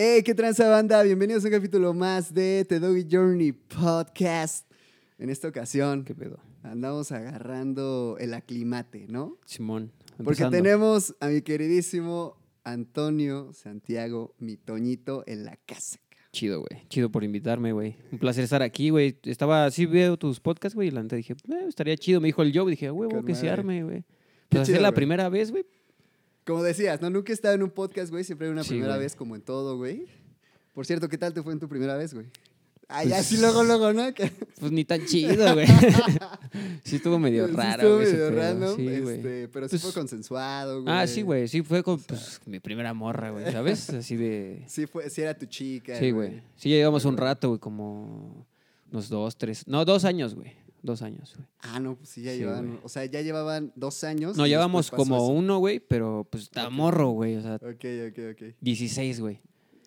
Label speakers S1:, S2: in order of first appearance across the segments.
S1: ¡Hey, qué tranza banda! Bienvenidos a un capítulo más de The Doggy Journey Podcast. En esta ocasión
S2: ¿Qué pedo?
S1: andamos agarrando el aclimate, ¿no?
S2: Simón.
S1: Porque
S2: empezando.
S1: tenemos a mi queridísimo Antonio Santiago, mi Toñito, en la casa.
S2: Chido, güey. Chido por invitarme, güey. Un placer estar aquí, güey. Estaba así, veo tus podcasts, güey, y la neta dije, "Eh, estaría chido. Me dijo el Joe, dije, "A huevo,
S1: Con
S2: que se
S1: madre.
S2: arme, güey.
S1: Qué
S2: Pues
S1: chido,
S2: es la
S1: güey.
S2: primera vez, güey.
S1: Como decías, ¿no? Nunca he estado en un podcast, güey. Siempre hay una
S2: Sí,
S1: primera
S2: güey.
S1: vez, como en todo, güey. Por cierto, ¿qué tal te fue en tu primera vez, güey? Ay, así luego, luego, ¿no? Que-
S2: Pues ni tan chido, güey. sí estuvo medio
S1: Sí,
S2: raro,
S1: estuvo
S2: güey. ese
S1: medio
S2: pedo.
S1: random,
S2: Sí, güey.
S1: este, pero sí fue
S2: Pues-
S1: consensuado, güey.
S2: Ah, sí, güey. Sí, fue con pues, mi primera morra, güey, ¿sabes? Así de...
S1: Sí, fue, sí era tu chica.
S2: Sí, güey. Sí, llevamos un rato, güey, como unos dos, tres... No, dos años, güey. Dos años, güey.
S1: Ah, no, pues sí, ya
S2: Sí,
S1: llevaban,
S2: güey.
S1: o sea, ya llevaban dos años.
S2: No,
S1: y
S2: llevamos
S1: después pasó
S2: como
S1: eso.
S2: uno, güey, pero pues está
S1: Ok.
S2: morro, güey. O sea,
S1: Ok, ok, ok.
S2: 16, güey.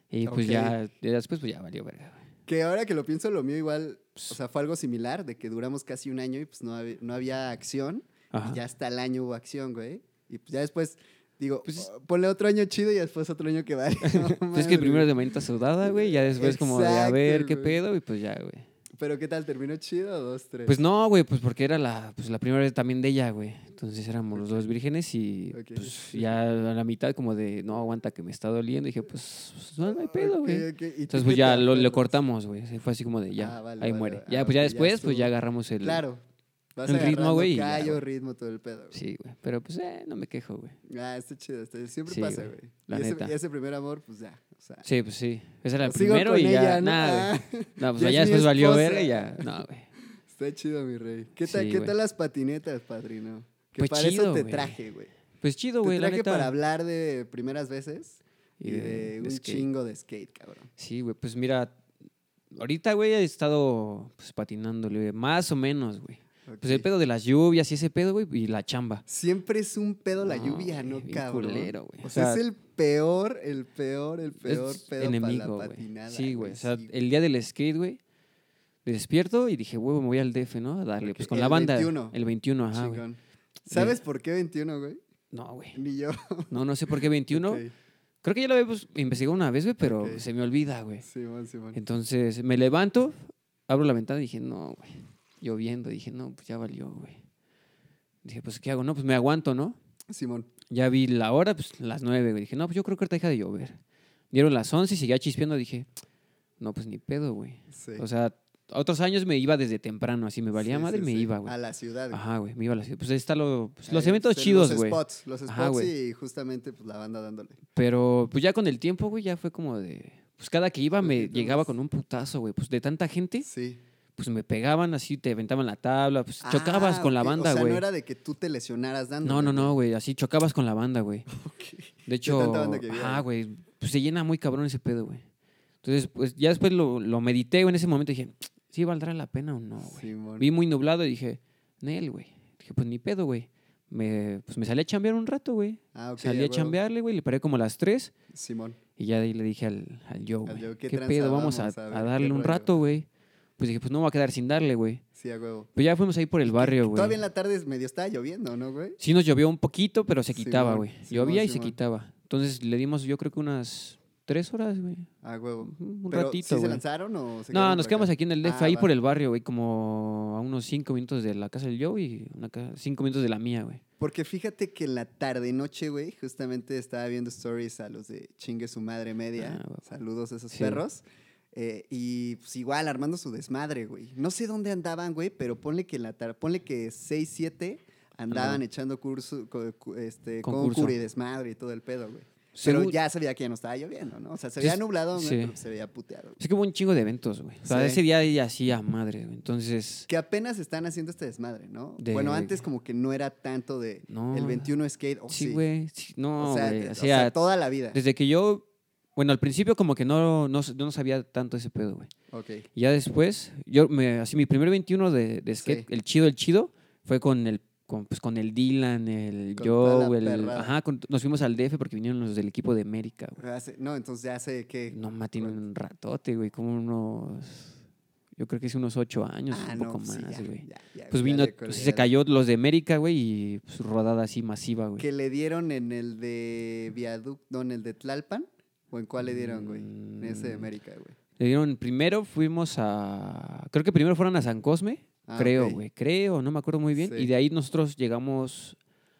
S2: Y pues
S1: Ok.
S2: ya, ya después pues ya valió verga, güey.
S1: Que ahora que lo pienso, lo mío igual,
S2: Pues
S1: o sea, fue algo similar, de que duramos casi un año y pues no, hab- no había acción.
S2: Ajá.
S1: Y ya hasta el año hubo acción, güey. Y pues ya después, digo,
S2: Pues es-
S1: "Oh, ponle otro año chido y después otro año que vale. No
S2: Pues es que
S1: mames,
S2: primero
S1: güey.
S2: de manita sudada, güey, ya después como de a
S1: Exacto,
S2: ver qué
S1: güey.
S2: pedo y pues ya, güey.
S1: Pero ¿qué tal? ¿Terminó chido o dos, tres?
S2: Pues no, güey, pues porque era la, pues, la primera vez también de ella, güey. Entonces éramos los dos vírgenes y
S1: Ok.
S2: pues ya a la mitad como de, no, aguanta que me está doliendo. dije, pues, pues, no, no hay pedo,
S1: Ok,
S2: güey.
S1: ok. ¿Y tú
S2: Entonces
S1: qué te
S2: pues ya lo, le
S1: acuerdas?
S2: cortamos, güey. Así Fue así como de ya,
S1: Ah, vale,
S2: ahí
S1: vale,
S2: muere.
S1: vale.
S2: Ya,
S1: Ah,
S2: pues ya
S1: ok, ya
S2: después, pues ya
S1: estuvo.
S2: agarramos el...
S1: Claro. Vas
S2: el ritmo,
S1: agarrando
S2: güey, y ya,
S1: Callo,
S2: güey.
S1: ritmo, todo el pedo. güey.
S2: Sí, güey. Pero pues eh, no me quejo, güey.
S1: Ah, está chido. está- siempre
S2: Sí,
S1: pasa,
S2: güey,
S1: güey.
S2: la
S1: y, ese,
S2: neta.
S1: y ese primer amor, pues ya. O sea,
S2: Sí, pues sí. Ese era el
S1: sigo
S2: primero
S1: con
S2: y ya.
S1: ella, ¿no?
S2: Nada,
S1: Ah,
S2: güey. No, pues
S1: ya es
S2: ya
S1: mi
S2: después valió
S1: esposa.
S2: verga y ya. No, güey.
S1: está chido, mi rey. ¿Qué tal,
S2: Sí,
S1: ¿qué
S2: güey.
S1: tal las patinetas, padrino? Que
S2: Pues
S1: para eso
S2: chido,
S1: te
S2: güey.
S1: traje, güey.
S2: Pues chido,
S1: Te
S2: güey, la
S1: traje
S2: neta.
S1: para hablar de primeras veces y, de, un
S2: skate.
S1: chingo de skate, cabrón.
S2: Sí, güey, pues mira, ahorita, güey, he estado pues, patinándole, güey, más o menos, güey. Pues el
S1: Ok.
S2: pedo de las lluvias y ese pedo, güey, y la chamba.
S1: Siempre es un pedo la
S2: No,
S1: lluvia, ¿no,
S2: güey, bien
S1: cabrón?
S2: culero, güey.
S1: O
S2: O
S1: sea, es
S2: sea,
S1: el peor, el peor, el peor
S2: es
S1: pedo
S2: enemigo,
S1: para la
S2: güey.
S1: patinada.
S2: Sí, güey, o sea,
S1: sí,
S2: el día del skate, güey, me despierto y dije, güey, me voy al DF, ¿no? A darle,
S1: Ok,
S2: pues con
S1: el
S2: la banda.
S1: 21.
S2: El 21, ajá, güey.
S1: chingón. ¿Sabes por qué 21, güey?
S2: No, güey.
S1: Ni yo.
S2: No, no sé por qué 21.
S1: Ok.
S2: Creo que ya lo habíamos investigado una vez, güey, pero
S1: Ok.
S2: se me olvida, güey.
S1: Simón, Simón.
S2: Entonces me levanto, abro la ventana y dije, no, güey. Lloviendo, dije, no, pues ya valió, güey. Dije, pues, ¿qué hago? No, pues me aguanto, ¿no?
S1: Simón.
S2: Ya vi la hora, pues las nueve, güey. Dije, no, pues yo creo que ahorita deja de llover. Dieron las once y seguía chispeando. Dije, no, pues ni pedo, güey.
S1: Sí.
S2: O sea, otros años me iba desde temprano, así me valía
S1: Sí,
S2: madre
S1: sí,
S2: y me
S1: sí.
S2: iba, güey.
S1: A la ciudad. güey.
S2: Ajá, güey, me iba a la ciudad. Pues ahí está lo- pues, los
S1: Ahí,
S2: eventos
S1: este,
S2: chidos,
S1: los
S2: güey.
S1: spots, Los spots,
S2: Ajá, güey.
S1: y justamente pues la banda dándole.
S2: Pero pues ya con el tiempo, güey, ya fue como de... Pues cada que iba me
S1: Poquito
S2: llegaba
S1: más.
S2: con un putazo, güey. Pues de tanta gente,
S1: Sí.
S2: pues me pegaban así, te aventaban la tabla, pues chocabas
S1: Ah,
S2: con la
S1: ok.
S2: banda,
S1: O sea,
S2: güey.
S1: no era de que tú te lesionaras dando.
S2: No, no, no, güey, así chocabas con la banda, güey. De hecho,
S1: tanta banda que había,
S2: ajá, güey, pues se llena muy cabrón ese pedo, güey. Entonces, pues ya después lo, lo medité, güey, en ese momento dije, sí valdrá la pena o no, güey.
S1: Simón.
S2: Vi muy nublado y dije, Nel, güey. Dije, pues ni pedo, güey. Me, pues me salí a chambear un rato, güey.
S1: Ah, ok,
S2: salí
S1: ya,
S2: a
S1: güey.
S2: chambearle, güey, le paré como a las 3
S1: Simón.
S2: y ya de ahí le dije al, al Joe,
S1: Al
S2: güey,
S1: Joe, ¿qué
S2: ¿qué,
S1: tranza?
S2: pedo? Vamos,
S1: Vamos
S2: a,
S1: a
S2: a
S1: ver qué
S2: darle un
S1: rollo.
S2: rato, güey. Pues dije, pues no me voy a quedar sin darle, güey.
S1: Sí, a huevo.
S2: Pues ya fuimos ahí por el barrio, güey.
S1: Todavía en la tarde medio estaba lloviendo, ¿no, güey?
S2: Sí nos llovió un poquito, pero se quitaba,
S1: Simón,
S2: güey.
S1: Simón,
S2: Llovía y se
S1: Simón.
S2: quitaba. Entonces le dimos, yo creo que unas tres horas, güey.
S1: A huevo.
S2: Ujú, Un
S1: Pero, ¿sí
S2: ratito,
S1: se
S2: güey.
S1: lanzaron o se
S2: no,
S1: quedaron
S2: nos
S1: por
S2: quedamos
S1: acá?
S2: aquí en el DF,
S1: Ah,
S2: ahí
S1: va.
S2: por el barrio, güey, como a unos cinco minutos de la casa del Joe y una ca- cinco minutos de la mía, güey.
S1: Porque fíjate que en la tarde noche, güey, justamente estaba viendo stories a los de chingue su madre media.
S2: Ah, guapo.
S1: Saludos a esos
S2: Sí.
S1: perros. Eh, y pues igual armando su desmadre, güey. No sé dónde andaban, güey, pero ponle que en la tarde, ponle que 6, 7 andaban
S2: Andaban.
S1: echando curso, co- cu- este,
S2: Concurso.
S1: concurso y desmadre y todo el pedo, güey. Pero
S2: Según-
S1: ya se veía que ya no estaba lloviendo, ¿no? O sea, se
S2: Sí,
S1: veía nublado, güey,
S2: sí.
S1: pero se veía puteado.
S2: Es que hubo un chingo de eventos, güey. O sea,
S1: Sí.
S2: ese día ya hacía madre, güey. Entonces,
S1: Que apenas están haciendo este desmadre, ¿no?
S2: De-
S1: Bueno, antes como que no era tanto de
S2: No.
S1: el 21 skate. o
S2: sí, güey. sí, no,
S1: o, sea,
S2: güey.
S1: o
S2: O
S1: sea,
S2: sea,
S1: toda la vida.
S2: desde que yo... Bueno, al principio como que no, no, no sabía tanto ese pedo, güey.
S1: Ok.
S2: Y Ya después, yo me, así mi primer 21 de, de skate,
S1: Sí.
S2: el chido, el chido, fue con el, con, pues, con el Dylan, el
S1: Con toda la
S2: Joe, el...
S1: perrada.
S2: Ajá, con- nos fuimos al DF porque vinieron los del equipo de América, güey.
S1: Hace- no, entonces ya sé que.
S2: No, ma, tiene
S1: ¿cuánto?
S2: un ratote, güey, como unos... Yo creo que es unos ocho años,
S1: Ah,
S2: un
S1: no,
S2: poco
S1: pues sí,
S2: más,
S1: ya,
S2: güey.
S1: ya, ya,
S2: Pues
S1: ya
S2: vino,
S1: le
S2: pues, sí
S1: colgué
S2: se
S1: al-
S2: cayó los de América, güey, y pues, rodada así masiva, güey.
S1: Que le dieron en el de Viaducto, no, en el de Tlalpan. ¿O en cuál le dieron, güey? En ese de
S2: Mm.
S1: América, güey.
S2: Le dieron, primero fuimos a. Creo que primero fueron a San Cosme.
S1: Ah,
S2: creo,
S1: ok.
S2: güey. Creo, no me acuerdo muy bien.
S1: Sí.
S2: Y de ahí nosotros llegamos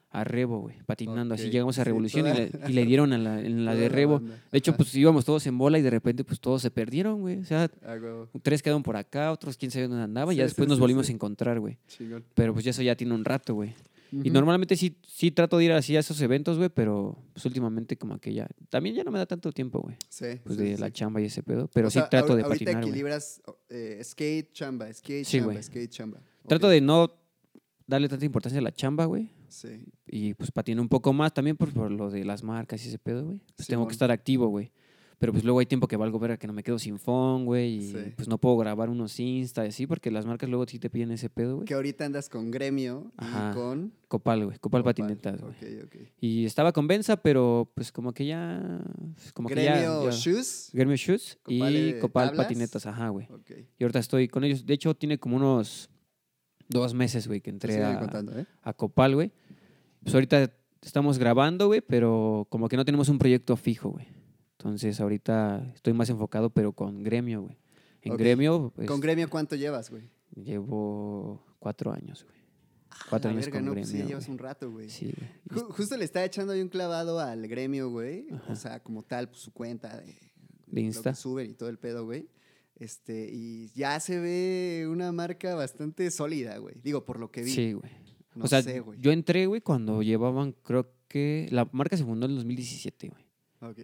S2: a Rebo, güey, patinando. Así
S1: Ok,
S2: llegamos a
S1: sí,
S2: Revolución y,
S1: toda-
S2: le, y le dieron a la, en la
S1: Toda
S2: de Rebo.
S1: banda.
S2: De hecho,
S1: Ajá.
S2: pues íbamos todos en bola y de repente, pues todos se perdieron, güey. O sea,
S1: Ah, güey,
S2: tres quedaron por acá, otros quién sabe dónde andaban. y
S1: Sí,
S2: ya
S1: sí,
S2: después nos
S1: sí,
S2: volvimos
S1: sí.
S2: a encontrar, güey.
S1: chingón.
S2: Pero pues ya eso ya tiene un rato, güey. Y
S1: Ujú.
S2: normalmente sí, sí trato de ir así a esos eventos, güey, pero pues últimamente como que ya. También ya no me da tanto tiempo, güey.
S1: Sí.
S2: Pues
S1: sí,
S2: de
S1: sí,
S2: la
S1: sí.
S2: chamba y ese pedo. Pero
S1: O
S2: sí
S1: sea,
S2: trato
S1: ahor-
S2: de
S1: ahorita
S2: patinar, güey.
S1: equilibras eh, skate, chamba, skate,
S2: Sí,
S1: chamba,
S2: güey.
S1: skate, chamba. Ok,
S2: Trato de no darle tanta importancia a la chamba, güey.
S1: Sí.
S2: Y pues patino un poco más también por, por lo de las marcas y ese pedo, güey. Pues tengo
S1: Simón.
S2: que estar activo, güey. Pero pues luego hay tiempo que valgo ver que no me quedo sin phone, güey. Y
S1: Sí.
S2: pues no puedo grabar unos Insta y así porque las marcas luego sí te piden ese pedo, güey.
S1: Que ahorita andas con gremio
S2: Ajá.
S1: y con.
S2: Copal, güey. Copal
S1: Copal.
S2: patinetas, güey.
S1: Ok, ok.
S2: Y estaba con Benza, pero pues como que ya... pues, Como que ya-
S1: gremio
S2: ya,
S1: shoes.
S2: Gremio Shoes
S1: Copal,
S2: y
S1: eh,
S2: Copal
S1: tablas.
S2: Patinetas, ajá, güey.
S1: Ok.
S2: Y ahorita estoy con ellos. De hecho, tiene como unos dos meses, güey, que
S1: Te
S2: entré
S1: siguen
S2: a,
S1: contando, ¿eh?
S2: a Copal, güey. Pues ahorita estamos grabando, güey, pero como que no tenemos un proyecto fijo, güey. Entonces ahorita estoy más enfocado, pero con gremio, güey. En
S1: Ok.
S2: gremio, pues,
S1: ¿Con gremio cuánto llevas, güey?
S2: llevo cuatro años, güey. Cuatro
S1: A la
S2: años
S1: verga,
S2: con
S1: no, pues sí,
S2: gremio.
S1: llevas
S2: güey.
S1: un rato, güey.
S2: Sí, güey. Y
S1: Ju- Justo le estaba echando ahí un clavado al gremio, güey. O
S2: Ajá.
S1: sea, como tal, pues, su cuenta de,
S2: De Insta.
S1: Lo que suben y todo el pedo, güey. Este, y ya se ve una marca bastante sólida, güey. Digo, por lo que vi.
S2: Sí, güey.
S1: No
S2: o sea,
S1: sé, güey.
S2: yo entré, güey, cuando llevaban, creo que... La marca se fundó en el 2017, güey.
S1: Ok.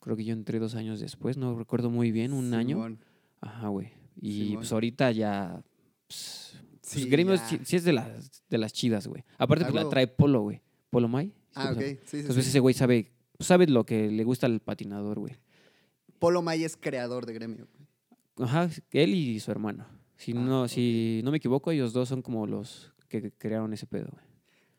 S2: Creo que yo entré dos años después, no recuerdo muy bien, un año.
S1: Simón.
S2: Ajá, güey. Y
S1: Simón.
S2: pues ahorita ya... pues, Pues
S1: Sí,
S2: Gremio
S1: ya.
S2: sí, sí es de las, de las chidas, güey. Aparte,
S1: A
S2: pues la
S1: huevo.
S2: trae Polo, güey. Polo Mai. ¿sí te
S1: Ah, ok.
S2: gusta?
S1: Sí, sí,
S2: Entonces
S1: sí.
S2: ese güey sabe, sabe lo que le gusta al patinador, güey.
S1: Polo May es creador de gremio. güey.
S2: Ajá, él y su hermano. Si,
S1: Ah,
S2: no,
S1: ok.
S2: si no me equivoco, ellos dos son como los que crearon ese pedo, güey.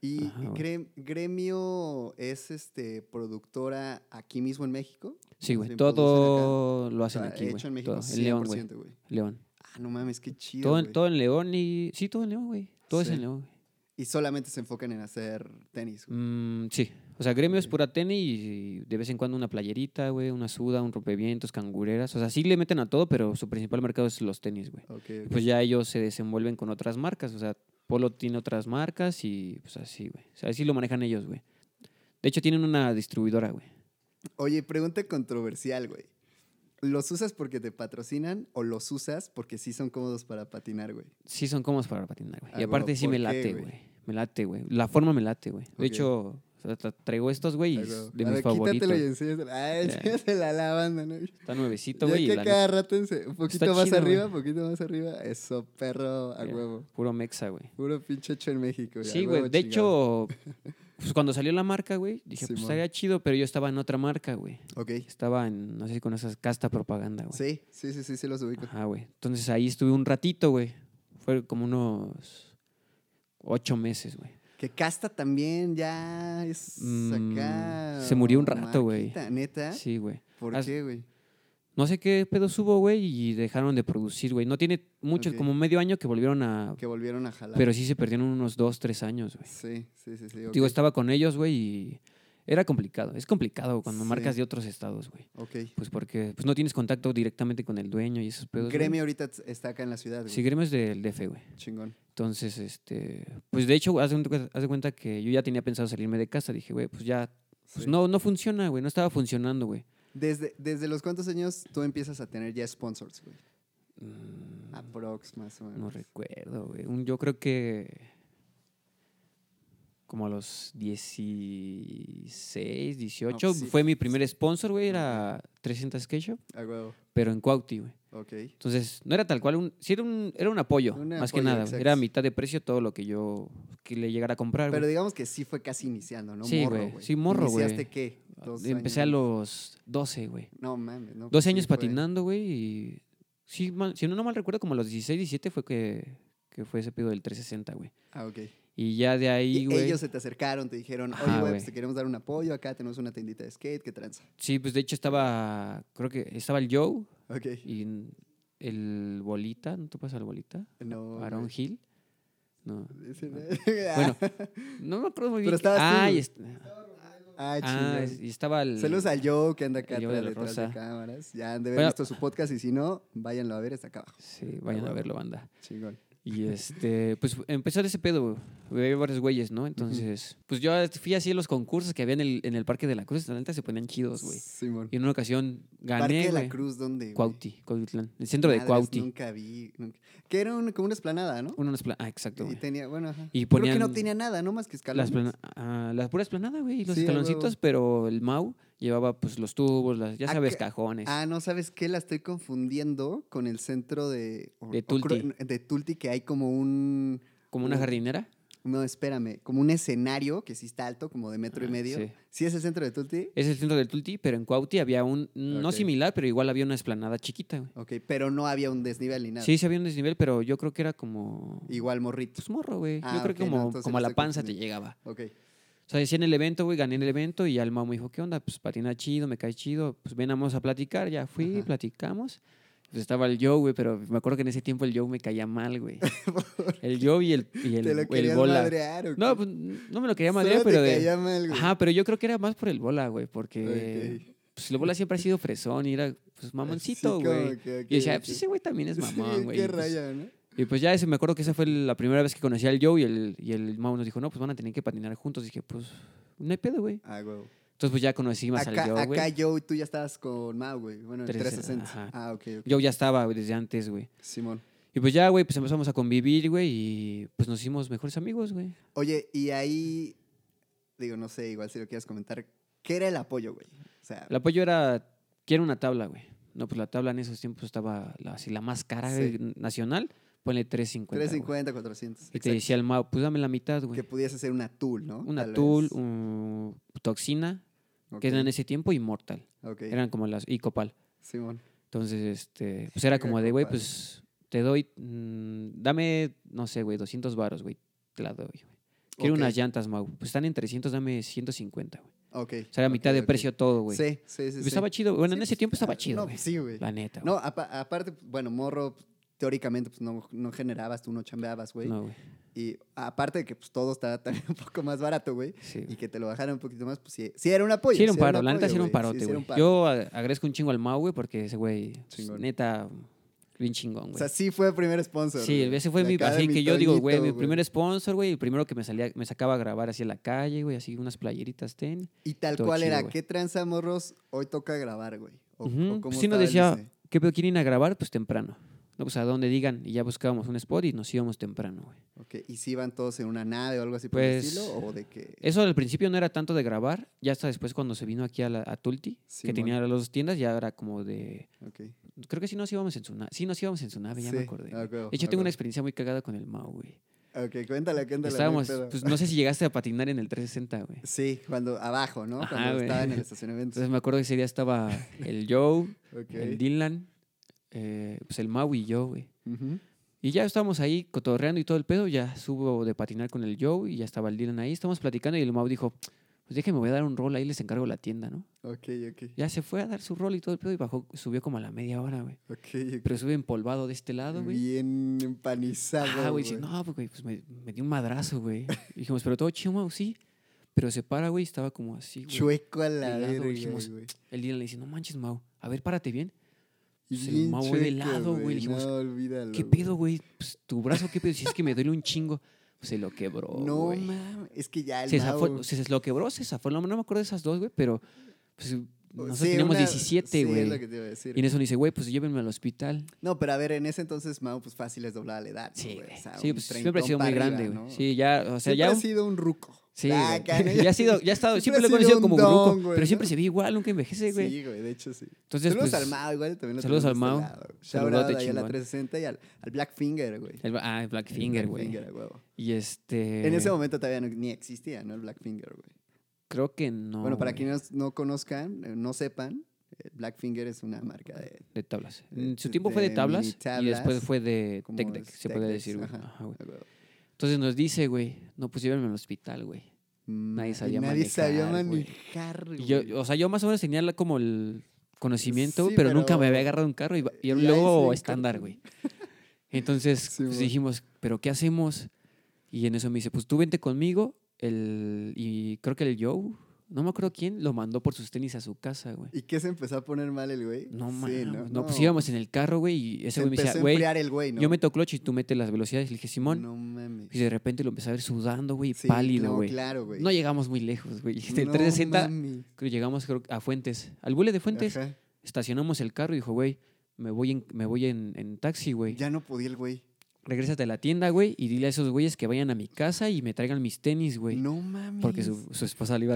S1: Y
S2: Ajá, güey.
S1: Gre- gremio es este productora aquí mismo en México.
S2: Sí, güey.
S1: Bien,
S2: Todo lo hacen
S1: O sea,
S2: aquí, güey.
S1: Ah, hecho en México
S2: Todo.
S1: 100%,
S2: En León, güey.
S1: güey.
S2: León.
S1: Ah, no mames, qué chido.
S2: Todo, en-
S1: güey.
S2: todo en León y... Sí, todo en León, güey. Todo es
S1: Sí.
S2: en León, güey.
S1: Y solamente se enfocan en hacer tenis. güey.
S2: Mm, sí. O sea, gremio es
S1: Ok.
S2: pura tenis y de vez en cuando una playerita, güey, una suda, un rompevientos, cangureras. O sea, sí le meten a todo, pero su principal mercado es los tenis, güey.
S1: Ok,
S2: Y
S1: ok.
S2: Pues ya ellos se desenvuelven con otras marcas. O sea, Polo tiene otras marcas y pues así, güey. O sea, así lo manejan ellos, güey. De hecho, tienen una distribuidora, güey.
S1: Oye, pregunta controversial, güey. ¿Los usas porque te patrocinan o los usas porque sí son cómodos para patinar, güey?
S2: Sí son cómodos para patinar, güey.
S1: Ah,
S2: Y
S1: huevo.
S2: aparte sí
S1: ¿Por
S2: me
S1: qué,
S2: late,
S1: güey?
S2: güey. Me late, güey. La forma me late, güey. De
S1: Ok.
S2: hecho, o sea, traigo estos, güey, y
S1: Ah,
S2: es
S1: güey.
S2: de
S1: A
S2: mis
S1: ver,
S2: favoritos.
S1: Quítatelo y enséñaselo. Ah,
S2: Ya.
S1: enséñasela a la banda, ¿no?
S2: Está nuevecito,
S1: Ya
S2: güey. y
S1: que
S2: la
S1: cada rato, ense- un poquito más
S2: chido,
S1: arriba,
S2: güey.
S1: un poquito más arriba. Eso, perro, a
S2: neta,
S1: huevo.
S2: Puro mexa, güey.
S1: Puro pinche hecho en México. a
S2: Sí,
S1: huevo,
S2: güey. De
S1: chingado.
S2: hecho, pues cuando salió la marca, güey, dije, pues
S1: Simón.
S2: estaría chido, pero yo estaba en otra marca, güey.
S1: Ok.
S2: Estaba en, no sé si con esas casta propaganda, güey.
S1: Sí, sí, sí, sí, sí los ubico.
S2: Ajá, güey. Entonces ahí estuve un ratito, güey. Fue como unos ocho meses, güey.
S1: Que Casta también ya es
S2: Mm,
S1: acá.
S2: se murió un rato, güey.
S1: marquita, Neta.
S2: Sí, güey.
S1: ¿Por
S2: Haz-
S1: qué, güey?
S2: No sé qué pedo subo, güey, y dejaron de producir, güey. No tiene mucho,
S1: Ok.
S2: como medio año que volvieron a...
S1: Que volvieron a jalar.
S2: Pero sí se perdieron unos dos, tres años, güey.
S1: Sí, sí, sí, sí.
S2: Digo,
S1: ok,
S2: estaba con ellos, güey, y era complicado. Es complicado cuando
S1: Sí.
S2: marcas de otros estados, güey.
S1: Ok.
S2: Pues porque pues no tienes contacto directamente con el dueño y esos pedos. güey.
S1: Gremio ahorita t- está acá en la ciudad, güey.
S2: Sí, gremio es del DF, güey.
S1: Chingón.
S2: Entonces, este, pues de hecho, haz de, cuenta- haz de cuenta que yo ya tenía pensado salirme de casa. Dije, güey, pues ya, pues
S1: Sí.
S2: no, no funciona, güey, no estaba funcionando, güey.
S1: Desde, desde los cuántos años tú empiezas a tener ya sponsors, güey.
S2: Mm,
S1: Aprox, más o menos.
S2: no recuerdo, güey. Un- Yo creo que como a los 16, 18,
S1: sí,
S2: fue mi primer sponsor, güey, era 300 Sketchup,
S1: A huevo.
S2: pero en Cuauti, güey.
S1: Ok.
S2: Entonces, no era tal cual, un, sí era un, era un apoyo,
S1: Un
S2: más que
S1: apoyo,
S2: nada. güey.
S1: exacto.
S2: Era a mitad de precio todo lo que yo que le llegara a comprar.
S1: Pero
S2: güey.
S1: digamos que sí fue casi iniciando, ¿no?
S2: Sí,
S1: morro,
S2: güey.
S1: güey.
S2: Sí, morro, güey. Ah,
S1: ¿Iniciaste qué? Dos
S2: Em, Empecé a
S1: años.
S2: los 12, güey.
S1: No, mames. No,
S2: 12
S1: sí
S2: años
S1: fue-
S2: patinando, güey. Y sí, mal- si no, no mal recuerdo, como a los 16, 17 fue que, que fue ese pedo del 360, güey.
S1: Ah, ok.
S2: Y ya de ahí,
S1: Y
S2: güey.
S1: ellos se te acercaron, te dijeron, oye,
S2: Ajá,
S1: güey,
S2: güey.
S1: pues te queremos dar un apoyo. Acá tenemos una tiendita de skate, ¿qué tranza?
S2: Sí, pues de hecho estaba. Creo que estaba el Joe
S1: Ok.
S2: y el Bolita. ¿No te pasa el Bolita?
S1: No. güey.
S2: Aaron Hill. No.
S1: Dicen, ah,
S2: Bueno, no me acuerdo muy bien.
S1: Pero estabas tú,
S2: Ah,
S1: güey.
S2: y est-
S1: Ah,
S2: Ah,
S1: chingón.
S2: es- y estaba el...
S1: Saludos al Joe que anda acá
S2: el Joe de
S1: atrás
S2: la
S1: detrás
S2: Rosa.
S1: de cámaras. Ya han de haber
S2: Bueno.
S1: visto su podcast y si no, váyanlo a ver, está acá abajo.
S2: Sí, vayan a verlo, banda.
S1: Chingón.
S2: Y este, pues empezó de ese pedo, güey. Había varios güeyes, ¿no? Entonces, pues yo fui así a los concursos que había en el, en el Parque de la Cruz. La neta se ponían chidos, güey.
S1: Simón.
S2: Y en una ocasión gané.
S1: Parque de la
S2: güey.
S1: Cruz, ¿dónde? güey?
S2: Cuauti, Cuautitlán. El centro de
S1: Madres,
S2: Cuauti.
S1: Nunca vi. nunca- Que era un- como una esplanada, ¿no?
S2: Uno de las pla- ah, exacto,
S1: y
S2: güey.
S1: tenía, bueno, ajá.
S2: Y
S1: Creo que
S2: ponían
S1: no tenía nada, no más que
S2: Las
S1: escalones.
S2: plana- ah, la pura esplanada, güey. y Los
S1: Sí, a
S2: escaloncitos,
S1: huevo.
S2: pero el Mau llevaba pues los tubos, las, ya
S1: Ah,
S2: sabes,
S1: que-
S2: cajones.
S1: Ah, no, ¿sabes qué? La estoy confundiendo con el centro de... o-
S2: De
S1: o creo-
S2: Tulti.
S1: de Tulti, que hay como un...
S2: como una
S1: un-
S2: jardinera.
S1: No, espérame. Como un escenario que sí está alto, como de metro y
S2: Ah,
S1: medio.
S2: sí.
S1: Sí. es el centro de Tulti?
S2: Es el centro del Tulti, pero en Cuauti había un, no
S1: Ok.
S2: similar, pero igual había una esplanada chiquita, güey.
S1: Ok, pero no había un desnivel ni nada.
S2: Sí, sí había un desnivel, pero yo creo que era como...
S1: Igual morrito.
S2: Pues morro, güey.
S1: Ah,
S2: yo creo que
S1: ok, no,
S2: como,
S1: entonces
S2: como a
S1: no
S2: la
S1: estoy
S2: panza te
S1: confundiendo.
S2: llegaba.
S1: Ok.
S2: O sea, decía en el evento, güey, gané el evento y al Mau me dijo, ¿qué onda? Pues patina chido, me cae chido, pues ven, vamos a platicar. Ya fui,
S1: Ajá.
S2: platicamos. Pues estaba el Joe, güey, pero me acuerdo que en ese tiempo el Joe me caía mal, güey. el Joe y el, y el,
S1: ¿Te lo
S2: el
S1: querías
S2: bola.
S1: madrear o
S2: No,
S1: qué?
S2: pues no me lo quería
S1: Solo
S2: madrear, pero
S1: te
S2: de...
S1: caía mal, güey.
S2: Ajá, pero yo creo que era más por el bola, güey, porque
S1: Ok.
S2: pues, el bola siempre ha sido fresón y era pues mamoncito,
S1: Sí, como
S2: güey.
S1: que- ok,
S2: y decía,
S1: ok.
S2: pues ese güey también es
S1: Sí,
S2: mamón, güey.
S1: qué
S2: y, pues,
S1: raya, ¿no?
S2: y pues ya ese, me acuerdo que esa fue la primera vez que conocí al Joe y el, y el Mau nos dijo, no, pues van a tener que patinar juntos. dije, pues no hay pedo, güey.
S1: Ah, güey.
S2: Entonces pues ya conocí más
S1: Acá,
S2: al Joe,
S1: acá
S2: güey.
S1: yo y tú ya estabas con Mau, güey. Bueno, en
S2: Tres-
S1: 360.
S2: ajá.
S1: Ah, ok, ok.
S2: Joe ya estaba güey, desde antes, güey.
S1: Simón.
S2: Y pues ya, güey, pues empezamos a convivir, güey, y pues nos hicimos mejores amigos, güey.
S1: Oye, y ahí, digo, no sé, igual si lo quieres comentar, ¿qué era el apoyo, güey? O sea,
S2: El apoyo era, quiero una tabla, güey. No, pues la tabla en esos tiempos estaba la, así, la más cara
S1: Sí.
S2: güey, nacional, ponle 350. güey.
S1: 350, 400.
S2: Y te
S1: exacto.
S2: decía el Mao, pues dame la mitad, güey.
S1: Que pudiese ser una tool, ¿no?
S2: Una
S1: Tal
S2: Tool,
S1: vez.
S2: un Toxina,
S1: Ok,
S2: que era en ese tiempo, y Mortal.
S1: ok,
S2: Eran como las, y Copal.
S1: Simón.
S2: Entonces, este, pues era
S1: Verga,
S2: como de, güey,
S1: Copal.
S2: pues te doy, mm, dame, no sé, güey, 200 varos, güey, te la doy, güey. Quiero
S1: Ok.
S2: unas llantas, Mau. Pues están en 300, dame 150, güey.
S1: Ok.
S2: O sea, era
S1: ok,
S2: mitad de
S1: ok.
S2: precio todo, güey.
S1: Sí, sí, sí.
S2: Pues
S1: sí.
S2: Estaba chido. Bueno,
S1: Sí,
S2: en ese
S1: pues,
S2: tiempo estaba
S1: ah,
S2: chido,
S1: No,
S2: güey.
S1: pues sí, güey.
S2: la neta, güey.
S1: No, apa- aparte, pues, bueno, morro, pues, teóricamente, pues no, no generabas, tú no chambeabas, güey.
S2: No, güey.
S1: Y aparte de que pues todo estaba también un poco más barato, güey.
S2: Sí, güey.
S1: Y que te lo bajaran un poquito más, pues sí, sí era un apoyo.
S2: Sí, era un paro,
S1: apoyo,
S2: la neta sí era
S1: güey,
S2: un
S1: sí,
S2: parote,
S1: sí era
S2: güey.
S1: un paro.
S2: Yo a- agradezco un chingo al Mau, güey, porque ese güey, pues,
S1: Chingón.
S2: neta, bien chingón,
S1: O
S2: güey.
S1: sea, sí fue el primer sponsor.
S2: sí,
S1: güey.
S2: ese fue
S1: De
S2: mi,
S1: acá de
S2: así
S1: mi
S2: que yo digo, güey, mi
S1: tonito,
S2: primer sponsor, güey, el primero que me salía, me sacaba a grabar así en la calle, güey, así unas playeritas ten.
S1: Y tal
S2: todo
S1: cual
S2: chido,
S1: era,
S2: güey.
S1: ¿qué tranza, morros? Hoy toca grabar, güey. O, o
S2: Ujú.
S1: cómo
S2: Pues sí
S1: estaba
S2: nos
S1: el
S2: decía,
S1: ese.
S2: ¿qué pedo quieren ir a grabar? Pues temprano. No, pues a donde digan, y ya buscábamos un spot y nos íbamos temprano, güey.
S1: Ok, ¿y si iban todos en una nave o algo así por
S2: Pues, eh,
S1: el estilo? ¿O de que
S2: Eso al principio no era tanto de grabar, ya hasta después cuando se vino aquí a, la- a Tulti, que
S1: Simón.
S2: tenía las dos tiendas, ya era como de...
S1: Ok.
S2: Creo que sí nos íbamos en su nave, sí nos íbamos en su nave, ya me
S1: Sí, ah,
S2: acordé.
S1: a
S2: güey.
S1: huevo,
S2: de hecho,
S1: a
S2: tengo
S1: huevo.
S2: una experiencia muy cagada con el Mau, güey.
S1: Ok, cuéntala, cuéntala. no hay
S2: Estábamos,
S1: pedo.
S2: pues no sé si llegaste a patinar en el 360, güey.
S1: Sí, cuando abajo, ¿no?
S2: Ajá,
S1: cuando
S2: güey.
S1: estaba en el estacionamiento.
S2: Entonces me acuerdo que ese día estaba el Joe,
S1: Ok.
S2: Pues, el Dylan, eh, pues el Mau y yo, güey.
S1: Ujú.
S2: Y ya estábamos ahí cotorreando y todo el pedo, ya subo de patinar con el Joe y ya estaba el Dylan ahí, estábamos platicando y el Mau dijo, pues déjenme, voy a dar un rol ahí, les encargo la tienda, ¿no?
S1: Ok, ok.
S2: Ya se fue a dar su rol y todo el pedo y bajó, subió como a la media hora, güey.
S1: Ok, ok.
S2: Pero sube empolvado de este lado, güey.
S1: Bien empanizado.
S2: Ah, güey, sí, no, pues, güey, pues me, me dio un madrazo, güey. Y dijimos, pero todo chido, Mau, sí. Pero se para, güey, y estaba como así, güey.
S1: Chueco a la
S2: Ligado,
S1: verga,
S2: dijimos,
S1: güey.
S2: El Dylan le dice, no manches, Mau, a ver, párate bien. Pues, el
S1: Bien
S2: Mau de
S1: chueco,
S2: lado, güey, dijimos,
S1: No, olvídalo.
S2: ¿Qué
S1: güey.
S2: pedo, güey? Pues, tu brazo, ¿qué pedo? Si es que me duele un chingo. Pues se lo quebró,
S1: No,
S2: güey.
S1: mames. Es que ya el
S2: se,
S1: Mau-
S2: zafó- se lo quebró, se zafó. No, no me acuerdo de esas dos, güey, pero pues, nosotros
S1: Oh, Sí,
S2: teníamos
S1: una-
S2: 17,
S1: Sí,
S2: güey.
S1: es lo que te iba a decir.
S2: y en eso me dice, güey, pues llévenme al hospital.
S1: No, pero a ver, en ese entonces Mau, pues fácil es doblar la edad. ¿no,
S2: Sí,
S1: güey?
S2: güey.
S1: O sea,
S2: Sí,
S1: un
S2: pues siempre ha
S1: treintón
S2: sido muy
S1: para
S2: grande,
S1: arriba,
S2: güey.
S1: ¿no?
S2: Sí, ya, o sea,
S1: Siempre
S2: ya.
S1: ha
S2: un-
S1: sido un ruco.
S2: Sí,
S1: Ah,
S2: güey.
S1: caray.
S2: ya ha sido, ya ha estado, siempre
S1: Siempre
S2: lo he
S1: ha sido un
S2: conocido como
S1: don,
S2: grupo,
S1: güey,
S2: pero
S1: ¿no?
S2: siempre se ve igual, nunca envejece, güey.
S1: Sí, güey, de hecho sí.
S2: Entonces,
S1: saludos
S2: pues,
S1: al Mau, igual también lo
S2: saludos
S1: tenemos
S2: al
S1: de
S2: Mau.
S1: este lado. Shout
S2: Saludote,
S1: out ahí a la
S2: chingón.
S1: 360 y al, al Blackfinger, güey.
S2: El- ah, el Blackfinger, güey.
S1: Blackfinger, a huevo.
S2: Y este.
S1: En ese momento todavía no- ni existía, ¿no? El Blackfinger, güey.
S2: Creo que no.
S1: bueno, para
S2: güey,
S1: quienes no conozcan, eh, no sepan, eh, Blackfinger es una marca de
S2: De tablas.
S1: de-
S2: En su tiempo fue de
S1: de
S2: tablas, y después
S1: minitablas,
S2: fue de
S1: como
S2: tech deck,
S1: es
S2: se
S1: tech
S2: puede
S1: decks,
S2: decir, güey.
S1: ajá.
S2: Ajá, güey.
S1: a huevo.
S2: Entonces nos dice, güey, no, pues llévenme al hospital, güey.
S1: Ma- y
S2: sabía
S1: Nadie sabía
S2: manejar, güey.
S1: manejar,
S2: Y
S1: güey.
S2: Yo, o sea, yo más o menos tenía la- como el conocimiento,
S1: Sí,
S2: pero, nunca me
S1: pero-
S2: había agarrado un carro y, y era
S1: y
S2: un
S1: ahí
S2: logo
S1: sí,
S2: estándar,
S1: corto.
S2: güey. Entonces
S1: Sí,
S2: pues,
S1: güey.
S2: dijimos, ¿pero qué hacemos? Y en eso me dice, pues tú vente conmigo, el, y creo que el Joe, No me acuerdo quién lo mandó por sus tenis a su casa, güey.
S1: ¿Y qué se empezó a poner mal el güey?
S2: No,
S1: Sí,
S2: mames. No, pues íbamos en el carro, güey, y
S1: Se
S2: ese güey me
S1: empezó
S2: decía,
S1: a
S2: güey,
S1: enfriar el güey, ¿no?
S2: yo meto clutch y tú metes las velocidades. Le dije, Simón.
S1: No mames.
S2: Y de repente lo empecé a ver sudando, güey,
S1: Sí,
S2: pálido,
S1: no,
S2: güey.
S1: claro, güey.
S2: No llegamos muy lejos, güey. Este, Del
S1: No
S2: 360
S1: mames.
S2: creo, llegamos creo, a Fuentes. Al bule de Fuentes
S1: Ajá.
S2: estacionamos el carro y dijo, güey, me voy en, me voy en, en taxi, güey.
S1: Ya no podía el güey.
S2: Regrésate a la tienda, güey, y dile a esos güeyes que vayan a mi casa y me traigan mis tenis, güey.
S1: No mames.
S2: Porque su, su esposa le iba a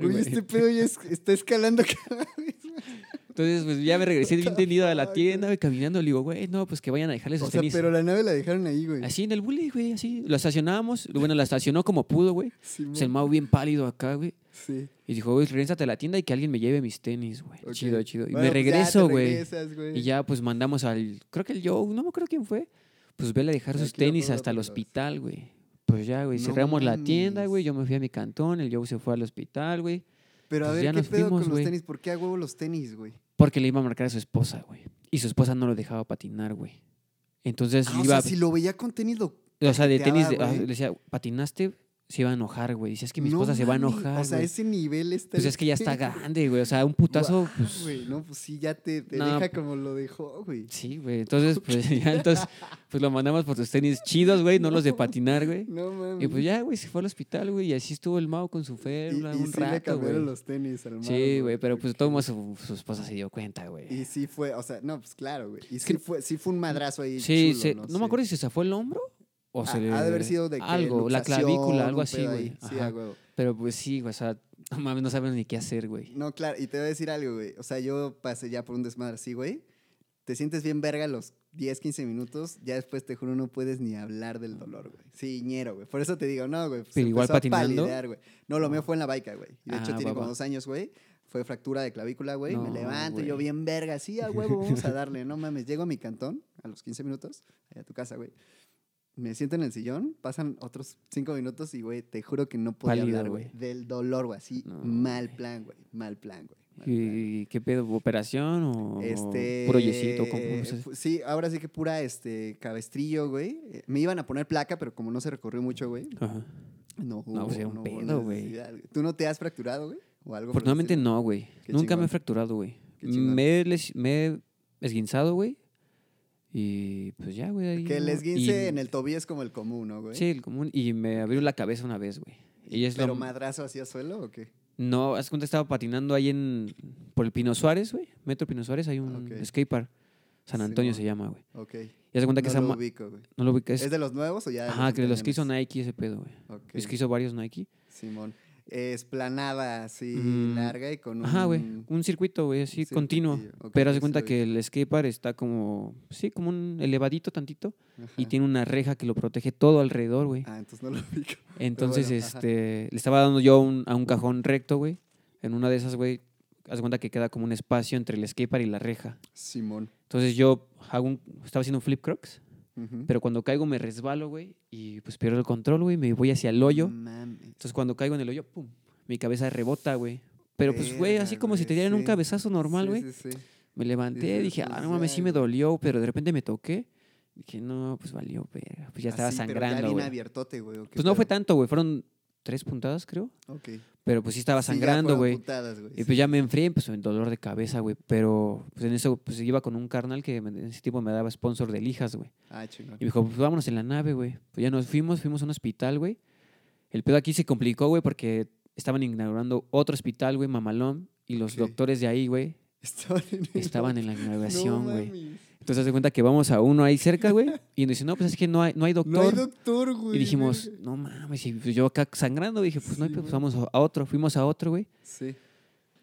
S1: Güey,
S2: güey.
S1: este pedo ya es- está escalando cada vez.
S2: Entonces, pues ya me regresé bien tendido a la
S1: fuck,
S2: tienda, güey, caminando. Le digo, güey, no, pues que vayan a dejarle sus
S1: O sea,
S2: tenis.
S1: pero la nave la dejaron ahí, güey.
S2: Así en el bully, güey, así. Lo estacionábamos. Bueno, la estacionó como pudo, güey.
S1: Simón.
S2: Pues el Mau bien pálido acá, güey.
S1: Sí.
S2: Y dijo, güey, regrésate a la tienda y que alguien me lleve mis tenis, güey.
S1: ok.
S2: Chido, chido. Y
S1: Bueno,
S2: me
S1: pues ya
S2: regreso,
S1: te
S2: güey.
S1: regresas, güey.
S2: Y ya, pues mandamos al. Creo que el Joe, no me acuerdo quién fue. Pues vele a dejar
S1: Ya,
S2: sus
S1: aquí me
S2: tenis
S1: acuerdo
S2: hasta el
S1: cuando-
S2: hospital, güey. Pues ya, güey.
S1: No
S2: Cerramos la tienda,
S1: mames.
S2: güey. Yo me fui a mi cantón. El Joe se fue al hospital, güey.
S1: Pero a
S2: pues
S1: ver,
S2: ya
S1: ¿qué
S2: nos
S1: pedo
S2: fuimos,
S1: con
S2: güey. Pues,
S1: los tenis? ¿Por qué a huevo los tenis, güey?
S2: Porque le iba a marcar a su esposa, güey. Y su esposa no lo dejaba patinar, güey. Entonces
S1: Ah,
S2: le
S1: o
S2: iba.
S1: sea, si lo veía con tenis, lo...
S2: O sea, de tenis, de-
S1: cajeteaba,
S2: ah,
S1: güey.
S2: le decía, patinaste, se iba a enojar, güey. Dice, es que mi
S1: No
S2: esposa se va a
S1: mames,
S2: enojar.
S1: O sea,
S2: güey".
S1: ese nivel está...
S2: Pues
S1: el
S2: es que ya está
S1: pedo.
S2: grande, güey. O sea, un putazo,
S1: Guau,
S2: pues.
S1: Güey, no, pues sí, ya te, te
S2: No,
S1: deja
S2: pues-
S1: como lo dejó, güey.
S2: Sí, güey. Entonces, pues ya, entonces, pues lo mandamos por sus tenis chidos, güey, no los de patinar, güey.
S1: No mames.
S2: Y pues ya, güey, se fue al hospital, güey, y así estuvo el Mao con su
S1: Y,
S2: férula
S1: y
S2: un
S1: sí le
S2: rato,
S1: cambiaron
S2: güey.
S1: los tenis, hermano.
S2: Sí, güey, pero pues todo su, su esposa se dio cuenta, güey.
S1: Y sí fue, o sea, no, pues claro, güey. Y
S2: que-
S1: sí fue, sí fue un madrazo ahí.
S2: Sí,
S1: chulo,
S2: se-
S1: ¿no?
S2: no,
S1: Sí.
S2: me acuerdo si se zafó el hombro o
S1: Ah,
S2: se le-
S1: Ha de haber sido de que
S2: algo, la
S1: luxación,
S2: clavícula, algo
S1: un
S2: así,
S1: pedo
S2: güey.
S1: ahí. Sí,
S2: Ajá.
S1: a huevo.
S2: Pero pues sí, güey, o sea, no mames, no sabemos ni qué hacer, güey.
S1: No, claro, y te voy a decir algo, güey. O sea, yo pasé ya por un desmadre así, güey. Te sientes bien verga los 10, 15 minutos. Ya después, te juro, no puedes ni hablar del dolor, güey. Sí, ñero, güey. Por eso te digo, no, güey. pues,
S2: Pero igual
S1: empezó a
S2: patinando.
S1: palidear, güey. No, lo mío fue en la baica, güey. Y De hecho,
S2: Ah,
S1: tiene
S2: va,
S1: como
S2: va.
S1: dos años, güey. Fue fractura de clavícula, güey. Me
S2: No,
S1: levanto,
S2: güey.
S1: yo bien verga. Sí, a huevo, vamos a darle. No mames. Llego a mi cantón a los 15 minutos, allá a tu casa, güey. Me siento en el sillón, pasan otros cinco minutos y, güey, te juro que no podía
S2: Pálido,
S1: hablar, güey.
S2: güey.
S1: Del dolor, güey, así,
S2: No,
S1: mal
S2: güey.
S1: plan, güey. Mal plan, güey. mal plan.
S2: ¿Y qué pedo? ¿Operación o
S1: Este,
S2: puro yesito? ¿Cómo- cómo se-
S1: fu- Sí, ahora sí que pura este cabestrillo, güey. Eh, Me iban a poner placa, pero como no se recorrió mucho, güey.
S2: Ajá.
S1: No,
S2: No, pues, era un
S1: hubo
S2: pedo, güey.
S1: necesidad, ¿Tú no te has fracturado, güey? O algo por el
S2: Afortunadamente
S1: estilo?
S2: no, güey.
S1: Qué
S2: Nunca me
S1: chingón.
S2: he fracturado, güey.
S1: Qué chingón.
S2: Me, he les- me he esguinzado, güey. Y pues ya, güey. ahí
S1: Que el
S2: no-
S1: esguince
S2: y-
S1: en el tobillo es como el común, ¿no, güey?
S2: Sí, el común. Y me abrió la cabeza una vez, güey. Y es
S1: ¿Pero
S2: lo...
S1: madrazo hacia suelo o qué?
S2: No, haz cuenta, estaba patinando ahí en... Por el Pino Suárez, güey. Metro Pino Suárez, hay un
S1: Ah, ok.
S2: skatepark. San Antonio
S1: Simón.
S2: se llama, güey.
S1: Ok.
S2: Y haz cuenta que
S1: No
S2: esa...
S1: lo
S2: ma-
S1: ubico, güey.
S2: No lo ubicas.
S1: ¿Es de los nuevos o ya? de
S2: Ajá, que de los que hizo
S1: anteriores?
S2: Nike ese pedo, güey.
S1: Ok,
S2: Es que hizo varios Nike.
S1: Simón. Esplanada así,
S2: Mm,
S1: larga y con un...
S2: Ajá, güey. Un circuito, güey, así
S1: un
S2: continuo.
S1: circuitillo. Ok,
S2: Pero haz
S1: sí
S2: de cuenta
S1: lo
S2: que el skatepark está como, sí, como un elevadito tantito. Y
S1: Ajá.
S2: tiene una reja que lo protege todo alrededor, güey.
S1: Ah, entonces no lo ubico.
S2: Entonces,
S1: bueno, ajá.
S2: este, le estaba dando yo un- a un cajón recto, güey. En una de esas, güey, haz de cuenta que queda como un espacio entre el skatepark y la reja.
S1: Simón.
S2: Entonces yo hago un, estaba haciendo un flip crocs,
S1: Ujú.
S2: pero cuando caigo me resbalo, güey, y pues pierdo el control, güey, me voy hacia el hoyo.
S1: Mm. Mames.
S2: Entonces cuando caigo en el hoyo, pum, mi cabeza rebota, güey. Pero pues, güey, así
S1: Verga,
S2: como si
S1: güey,
S2: te dieran un
S1: sí.
S2: cabezazo normal,
S1: Sí,
S2: güey.
S1: sí, sí.
S2: Me levanté,
S1: Dices,
S2: dije,
S1: pues
S2: ah, no mames,
S1: ya,
S2: sí me
S1: güey".
S2: dolió, pero de repente me toqué. Dije, no, pues valió, verga. Pues ya estaba
S1: Así, pero
S2: sangrando,
S1: Ya bien
S2: güey.
S1: abiertote, güey. ¿o qué
S2: Pues no fue
S1: pedo?
S2: tanto, güey. Fueron tres puntadas, creo.
S1: Ok.
S2: Pero pues sí estaba
S1: Sí, ya
S2: sangrando,
S1: fueron
S2: güey.
S1: putadas, güey,
S2: Y
S1: sí.
S2: pues ya me enfrié, pues en dolor de cabeza, güey. Pero pues en eso, pues iba con un carnal que me- en ese tipo me daba sponsor de lijas, güey.
S1: Ah, chingón.
S2: Y me dijo, pues vámonos en la nave, güey. Pues ya nos fuimos, fuimos a un hospital, güey. El pedo aquí se complicó, güey, porque estaban inaugurando otro hospital, güey, mamalón. Y los
S1: Ok.
S2: doctores de ahí, güey,
S1: Estaban en, el-
S2: estaban en la inauguración,
S1: No
S2: güey.
S1: mames.
S2: Entonces, haz de cuenta que vamos a uno ahí cerca, güey. Y nos dice, no, pues es que no hay, no hay
S1: No hay
S2: doctor.
S1: doctor, güey.
S2: y dijimos,
S1: verga.
S2: no mames. Y pues yo acá sangrando dije, pues no, hay
S1: Sí,
S2: pedo, pues
S1: güey.
S2: vamos a otro. Fuimos a otro, güey.
S1: Sí.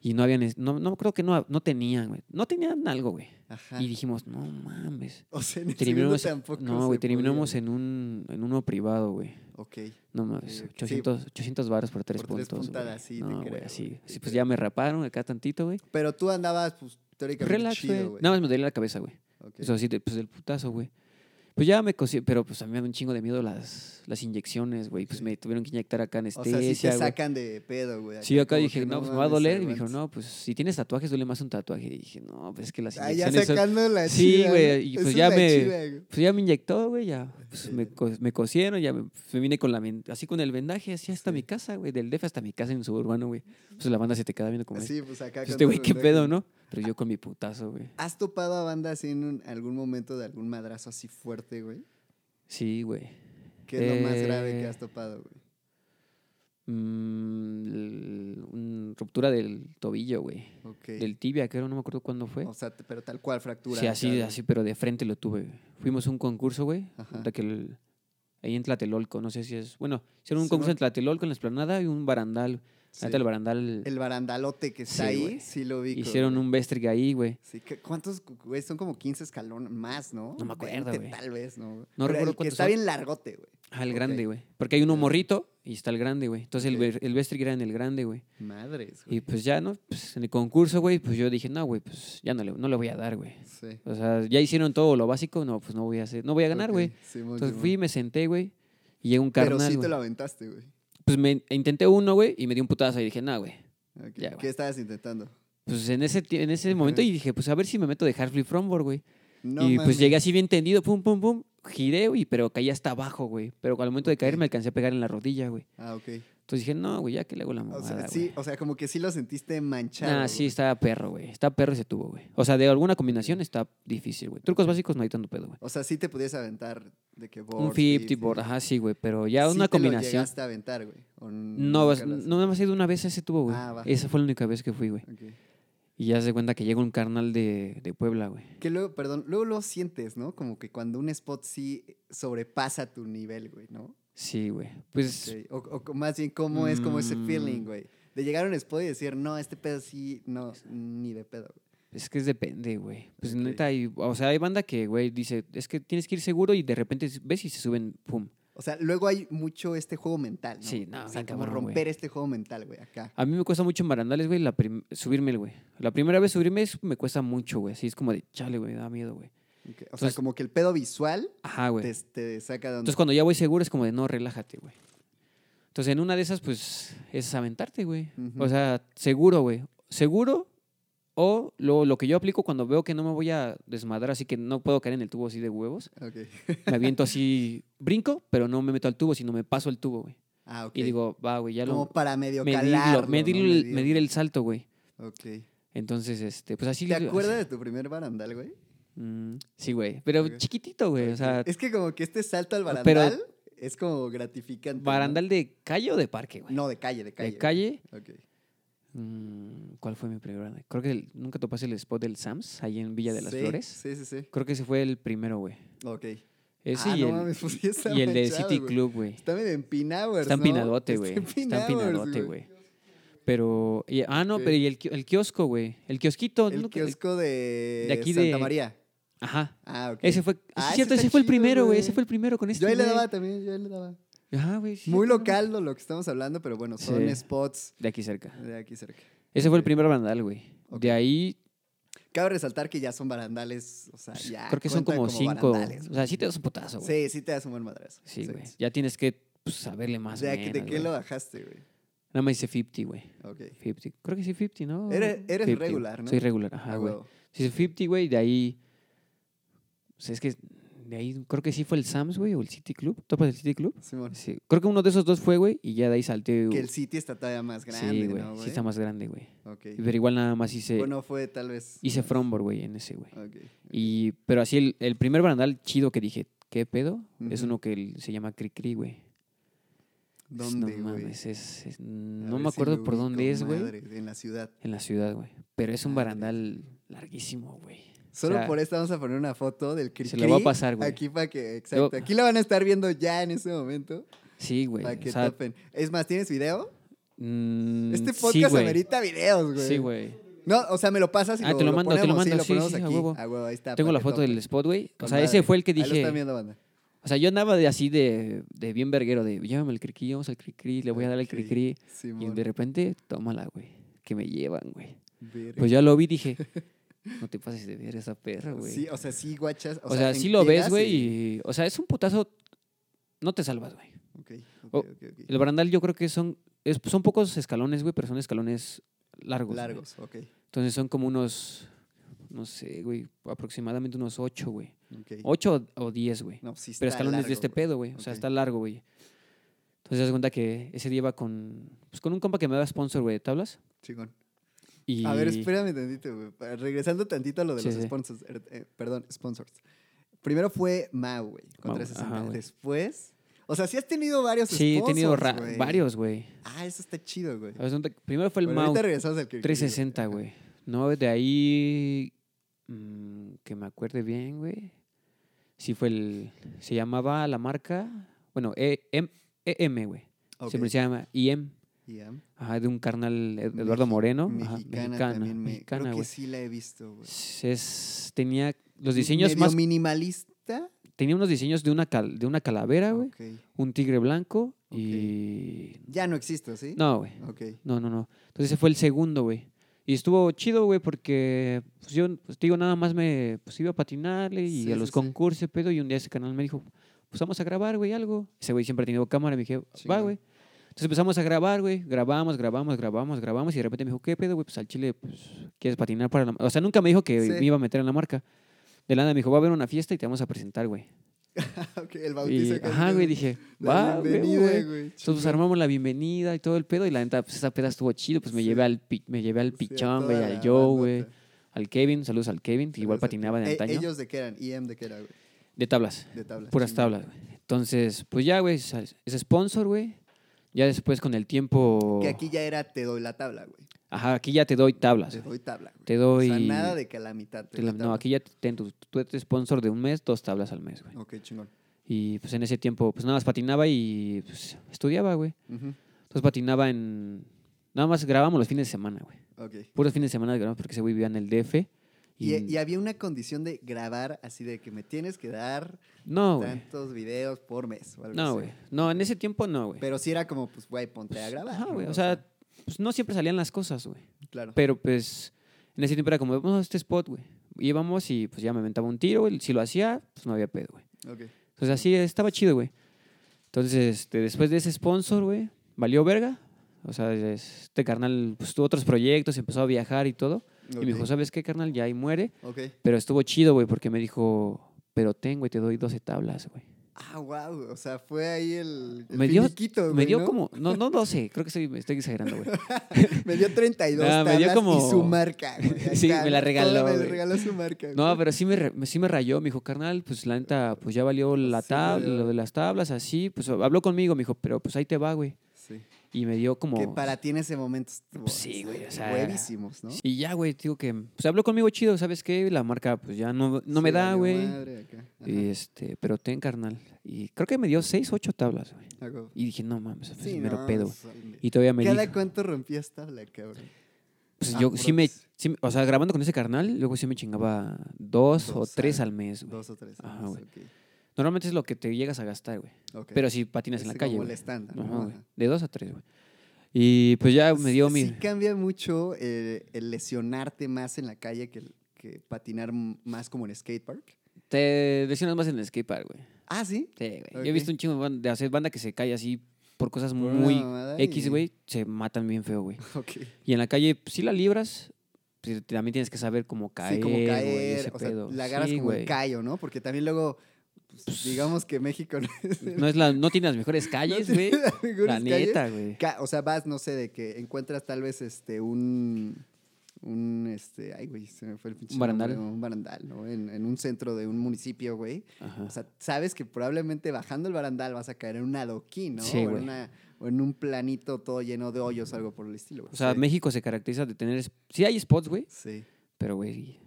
S2: Y no habían, es- no, no creo que no, no tenían, güey. No tenían algo, güey.
S1: Ajá.
S2: Y dijimos, no mames.
S1: o sea, en el
S2: Terminamos,
S1: segundo Ah. tampoco.
S2: no, güey, terminamos en, un, en uno privado, güey.
S1: Ok.
S2: No mames,
S1: ok, sí.
S2: 800, 800 baros por tres
S1: Por tres
S2: puntos. güey.
S1: puntadas, sí, te
S2: no, güey,
S1: creo,
S2: así.
S1: güey, te
S2: Sí, pues
S1: creo.
S2: ya me raparon acá tantito, güey.
S1: Pero tú andabas, pues, teóricamente
S2: Relax,
S1: chido,
S2: güey.
S1: güey.
S2: Nada más me dolía la cabeza, güey.
S1: Ok.
S2: Eso así, de- pues del pues, putazo, güey. Pues ya me cosí, pero pues a mí me da un chingo de miedo las, las inyecciones, güey. Pues me tuvieron que inyectar acá
S1: O sea, sí
S2: anestesia,
S1: te
S2: güey.
S1: sacan de pedo, güey.
S2: Sí, acá
S1: como
S2: dije,
S1: que
S2: no, pues me va a
S1: mames,
S2: doler. Y me dijo,
S1: Cervantes.
S2: no, pues si tienes tatuajes, duele más un tatuaje. Y dije, no, pues es que las
S1: Ah, ya
S2: inyecciones. son-
S1: sacando la
S2: Sí,
S1: chida,
S2: güey, y
S1: Esa
S2: pues
S1: es
S2: ya
S1: la
S2: me-
S1: chida, güey.
S2: Pues ya me inyectó, güey, ya pues, me, co- me cosieron, ya me, me vine con la men- así con el vendaje, así hasta
S1: Sí.
S2: mi casa, güey, del DF hasta mi casa en suburbano, güey. Pues la banda se te queda viendo como,
S1: Sí, pues acá.
S2: "Pues,
S1: con
S2: este güey,
S1: tu
S2: qué
S1: pendejo.
S2: pedo, ¿no? Pero yo con mi putazo, güey.
S1: ¿Has topado a banda así en un- algún momento de algún madrazo así fuerte, güey?
S2: Sí, güey.
S1: ¿Qué es lo más grave que
S2: Eh,
S1: has topado, güey?
S2: Mm, l- un- ruptura del tobillo, güey.
S1: Ok.
S2: Del tibia, que era, no me acuerdo cuándo fue.
S1: O sea, te- pero tal cual, fractura.
S2: Sí,
S1: acá,
S2: así,
S1: güey.
S2: así, pero de frente lo tuve. güey. Fuimos a un concurso, güey.
S1: Ajá.
S2: de que el- ahí en Tlatelolco, no sé si es. Bueno, hicieron un
S1: Sí,
S2: concurso
S1: ¿no?
S2: en Tlatelolco, en la esplanada, y un barandal.
S1: Sí.
S2: Ahorita el barandal.
S1: El barandalote que está
S2: Sí,
S1: ahí,
S2: güey.
S1: sí lo vi.
S2: hicieron un Vestric ahí, güey.
S1: Sí, ¿qué- ¿cuántos, cu- güey? Son como 15 escalones más, ¿no?
S2: No me acuerdo,
S1: 20
S2: güey.
S1: Tal vez, ¿no? güey?
S2: No
S1: Pero
S2: recuerdo
S1: el que
S2: cuántos
S1: está
S2: son.
S1: bien largote, güey.
S2: Ah, el
S1: Ok.
S2: grande, güey. Porque hay uno morrito y está el grande, güey. Entonces
S1: Ok.
S2: el, Ve- el Vestric era en el grande, güey.
S1: Madres, güey.
S2: Y pues ya, ¿no? Pues en el concurso, güey, pues yo dije, no, güey, pues ya no le, no le voy a dar, güey.
S1: Sí.
S2: O sea, ya hicieron todo lo básico, no, pues no voy a hacer, no voy a ganar,
S1: Ok,
S2: güey.
S1: Simón,
S2: Entonces
S1: Simón.
S2: fui, me senté, güey, y llegó un
S1: Pero
S2: carnal,
S1: sí te
S2: güey.
S1: lo aventaste, güey.
S2: Pues me intenté uno, güey, y me dio un putazo y dije, no, güey.
S1: Ok.
S2: Ya, güey.
S1: ¿Qué estabas intentando?
S2: Pues en ese, ti- en ese momento y dije, pues a ver si me meto de Hard Flip Frontboard, güey.
S1: No
S2: y
S1: mames.
S2: pues llegué así bien tendido, pum, pum, pum. Giré, güey, pero caí hasta abajo, güey. Pero al momento de caer
S1: Ok.
S2: me alcancé a pegar en la rodilla, güey.
S1: Ah, ok.
S2: Entonces dije, no, güey, ya que le hago la
S1: O
S2: mamada,
S1: sea,
S2: güey.
S1: sí, o sea, como que sí lo sentiste manchado.
S2: Ah, sí,
S1: sí.
S2: está perro, güey. Está perro ese tubo, güey. O sea, de alguna combinación está difícil, güey. Trucos básicos no hay tanto pedo, güey.
S1: O sea, sí te pudieses aventar de que board,
S2: Un 50 board, ajá, sí, güey. Pero ya
S1: Sí
S2: una
S1: te lo
S2: combinación.
S1: llegaste a aventar, güey. o
S2: No,
S1: nunca
S2: vas-
S1: lo has-
S2: no, nada más he ido una vez a ese tubo, güey.
S1: Ah, va.
S2: Esa fue la única vez que fui, güey.
S1: Ok.
S2: Y ya se cuenta que llega un carnal de, de Puebla, güey.
S1: Que luego, perdón, luego lo sientes, ¿no? Como que cuando un spot sí sobrepasa tu nivel, güey, ¿no?
S2: Sí, güey. Pues
S1: Sí, O, o co- más bien, ¿cómo es como ese
S2: Mm.
S1: feeling, güey? De llegar a un spot y decir, no, este pedo sí, no, ni de pedo. güey".
S2: Es que es depende, güey. Pues
S1: Ok.
S2: neta, hay- o sea, hay banda que, güey, dice, es que tienes que ir seguro y de repente ves y se suben, pum.
S1: O sea, luego hay mucho este juego mental, ¿no?
S2: Sí, no,
S1: O sea,
S2: bien
S1: como
S2: cabrón, güey.
S1: romper este juego mental, güey, acá.
S2: A mí me cuesta mucho en barandales, güey, la prim- subirme, güey. La primera vez subirme es- me cuesta mucho, güey. Así es como de, chale, güey, da miedo, güey.
S1: Ok, O sea,
S2: Entonces-
S1: como que el pedo visual
S2: Ajá, güey.
S1: te, te saca de donde...
S2: Entonces cuando ya voy seguro es como de, no, relájate, güey. Entonces en una de esas, pues, es aventarte, güey.
S1: Ujú.
S2: O sea, seguro, güey. Seguro o lo, lo que yo aplico cuando veo que no me voy a desmadrar, así que no puedo caer en el tubo así de huevos.
S1: Ok.
S2: me aviento así, brinco, pero no me meto al tubo, sino me paso el tubo, güey.
S1: Ah, ok.
S2: Y digo, va, güey, ya
S1: como
S2: lo
S1: para medio
S2: medir,
S1: calarlo,
S2: lo- medir
S1: ¿no?
S2: el, medir el salto, güey.
S1: Ok.
S2: Entonces, este, pues así.
S1: ¿Te
S2: así-
S1: acuerdas de tu primer barandal, güey?
S2: Mm, sí, güey, pero
S1: Ok.
S2: chiquitito, güey, Pues, o sea,
S1: es que como que este salto al
S2: pero-
S1: barandal es como gratificante. ¿no?
S2: barandal de calle o de parque, güey.
S1: No, de calle, de calle.
S2: de calle.
S1: güey. Ok.
S2: mm, ¿Cuál fue mi primer barandal? Creo que el- nunca topaste el spot del Sams ahí en Villa de las
S1: Sí,
S2: Flores.
S1: Sí, sí, sí.
S2: Creo que ese fue el primero, güey.
S1: Ok.
S2: Ese
S1: Ah,
S2: y,
S1: no
S2: el,
S1: mames, pues sí está
S2: y el de
S1: manchado,
S2: City
S1: güey.
S2: Club, güey.
S1: Está medio empinado,
S2: Está empinadote, güey. Está empinadote, güey. Pero, y- ah, no,
S1: Ok.
S2: pero y el, qui- el kiosco, güey. El kiosquito.
S1: El
S2: nunca- el-
S1: kiosco de,
S2: de aquí
S1: Santa
S2: de-
S1: María.
S2: ajá.
S1: Ah, ok.
S2: Ese fue,
S1: Ah,
S2: sí,
S1: ese
S2: cierto,
S1: está
S2: ese fue el
S1: chido,
S2: primero, güey.
S1: güey.
S2: Ese fue el primero con este.
S1: yo ahí le
S2: güey.
S1: daba también, yo ahí le daba.
S2: Ajá, güey. sí,
S1: Muy
S2: cierto,
S1: local lo, lo que estamos hablando, pero bueno, son
S2: Sí.
S1: spots
S2: güey. De aquí cerca.
S1: de aquí cerca.
S2: Ese fue el
S1: Ok.
S2: primer bandal, güey.
S1: Ok.
S2: De ahí,
S1: Cabe resaltar que ya son barandales, o sea,
S2: pues,
S1: ya.
S2: creo que son
S1: cuentan
S2: como, cinco.
S1: barandales,
S2: O sea, sí te das un putazo, güey.
S1: Sí, sí te das un buen madrazo.
S2: Sí, güey. Ya tienes que pues, saberle más.
S1: O sea,
S2: o
S1: ¿de
S2: menos,
S1: qué
S2: güey.
S1: lo bajaste, güey?
S2: Nada más hice 50, güey.
S1: Ok.
S2: 50. Creo que sí, 50, ¿no?
S1: Eres- eres
S2: 50.
S1: regular, ¿no?
S2: Soy regular, ajá,
S1: Ah,
S2: güey.
S1: huevo.
S2: Sí, el 50, güey, de ahí. O sea, es que de ahí creo que sí fue el Sams, güey, o el City Club. ¿Topas el City Club?
S1: Simón.
S2: Sí. Creo que uno de esos dos fue, güey, y ya de ahí salté.
S1: Que el City está todavía más grande,
S2: sí, güey.
S1: ¿no,
S2: sí, está más grande, güey.
S1: Ok.
S2: Pero igual nada más hice.
S1: Bueno, fue tal vez.
S2: hice Frombor, güey, en ese, güey.
S1: Ok.
S2: Y, pero así, el, el primer barandal chido que dije, ¿qué pedo? Es
S1: Ujú.
S2: uno que el- se llama Cricri, güey. Es-
S1: ¿Dónde,
S2: Pues no
S1: güey?
S2: mames, es- es-
S1: A
S2: no
S1: ver
S2: me
S1: si lo
S2: acuerdo por
S1: ubico,
S2: dónde es, güey.
S1: madre, En la ciudad.
S2: En la ciudad, güey. Pero es un
S1: Madre.
S2: barandal larguísimo, güey. O
S1: Solo
S2: sea,
S1: por esto vamos a poner una foto del Cricri.
S2: Se la voy a pasar, güey.
S1: Aquí para que, exacto. Aquí la van a estar viendo ya en este momento.
S2: Sí, güey.
S1: Para
S2: O
S1: que
S2: sea,
S1: topen. Es más, ¿tienes video?
S2: Mm,
S1: Este
S2: sí,
S1: podcast
S2: güey.
S1: amerita videos, güey.
S2: Sí, güey.
S1: No, o sea, me lo pasas y
S2: Ah,
S1: lo,
S2: te lo
S1: lo
S2: mando, te lo
S1: ponemos, sí,
S2: mando,
S1: lo
S2: sí,
S1: ponemos
S2: sí, a
S1: aquí.
S2: huevo.
S1: A huevo, ahí está.
S2: Tengo
S1: para
S2: la
S1: que
S2: foto del
S1: topen.
S2: spot, güey. O
S1: Con
S2: sea, ese
S1: madre.
S2: fue el que
S1: Ahí lo están
S2: dije.
S1: viendo, banda.
S2: O sea, yo andaba de así de, de bien verguero, de llévame el criquí, vamos al criquí, le voy a dar el
S1: Ok,
S2: criquí. Y
S1: Simón.
S2: de repente, tómala, güey. Que me llevan, güey.
S1: Verga.
S2: Pues ya lo vi, dije, No te pases de ver esa perra, güey.
S1: Sí, o sea, sí, guachas.
S2: o, sea, sí lo ves, güey, y... O sea, es un putazo... No te salvas, güey.
S1: Okay, ok,
S2: Oh,
S1: ok, ok.
S2: El barandal yo creo que son... es- son pocos escalones, güey, pero son escalones largos. güey.
S1: Largos, ok.
S2: Entonces son como unos... No sé, güey, aproximadamente unos ocho, güey.
S1: ok.
S2: Ocho o o diez, güey.
S1: No, sí está
S2: Pero escalones
S1: largo,
S2: de este
S1: güey.
S2: pedo, güey. O sea,
S1: Ok.
S2: está largo, güey. Entonces, te das cuenta que ese día iba con, pues, con un compa que me daba sponsor, güey, de tablas.
S1: Chingón.
S2: Y...
S1: A ver, espérame tantito, güey. Pa- Regresando tantito a lo de
S2: Sí,
S1: los
S2: sí.
S1: sponsors. er- eh, perdón, sponsors. Primero fue Mau, güey, con
S2: Mau,
S1: 360.
S2: ajá, güey.
S1: Después. O sea, sí has tenido varios
S2: Sí, he tenido
S1: sponsors,
S2: ra-
S1: güey.
S2: varios, güey.
S1: Ah, eso está chido, güey.
S2: A ver, ¿dónde- Primero fue el
S1: Bueno,
S2: Mau
S1: ahorita regresamos al que-
S2: 360, güey. No, de ahí... mm, que me acuerde bien, güey. Sí fue el... Se llamaba la marca... Bueno, E- em- EM, güey.
S1: Ok.
S2: Siempre se llama IM.
S1: Yeah.
S2: Ajá, de un carnal Ed- Eduardo
S1: Mexi-
S2: Moreno. Ajá,
S1: Mexicana,
S2: mexicana,
S1: también. Me,
S2: mexicana,
S1: creo que
S2: güey.
S1: sí la he visto, güey.
S2: Es- tenía los diseños
S1: Medio
S2: más
S1: minimalista.
S2: tenía unos diseños de una cal- de una calavera, Ah, güey,
S1: Ok.
S2: un tigre blanco
S1: Ok.
S2: y
S1: Ya no existe, ¿sí?
S2: no, güey.
S1: Ok.
S2: No, no, no. Entonces ese fue el segundo, güey. Y estuvo chido, güey, porque pues, yo, pues, te digo, nada más me pues, iba a patinarle y
S1: Sí,
S2: a
S1: sí,
S2: los
S1: sí.
S2: concursos, pedo. Y un día ese canal me dijo, pues vamos a grabar, güey, algo. Ese güey siempre ha tenido cámara. Me dije, va,
S1: Chingón.
S2: güey. Entonces empezamos a grabar, güey. Grabamos, grabamos, grabamos, grabamos. Y de repente me dijo, ¿qué pedo, güey? Pues al chile, pues, ¿quieres patinar para la marca? O sea, nunca me dijo que
S1: Sí.
S2: me iba a meter en la marca. De la nada me dijo, va a haber una fiesta y te vamos a presentar, güey.
S1: Ok, el
S2: Y,
S1: bautizo. casi,
S2: ajá,
S1: casi.
S2: güey, dije,
S1: La
S2: va, güey,
S1: bienvenida,
S2: güey.
S1: güey.
S2: Entonces pues,
S1: chingón.
S2: armamos la bienvenida y todo el pedo y la neta, pues esa peda estuvo chido, pues me
S1: Sí.
S2: llevé al pi- me llevé al
S1: Sí, a
S2: pichón,
S1: toda
S2: güey,
S1: la
S2: al Joe, güey,
S1: bandota.
S2: al Kevin, saludos al Kevin, que igual
S1: Saludos a ti.
S2: patinaba de
S1: Eh,
S2: antaño,
S1: ¿Ellos Pues, de qué eran? ¿IM de qué era, güey?
S2: de tablas,
S1: De tablas.
S2: puras
S1: chingón.
S2: tablas, güey. Entonces, pues ya, güey, sal- es sponsor, güey. Ya después con el tiempo,
S1: Que aquí ya era te doy la tabla, güey.
S2: ajá, aquí ya te doy tablas.
S1: Te
S2: güey.
S1: doy tabla, güey.
S2: Ah, Te doy
S1: O sea, nada de que a la mitad. te
S2: te
S1: doy
S2: la- no,
S1: tabla.
S2: aquí ya te- ten tu- tú eres sponsor de un mes, dos tablas al mes, güey.
S1: Ok, chingón.
S2: Y pues en ese tiempo pues nada más patinaba y pues, estudiaba, güey.
S1: Ujú,
S2: Entonces patinaba en nada más grabamos los fines de semana, güey.
S1: Ok.
S2: puros fines de semana grabamos porque ese güey vivía en el DF.
S1: Y,
S2: Y,
S1: y había una condición de grabar así de que me tienes que dar
S2: no, güey.
S1: tantos videos por mes. o algo
S2: No,
S1: así.
S2: güey. No, en ese tiempo no, güey.
S1: Pero sí era como, pues, güey, ponte a
S2: Pues,
S1: grabar.
S2: ajá,
S1: ¿no?
S2: güey. O sea, pues no siempre salían las cosas, güey.
S1: claro.
S2: Pero pues en ese tiempo era como, vamos a este spot, güey. Íbamos y pues ya me aventaba un tiro, güey. Si lo hacía, pues no había pedo, güey.
S1: Ok.
S2: Entonces así estaba chido, güey. Entonces, este, después de ese sponsor, güey, valió verga. O sea, este carnal pues, tuvo otros proyectos, empezó a viajar y todo. Y me dijo,
S1: ok,
S2: ¿sabes qué, carnal? Ya ahí muere.
S1: ok.
S2: Pero estuvo chido, güey, porque me dijo, pero ten, güey, te doy 12 tablas, güey.
S1: Ah, wow. O sea, fue ahí el, el
S2: Me dio-
S1: finiquito,
S2: me
S1: güey,
S2: dio
S1: ¿no?
S2: como, no, no 12, creo que estoy, me estoy exagerando, güey.
S1: Me dio 32
S2: Nah, Ah, me dio
S1: tablas
S2: como-
S1: y su marca, güey.
S2: Sí,
S1: acá,
S2: me la
S1: ¿no?
S2: regaló,
S1: Todo Me la
S2: güey.
S1: regaló su marca.
S2: No,
S1: güey.
S2: pero sí me, re- me- sí me rayó, me dijo, carnal, pues la neta, pues ya valió la
S1: Sí,
S2: tabla,
S1: valió.
S2: lo de las tablas, así, pues habló conmigo, me dijo, pero pues ahí te va, güey.
S1: Sí.
S2: Y me dio como... Pues
S1: Que para ti en ese momento estuvo,
S2: Sí, güey, o sea, era-
S1: Huevísimos, ¿no?
S2: Y ya, güey, digo que, pues habló conmigo chido, ¿sabes qué? La marca, pues ya no, no me
S1: Sí,
S2: da,
S1: valió
S2: güey.
S1: madre acá. Ajá.
S2: Y este, pero ten, carnal. Y creo que me dio 6, 8 tablas, güey.
S1: Ah, güey.
S2: Y dije, no mames, es
S1: Sí,
S2: pues, mero
S1: no,
S2: pedo. güey".
S1: sale.
S2: Y todavía me
S1: ¿Cada
S2: dijo...
S1: cuánto rompías tabla, cabrón?
S2: Pues
S1: Ah,
S2: yo sí me,
S1: brotes.
S2: sí me- o sea, grabando con ese carnal, luego sí me chingaba dos, o
S1: Dos,
S2: tres
S1: ah,
S2: al mes, güey.
S1: Dos o tres.
S2: Ajá,
S1: años,
S2: güey.
S1: ok,
S2: Normalmente es lo que te llegas a gastar, güey.
S1: ok.
S2: Pero si patinas en
S1: Ese
S2: la calle,
S1: Como el
S2: güey.
S1: estándar,
S2: Ajá,
S1: ¿no?
S2: güey.
S1: Ajá.
S2: De dos a tres, güey. Y pues ya me dio
S1: Sí-
S2: mi...
S1: Sí cambia mucho eh, el lesionarte más en la calle que, el- que patinar m- más como en skatepark.
S2: Te lesionas más en el skatepark, güey.
S1: Ah, ¿sí?
S2: Sí, güey. Yo he visto
S1: Ok.
S2: un chingo de ban- de hacer banda que se cae así por cosas
S1: Por una
S2: muy
S1: mamada y-
S2: X, güey. Se matan bien feo, güey.
S1: Ok.
S2: Y en la calle, pues, si la libras, pues, también tienes que saber cómo caer,
S1: sí, como
S2: güey,
S1: caer,
S2: ese
S1: o sea,
S2: pedo.
S1: la agarras
S2: Sí,
S1: como el
S2: güey.
S1: callo, ¿no? Porque también luego, pues, digamos que México no es el-
S2: No, es la, no tiene las mejores calles,
S1: tiene
S2: güey.
S1: las
S2: la
S1: mejores calles.
S2: neta, güey.
S1: Ca- O sea, vas, no sé, de que encuentras tal vez este un un este, ay güey, se me fue el pinche
S2: Un barandal.
S1: nombre, un barandal, ¿no? En, en un centro de un municipio, güey.
S2: Ajá.
S1: O sea, sabes que probablemente bajando el barandal vas a caer en un adoquín, ¿no?
S2: Sí,
S1: o, en
S2: güey.
S1: una- o en un planito todo lleno de hoyos, algo por el estilo. güey.
S2: O sea,
S1: Sí.
S2: México se caracteriza de tener. es- Sí, hay spots, güey.
S1: Sí.
S2: Pero, güey.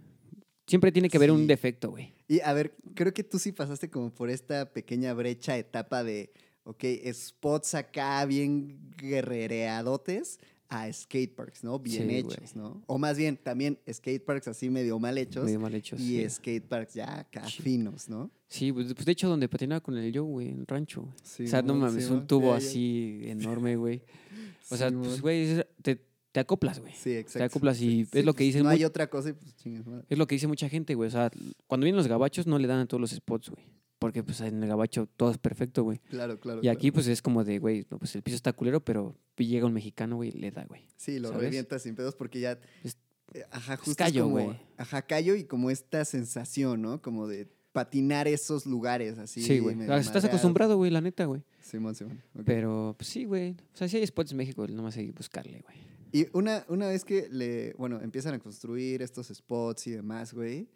S2: Siempre tiene que haber
S1: Sí.
S2: un defecto, güey.
S1: Y a ver, creo que tú sí pasaste como por esta pequeña brecha, etapa de, ok, spots acá bien guerrereadotes a skateparks, ¿no? Bien
S2: Sí,
S1: hechos, ¿no? O más bien, también skateparks así medio mal hechos
S2: Medio mal hecho.
S1: y
S2: sí.
S1: skateparks ya acá
S2: Sí.
S1: finos, ¿no?
S2: Sí, pues pues, de hecho, donde patinaba con el yo, güey, en el rancho. güey.
S1: Sí,
S2: o sea, no
S1: mon,
S2: mames,
S1: sí, mon.
S2: un tubo
S1: Ya, ya.
S2: así enorme, güey. O sea,
S1: Sí,
S2: pues,
S1: mon.
S2: güey, es- te, te acoplas, güey.
S1: Sí, exacto.
S2: Te acoplas y
S1: Sí,
S2: es lo
S1: pues,
S2: que dicen
S1: No
S2: mu-
S1: hay otra cosa y pues chingas madre.
S2: es lo que dice mucha gente, güey. O sea, cuando vienen los gabachos no le dan a todos los spots, güey. Porque pues en el gabacho todo es perfecto, güey.
S1: Claro, claro.
S2: Y aquí
S1: claro.
S2: pues es como de, güey, no, pues el piso está culero, pero llega un mexicano, güey, y le da, güey.
S1: Sí, lo
S2: ¿sabes?
S1: revientas sin pedos porque ya.
S2: Es-
S1: eh, Ajá, justo. es
S2: callo,
S1: como-
S2: güey.
S1: Ajá, callo y como esta sensación, ¿no? Como de patinar esos lugares así.
S2: Sí, güey.
S1: medio
S2: Ah, Estás
S1: madreado.
S2: acostumbrado, güey, la neta, güey.
S1: Simón, Simón. ok.
S2: Pero pues sí, güey. O sea, sí hay spots en México, nomás hay que buscarle, güey.
S1: Y una, una vez que le, bueno, empiezan a construir estos spots y demás, güey,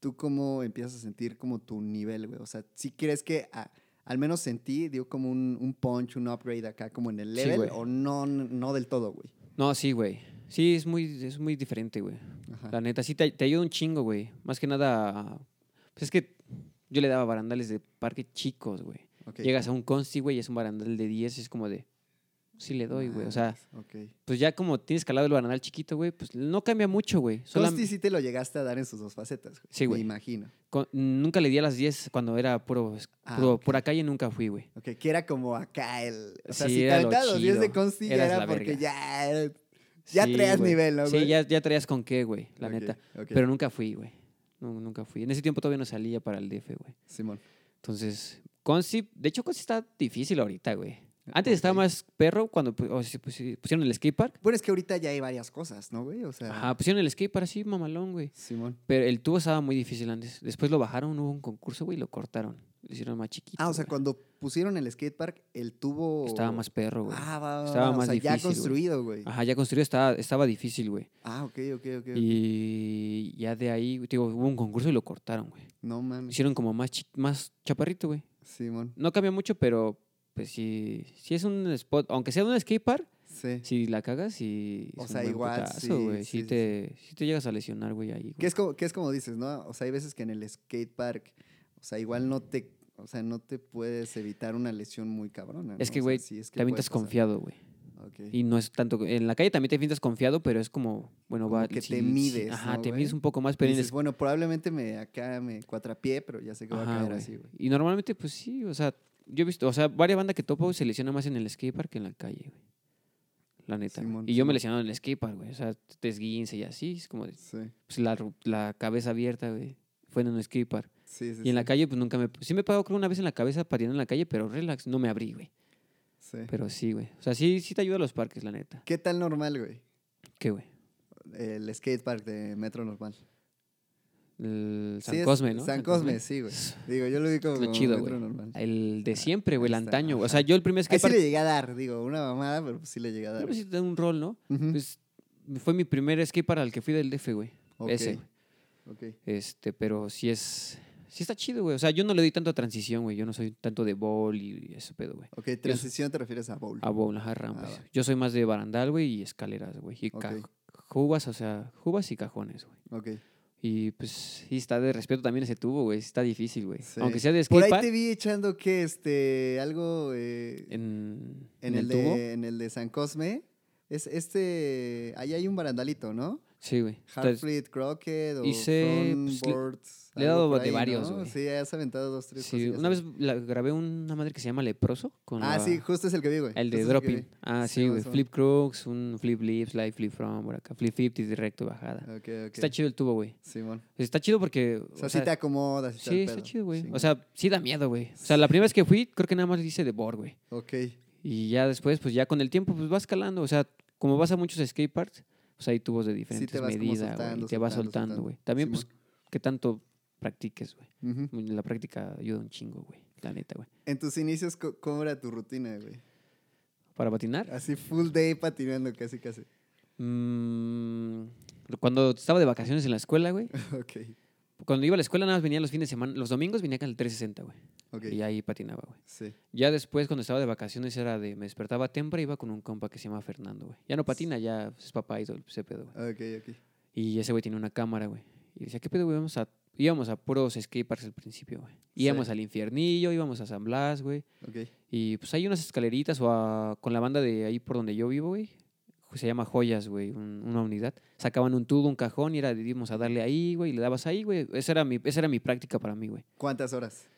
S1: ¿tú cómo empiezas a sentir como tu nivel, güey? O sea, si crees que a- al menos sentí, dio como un, un punch, un upgrade acá como en el
S2: Sí,
S1: level
S2: güey.
S1: o no, no del todo, güey.
S2: No, sí, güey. Sí, es muy, es muy diferente, güey.
S1: Ajá.
S2: La neta, sí te, te ayuda un chingo, güey. Más que nada, pues es que yo le daba barandales de parque chicos, güey.
S1: ok.
S2: Llegas a un consti, güey, y es un barandal de 10 y es como de, sí le doy, güey. O sea,
S1: Madres, ok.
S2: pues ya como tienes calado el barandal chiquito, güey, pues no cambia mucho, güey. Solam-
S1: Costi sí te lo llegaste a dar en sus dos facetas, güey.
S2: Sí, güey.
S1: Me imagino.
S2: con- nunca le di a las 10 cuando era puro,
S1: Ah,
S2: puro-
S1: ok.
S2: pura calle, nunca fui, güey.
S1: Ok, que era como acá el... O sea,
S2: Sí,
S1: si te
S2: era lo
S1: aventabas los 10 de
S2: chido.
S1: Consti ya
S2: Eras
S1: era
S2: la
S1: porque
S2: verga.
S1: ya... era- Ya
S2: Sí,
S1: traías
S2: güey.
S1: nivel, ¿no, güey?
S2: Sí, ya, ya traías con qué, güey, la
S1: Ok,
S2: neta.
S1: ok.
S2: Pero nunca fui, güey. Nu- nunca fui. En ese tiempo todavía no salía para el DF, güey.
S1: Simón.
S2: Entonces, Consi, de hecho, Consi está difícil ahorita, güey. Antes estaba
S1: Ok.
S2: más perro cuando pu- o sea, pusi- pusieron el skatepark.
S1: Bueno, es que ahorita ya hay varias cosas, ¿no, güey? O sea...
S2: Ajá, pusieron el skatepark así, mamalón, güey.
S1: Simón.
S2: Pero el tubo estaba muy difícil antes. Después lo bajaron, hubo un concurso, güey, y lo cortaron. Lo hicieron más chiquito.
S1: Ah, o sea,
S2: güey.
S1: cuando pusieron el skatepark, el tubo.
S2: Estaba más perro, güey.
S1: Ah, va, va,
S2: Estaba
S1: va,
S2: más
S1: o sea, ya
S2: difícil, güey.
S1: construido, güey.
S2: Ajá, ya construido, estaba, estaba difícil, güey.
S1: Ah, ok, ok, ok.
S2: Y ya de ahí, digo, hubo un concurso y lo cortaron, güey.
S1: No
S2: Lo
S1: mames.
S2: hicieron como más, chi- más chaparrito, güey.
S1: Simón.
S2: No cambió mucho, pero pues sí, sí es un spot. Aunque sea un skatepark,
S1: Sí.
S2: Si la cagas y.
S1: O sea, igual, sí,
S2: güey.
S1: sí,
S2: Si,
S1: sí,
S2: te, si te llegas a lesionar, güey, ahí. güey.
S1: Que es, como, que es como dices, ¿no? O sea, hay veces que en el skatepark, o sea, igual no te. O sea, no te puedes evitar una lesión muy cabrona.
S2: Es
S1: ¿no?
S2: que,
S1: O sea,
S2: güey,
S1: sí, es
S2: Te avientas
S1: puede
S2: confiado, güey.
S1: pasar. Ok.
S2: Y no es tanto. En la calle también te avientas confiado, pero es como. Bueno,
S1: Como
S2: va.
S1: que te mides,
S2: ajá,
S1: ¿no,
S2: te
S1: güey?
S2: mides un poco más,
S1: Y
S2: pero en el-
S1: dices, bueno, probablemente me acá me cuatrapié, pero ya sé que va
S2: ajá,
S1: a caer
S2: güey.
S1: así, güey.
S2: Y normalmente, pues sí, o sea, yo he visto. O sea, varias bandas que topo güey, se lesiona más en el skatepark que en la calle, güey. La neta. güey.
S1: Simón,
S2: y yo me
S1: Simón.
S2: lesionaba en el skatepark, güey. O sea, te esguince y así. Es como. de,
S1: Sí.
S2: pues, la, ru- la cabeza abierta, güey. Fue en un skatepark.
S1: Sí, sí.
S2: Y en la
S1: sí.
S2: calle, pues nunca me. Sí me he pagado, creo, una vez en la cabeza pateando en la calle, pero relax, no me abrí, güey.
S1: Sí.
S2: Pero sí, güey. O sea, sí, sí te ayuda a los parques, la neta.
S1: ¿Qué tal normal, güey?
S2: ¿Qué, güey?
S1: El skatepark de Metro Normal.
S2: El San
S1: Sí, es
S2: Cosme, ¿no?
S1: San Cosme, sí, güey. Digo, yo lo ubico
S2: Es lo
S1: como
S2: chido,
S1: metro
S2: güey.
S1: normal. Ahí,
S2: El de siempre, güey, el
S1: Ahí está,
S2: antaño. güey. O
S1: ajá.
S2: sea, yo el primer
S1: sí
S2: skatepark.
S1: le llegué a dar, digo, una mamada, pero pues sí le llegué a dar.
S2: Yo, pues, sí te da un rol, ¿no?
S1: Ujú.
S2: Pues fue mi primer skatepark al que fui del DF, güey.
S1: Ok,
S2: Ese, güey.
S1: ok.
S2: Este, pero sí es. Sí está chido, güey. O sea, yo no le doy tanto a transición, güey. Yo no soy tanto de ball y ese pedo, güey.
S1: Ok, transición te refieres a bowl.
S2: A bowl, ajá, rampas.
S1: Ah, va.
S2: Yo soy más de barandal, güey, y escaleras, güey. Y
S1: Ok.
S2: ca- jubas, o sea, jubas y cajones, güey.
S1: Ok.
S2: Y pues sí, está de respeto también ese tubo, güey. sí Está difícil, güey.
S1: Sí.
S2: Aunque sea de
S1: Por ahí
S2: skatepark,
S1: te vi echando que este algo eh, en,
S2: en, en
S1: el,
S2: el, tubo.
S1: de, en el de San Cosme. Es este. Ahí hay un barandalito, ¿no?
S2: Sí, güey. Entonces,
S1: Hardfleet, Crockett o
S2: hice, pues, le-
S1: Frontboards.
S2: le he
S1: algo
S2: dado
S1: por
S2: de varios,
S1: ¿no?
S2: güey.
S1: Sí, has aventado dos, tres
S2: sí,
S1: cosillas
S2: una
S1: ahí.
S2: vez la- grabé una madre que se llama Leproso. Con
S1: Ah,
S2: la-
S1: sí, justo es el que vi, güey.
S2: El de
S1: Justo es que
S2: dropping.
S1: vi.
S2: Ah,
S1: Sí,
S2: sí,
S1: más
S2: güey.
S1: o menos.
S2: Flip crooks, un flip lips, live flip from, por acá. Flip 50 directo, bajada.
S1: Ok, Ah, ok.
S2: Está chido el tubo, güey.
S1: Simón.
S2: Está chido porque...
S1: O sea, sí te acomodas. y tal
S2: sí, está
S1: pedo.
S2: chido, güey.
S1: Sí.
S2: O sea, sí da miedo, güey. O sea, la primera vez que fui, creo que nada más hice de board, güey.
S1: Ok,
S2: Y ya después, pues ya con el tiempo, pues vas escalando. O sea, como vas a muchos skateparks, pues hay tubos de diferentes
S1: vas como
S2: medidas, güey.
S1: soltando,
S2: y Te vas
S1: soltando,
S2: soltando,
S1: soltando.
S2: güey. También,
S1: Simón.
S2: pues, que tanto practiques, güey.
S1: ujú.
S2: La práctica ayuda un chingo, güey. La neta, güey.
S1: En tus inicios, co- ¿cómo era tu rutina, güey?
S2: Para patinar,
S1: Así full day patinando casi, casi.
S2: mm, cuando estaba de vacaciones en la escuela, güey.
S1: Ok,
S2: Cuando iba a la escuela, nada más venía los fines de semana. Los domingos venía acá al 360, güey.
S1: ok.
S2: Y ahí patinaba, güey.
S1: Sí.
S2: Ya después, cuando estaba de vacaciones, era de. Me despertaba temprano iba con un compa que se llama Fernando, güey. Ya no patina, ya es papá y todo ese pedo, güey.
S1: Ok, ok.
S2: Y ese güey tiene una cámara, güey. Y decía, ¿qué pedo, güey? Vamos a, íbamos a puros skateparks al principio, güey. Íbamos
S1: Sí.
S2: al Infiernillo, íbamos a San Blas, güey.
S1: Ok,
S2: Y pues hay unas escaleritas o a- con la banda de ahí por donde yo vivo, güey. Se llama Joyas, güey, un- una unidad. Sacaban un tubo, un cajón y era, de, íbamos a darle ahí, güey, y le dabas ahí, güey. Esa era mi, esa era mi práctica para mí, güey.
S1: ¿cuántas horas?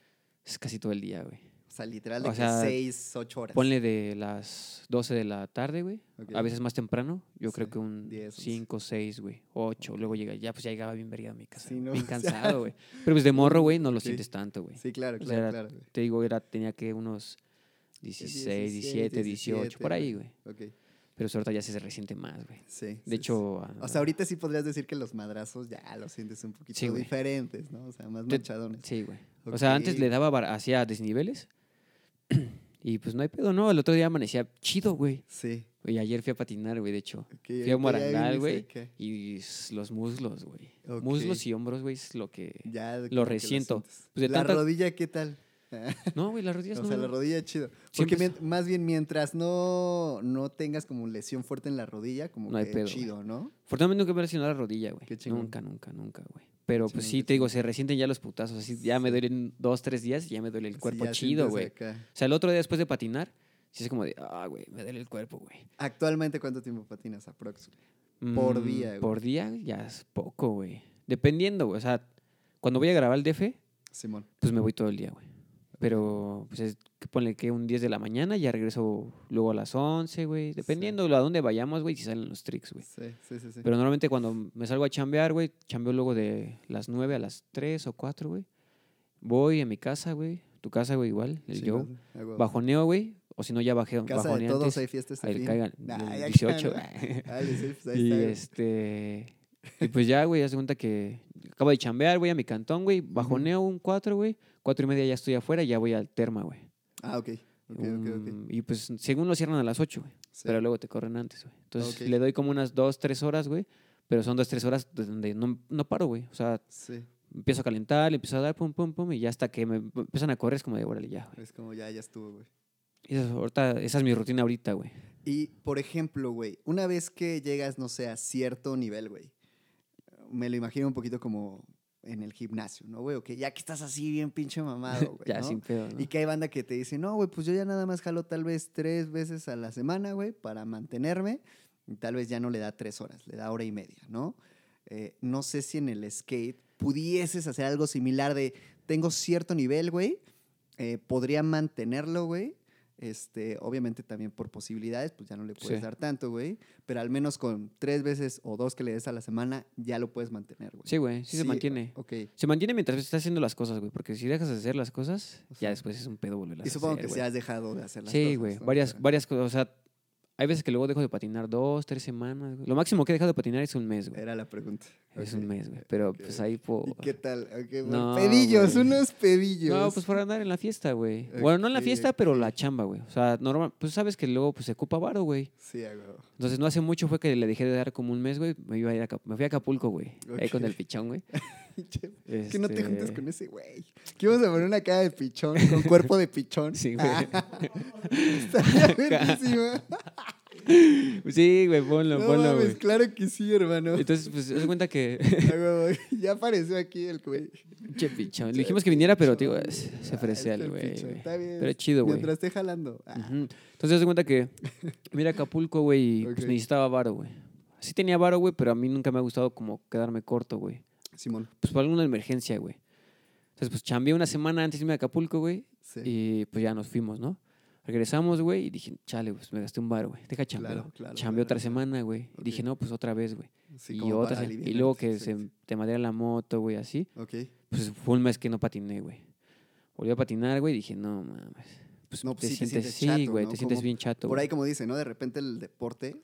S2: Es casi todo el día, güey.
S1: O sea, literal de
S2: O
S1: que
S2: sea,
S1: 6, 8 horas.
S2: Ponle de las 12 de la tarde, güey.
S1: Ok.
S2: A veces más temprano. Yo
S1: Sí,
S2: creo que un
S1: 10, 11.
S2: 5, 6, güey. 8. Luego llega, ya pues ya llegaba bien verga a mi casa.
S1: Sí,
S2: güey,
S1: no, o
S2: bien
S1: sea,
S2: cansado, güey. Pero pues de morro, güey, no lo
S1: ok.
S2: sientes tanto, güey.
S1: Sí, claro,
S2: O sea,
S1: claro,
S2: era-
S1: claro. güey.
S2: Te digo, era, tenía que unos 16, 17, 18, por ahí, güey.
S1: Ok,
S2: Pero eso ahorita ya se resiente más, güey.
S1: sí. sí,
S2: De hecho,
S1: sí.
S2: ah,
S1: O sea, ahorita sí podrías decir que los madrazos ya los sientes un poquito
S2: Sí, güey.
S1: diferentes, ¿no? O sea, más
S2: Te-
S1: manchadones.
S2: sí, güey. O sea, antes
S1: Ok.
S2: le daba, bar- hacía desniveles. y pues no hay pedo, ¿no? El otro día amanecía chido, güey.
S1: Sí.
S2: Y ayer fui a patinar, güey, de hecho.
S1: ok,
S2: Fui a
S1: ahorita ya
S2: Morangal,
S1: vienes
S2: güey.
S1: acá.
S2: Y s- los muslos, güey.
S1: Ok.
S2: Muslos y hombros, güey, es lo que...
S1: Ya como que
S2: resiento.
S1: sientes.
S2: Pues de
S1: la
S2: tanta-
S1: rodilla, ¿qué tal?
S2: No, güey, las rodillas
S1: O
S2: no.
S1: sea, la rodilla chido. Porque
S2: Siempre
S1: mien- más bien mientras no, no tengas como lesión fuerte en la rodilla, como
S2: No hay
S1: que
S2: pedo,
S1: chido, ¿no?
S2: Fortunadamente nunca me he lesionado la rodilla, güey.
S1: Qué chingón.
S2: Nunca, nunca, nunca, güey. Pero pues
S1: Chingón,
S2: sí,
S1: qué
S2: te digo, se resienten ya los putazos. Así ya me duelen dos, tres días y ya me duele el
S1: Así
S2: cuerpo
S1: ya
S2: chido,
S1: sientes
S2: güey.
S1: acá.
S2: O sea, el otro día después de patinar, sí es como de, ah, güey, me duele el cuerpo, güey.
S1: Actualmente, ¿cuánto tiempo patinas aprox? Por
S2: Mm,
S1: día, güey.
S2: Por día ya es poco, güey. Dependiendo, güey. O sea, cuando voy a grabar el DF,
S1: Simón.
S2: pues me voy todo el día, güey. Pero, pues es, que ponle que un 10 de la mañana, ya regreso luego a las 11, güey. Dependiendo a dónde vayamos, güey, si salen los tricks, güey.
S1: Sí, sí, sí. sí.
S2: Pero normalmente cuando me salgo a chambear, güey, chambeo luego de las 9 a las 3 o 4, güey. Voy a mi casa, güey. Tu casa, güey, igual. El
S1: Sí,
S2: yo.
S1: ¿no? Ah, huevo.
S2: Bajoneo, güey. O si no, ya bajeo.
S1: Casa de
S2: bajoneo
S1: todos
S2: antes.
S1: hay fiesta este
S2: Ahí
S1: fin.
S2: caigan.
S1: Nah,
S2: el
S1: ya
S2: 18,
S1: caigan.
S2: güey.
S1: Dale, sí, pues ahí
S2: Y
S1: está, güey.
S2: este. Y pues ya, güey, hace cuenta que acabo de chambear, güey, a mi cantón, güey. Bajoneo un 4, güey. Cuatro y media ya estoy afuera y ya voy al terma, güey.
S1: Ah, ok. Ok, ok, ok.
S2: Um, Y pues según lo cierran a las 8, güey.
S1: Sí.
S2: Pero luego te corren antes, güey. Entonces
S1: Ok.
S2: le doy como unas 2, 3 horas, güey. Pero son 2, 3 horas de donde no, no paro, güey. O sea,
S1: Sí,
S2: empiezo a calentar, le empiezo a dar, pum, pum, pum. Y ya hasta que me empiezan a correr es como de, órale, ya, güey.
S1: es como ya, ya estuvo, güey.
S2: Y esa es, ahorita- esa es mi rutina ahorita, güey.
S1: Y, por ejemplo, güey, una vez que llegas, no sé, a cierto nivel, güey, me lo imagino un poquito como en el gimnasio, ¿no, güey? O que ya que estás así bien pinche mamado, güey,
S2: ya,
S1: ¿no?
S2: sin pedo, ¿no?
S1: Y que hay banda que te dice, no, güey, pues yo ya nada más jalo tal vez tres veces a la semana, güey, para mantenerme. Y tal vez ya no le da tres horas, le da hora y media, ¿no? Eh, no sé si en el skate pudieses hacer algo similar de, tengo cierto nivel, güey, eh, podría mantenerlo, güey. Este, obviamente también por posibilidades, pues ya no le puedes
S2: Sí.
S1: dar tanto, güey. Pero al menos con tres veces o dos que le des a la semana, ya lo puedes mantener, güey.
S2: Sí, güey, sí, se mantiene.
S1: Ok.
S2: Se mantiene mientras estás haciendo las cosas, güey. Porque si dejas de hacer las cosas,
S1: Ujú.
S2: ya después es un pedo volverlas
S1: Y
S2: a
S1: supongo
S2: hacer,
S1: que
S2: güey.
S1: se has dejado de hacer las cosas.
S2: Sí, güey.
S1: ¿no?
S2: Varias,
S1: Pero-
S2: varias cosas. O sea, hay veces que luego dejo de patinar dos, tres semanas. güey. Lo máximo que he dejado de patinar es un mes, güey.
S1: Era la pregunta.
S2: Es
S1: Ok.
S2: un mes, güey. Pero
S1: ok.
S2: pues ahí por.
S1: ¿Y qué tal? Ok, bueno,
S2: No,
S1: pedillos,
S2: güey.
S1: unos pedillos.
S2: No, pues por andar en la fiesta, güey. Bueno, no en la
S1: Ok,
S2: fiesta, pero la
S1: ok.
S2: chamba, güey. O sea, normal. Pues sabes que luego pues, se ocupa varo, güey.
S1: Sí, a huevo.
S2: Entonces no hace mucho fue que le dejé de dar como un mes, güey. Me, iba a ir a Acap- me fui a Acapulco, güey. Ahí con
S1: Ok.
S2: el pichón, güey.
S1: Es que no te juntas
S2: Este,
S1: con ese güey. Que íbamos a poner una cara de pichón, con cuerpo de pichón.
S2: Sí, güey.
S1: Ah. Estaría verguísima.
S2: Sí, güey, ponlo,
S1: No
S2: ponlo,
S1: mames,
S2: güey.
S1: claro que sí, hermano.
S2: Entonces, pues, haz cuenta que.
S1: A huevo, Ya apareció aquí el güey.
S2: Che, pichón.
S1: Che,
S2: Le dijimos que viniera, pero, tío,
S1: pichón.
S2: se
S1: Ah, está
S2: ofrecía el
S1: el
S2: güey.
S1: pichón,
S2: güey.
S1: está bien.
S2: Pero chido, güey.
S1: Mientras esté jalando. Ah,
S2: Ujú. Entonces, haz de cuenta que mira Acapulco, güey, y pues,
S1: Ok.
S2: necesitaba varo, güey. Sí tenía varo, güey, pero a mí nunca me ha gustado como quedarme corto, güey.
S1: Simón.
S2: Pues por alguna emergencia, güey. Entonces, pues chambeé una semana antes de irme a Acapulco, güey,
S1: Sí.
S2: y pues ya nos fuimos, ¿no? Regresamos, güey, y dije, chale, pues me gasté un varo, güey. Deja chambeo.
S1: Claro, claro,
S2: Chambeé
S1: claro,
S2: otra
S1: claro.
S2: semana, güey.
S1: Ok.
S2: Dije, no, pues otra vez, güey.
S1: Sí,
S2: y
S1: como
S2: otra
S1: para
S2: se- Y
S1: alivianarte,
S2: luego que
S1: sí,
S2: se
S1: sí.
S2: te madera la moto, güey, así.
S1: Ok.
S2: Pues fue un mes que no patiné, güey. Volví a patinar, güey, y dije, no mames. Pues,
S1: No, pues
S2: te,
S1: sí te sientes
S2: sientes, sí,
S1: chato,
S2: güey,
S1: ¿no?
S2: te sientes
S1: Como
S2: bien chato.
S1: Por
S2: güey.
S1: ahí como dice, ¿no? De repente el deporte,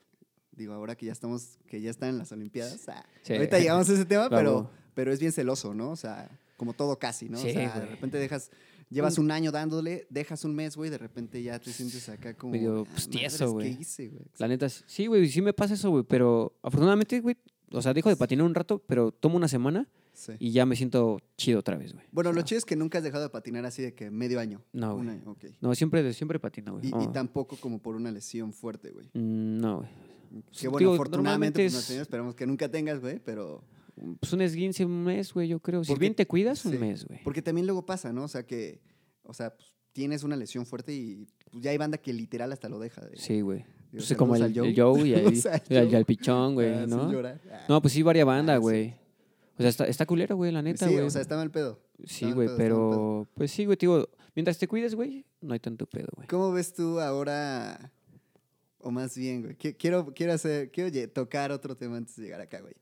S1: digo, ahora que ya estamos, que ya están en las Olimpiadas, ah,
S2: Sí.
S1: ahorita llegamos a ese tema, pero,
S2: Bravo.
S1: pero es bien celoso, ¿no? O sea, como todo casi, ¿no? o
S2: Sí,
S1: sea, de
S2: güey.
S1: repente dejas, llevas un año dándole, dejas un mes, güey, de repente ya te sientes acá como...
S2: Medio,
S1: "Ah,
S2: pues,
S1: madres,
S2: tieso, güey".
S1: ¿Qué hice, güey?
S2: La neta, sí, güey, sí me pasa eso, güey, pero afortunadamente, güey, o sea, dejo de patinar un rato, pero tomo una semana
S1: Sí.
S2: y ya me siento chido otra vez, güey. Ah,
S1: Bueno,
S2: O
S1: lo
S2: sea,
S1: chido es que nunca has dejado de patinar así de que medio año.
S2: No,
S1: Un
S2: güey.
S1: año, ok.
S2: No, siempre, siempre patino, güey.
S1: Y, y
S2: Oh.
S1: tampoco como por una lesión fuerte, güey.
S2: Mm, No, güey.
S1: Que bueno,
S2: Digo,
S1: afortunadamente,
S2: normalmente
S1: pues, no
S2: es-
S1: tienes, esperamos que nunca tengas, güey, pero...
S2: Pues un esguince un mes, güey, yo creo. Si
S1: Porque-
S2: bien te cuidas, un
S1: sí,
S2: mes, güey.
S1: Porque también luego pasa, ¿no? O sea, que, o sea, pues, tienes una lesión fuerte y pues, ya hay banda que literal hasta lo deja. de-
S2: Sí, güey.
S1: Digo,
S2: Pues como el,
S1: saludos al
S2: el
S1: Joe.
S2: Joe y, ahí-
S1: Saludos al
S2: y al, y al
S1: Joe.
S2: pichón, güey,
S1: Ah, sin
S2: ¿no?
S1: llorar. Ah,
S2: No, pues sí, varia banda,
S1: sí.
S2: güey. O sea, está, está culero, güey, la neta,
S1: Pues sí,
S2: güey.
S1: o sea, está mal pedo.
S2: Sí,
S1: mal
S2: güey,
S1: pedo, está mal
S2: pero. Pues sí, güey, te digo. Mientras te cuides, güey, no hay tanto pedo, güey.
S1: ¿Cómo ves tú ahora? O más bien, güey, qui- quiero, quiero, hacer, quiero lle- tocar otro tema antes de llegar acá, güey.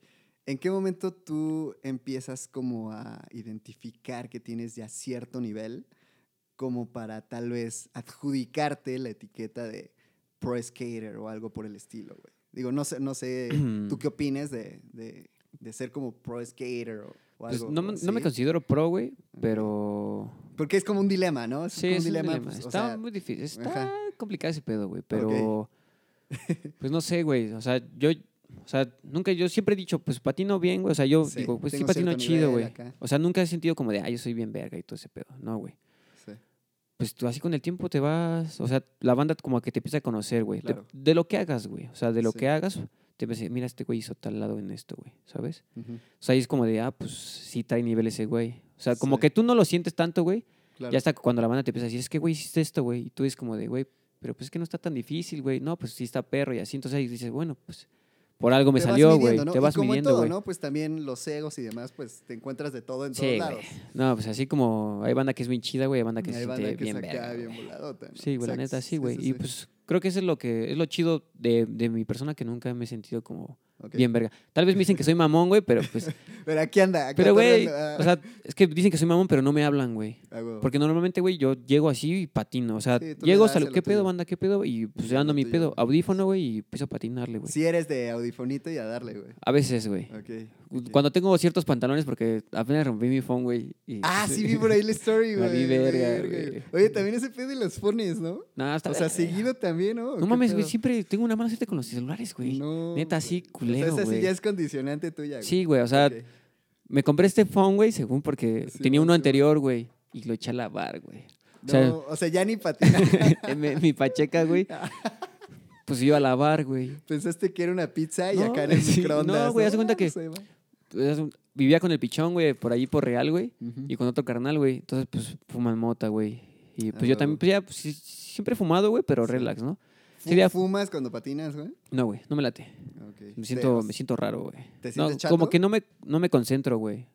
S1: ¿En qué momento tú empiezas como a identificar que tienes ya cierto nivel como para tal vez adjudicarte la etiqueta de pro skater o algo por el estilo, güey? Digo, no sé, no sé tú qué opines de, de- de ser como pro skater o, o
S2: Pues,
S1: algo
S2: no, me- no me
S1: así?
S2: considero pro, güey, pero...
S1: Porque es como un dilema, ¿no? Es
S2: Sí,
S1: como
S2: es un dilema.
S1: pues, o
S2: está
S1: sea,
S2: muy difícil. Está
S1: ajá.
S2: complicado ese pedo, güey. Pero. pues no sé, güey. O sea, yo. O sea, nunca. Yo siempre he dicho, pues patino bien, güey. O sea, yo
S1: Sí,
S2: digo, pues sí
S1: tengo
S2: patino
S1: cierto
S2: chido,
S1: nivel
S2: güey.
S1: acá.
S2: O sea, nunca he sentido como de, ay, yo soy bien verga y todo ese pedo. No, güey.
S1: sí.
S2: Pues tú así con el tiempo te vas. O sea, la banda como que te empieza a conocer, güey. Te-
S1: Claro.
S2: de lo que hagas, güey. O sea, de lo
S1: Sí.
S2: que hagas, te empieza a decir, mira, este güey hizo tal lado en esto, güey. ¿Sabes?
S1: Ujú,
S2: O sea, ahí es como de, ah, pues sí trae nivel ese güey. O sea, como
S1: Sí.
S2: que tú no lo sientes tanto, güey.
S1: claro.
S2: Ya hasta cuando la banda te empieza a decir, es que, güey, hiciste esto, güey. Y tú es como de, güey, pero pues es que no está tan difícil, güey. No, pues sí está perro y así. Entonces ahí dices, bueno, pues por algo me
S1: Te vas
S2: salió,
S1: midiendo,
S2: güey.
S1: ¿no?
S2: Te
S1: Y
S2: vas
S1: como en
S2: midiendo,
S1: todo,
S2: güey. ¿no?
S1: ¿no? Pues también los egos y demás, pues te encuentras de todo en
S2: Sí,
S1: todos
S2: güey.
S1: lados.
S2: pues así como hay banda que es bien chida, güey. Hay banda que se
S1: Hay
S2: siente
S1: banda que
S2: bien
S1: se acaba
S2: verga, güey.
S1: bien voladota, ¿no?
S2: Sí, güey, la
S1: Exacto,
S2: neta, sí, güey.
S1: sí,
S2: Y
S1: sí.
S2: pues creo que eso es lo que es lo chido de, de mi persona que nunca me he sentido como
S1: Ok.
S2: bien verga. Tal vez me dicen que soy mamón, güey, pero pues.
S1: Pero aquí anda. acá
S2: pero, güey,
S1: torreando, ah,
S2: o sea, es que dicen que soy mamón, pero no me hablan, güey.
S1: ah, huevo.
S2: Porque normalmente, güey, yo llego así y patino. O sea,
S1: Sí, tú le
S2: llego,
S1: das a
S2: salgo,
S1: lo
S2: ¿qué pedo,
S1: tuyo.
S2: banda? ¿Qué pedo? Y pues
S1: a
S2: dando
S1: lo
S2: mi
S1: tuyo.
S2: pedo, audífono, güey, y empiezo a patinarle, güey.
S1: Si eres de audifonito y a darle, güey.
S2: A veces, güey.
S1: Ok, ok.
S2: Cuando tengo ciertos pantalones, porque apenas rompí mi phone, güey. y-
S1: Ah, sí vi por ahí la story, güey.
S2: Valí verga, güey.
S1: Oye, también ese pedo de los fones, ¿no?
S2: Nah, está
S1: O sea,
S2: verga.
S1: seguido también, ¿no? ¿O
S2: No
S1: qué
S2: mames, güey,
S1: pedo?
S2: siempre tengo una mala suerte con los celulares, güey.
S1: No,
S2: Neta, sí,
S1: güey.
S2: culero,
S1: O sea, esa sí
S2: güey.
S1: ya es condicionante tuya, güey.
S2: Sí, güey, o sea,
S1: Ok.
S2: me compré este phone, güey, según porque
S1: Sí,
S2: tenía
S1: güey,
S2: uno
S1: sí,
S2: anterior, güey, y lo eché a lavar, güey. O sea,
S1: No, o sea, ya ni patina.
S2: mi, mi pacheca, güey, pues iba a lavar, güey.
S1: Pensaste que era una pizza y
S2: No,
S1: acá era el
S2: sí,
S1: microondas.
S2: no, güey, haz de cuenta que-
S1: Pues ahí va.
S2: Entonces, Vivía con el pichón, güey, por ahí por Real, güey.
S1: Ujú.
S2: y con otro carnal, güey. Entonces, pues, fuman mota, güey. Y
S1: Ah,
S2: pues yo
S1: huevo.
S2: también, pues ya, pues, sí, siempre he fumado, güey, pero
S1: Sí.
S2: relax, ¿no?
S1: Fu-
S2: sería-
S1: ¿Fumas cuando patinas, güey?
S2: No, güey, no me late.
S1: Ok. pues,
S2: Me
S1: Pero-
S2: siento, me siento raro, güey.
S1: ¿Te
S2: No,
S1: sientes chato?
S2: como que no me, no me concentro, güey.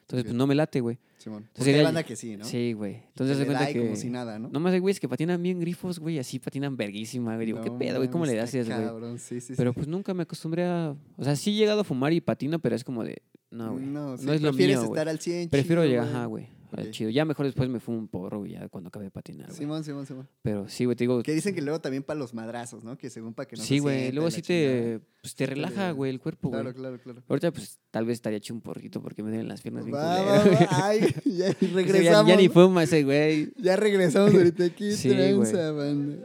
S2: Entonces,
S1: Ok.
S2: pues no me late, güey.
S1: Simón. Porque
S2: pues sería-
S1: hay banda que sí, ¿no?
S2: Sí, güey.
S1: Que
S2: Entonces,
S1: le
S2: se cuenta
S1: da y
S2: que.
S1: como si nada, ¿no?
S2: No más hay güeyes que patinan bien grifos, güey, así patinan verguísima, güey. Digo, ¿qué
S1: No
S2: pedo, güey? ¿Cómo le
S1: mames,
S2: haces,
S1: está
S2: güey?
S1: Cabrón, sí, sí, sí.
S2: Pero pues nunca me acostumbré a. O sea, sí he llegado a fumar y patino, pero es como de. No, güey. No,
S1: No, sí,
S2: es lo
S1: prefieres
S2: mío. güey.
S1: estar al 100,
S2: Prefiero
S1: chido,
S2: llegar, ajá, güey. al
S1: Ok.
S2: Chido. Ya mejor después me fumo un porro, güey, ya cuando acabe de patinar, güey.
S1: Simón, Simón, Simón.
S2: Pero Pues sí, güey, te digo.
S1: Que dicen que luego también para los madrazos, ¿no? Que según para que no se
S2: sí, güey.
S1: sienta
S2: Luego
S1: y la
S2: sí
S1: chingada.
S2: te, pues, te
S1: sí te
S2: relaja,
S1: le-
S2: güey, el cuerpo, güey.
S1: Claro, claro, claro.
S2: Ahorita, pues, tal vez estaría hecho un porrito porque me duelen las piernas bien
S1: Va,
S2: culero,
S1: va,
S2: güey.
S1: va. Ay, ya
S2: Ese güey ya-
S1: regresamos.
S2: Ya ni fuma ese, güey.
S1: Ya regresamos ahorita aquí,
S2: Sí,
S1: tranza, banda.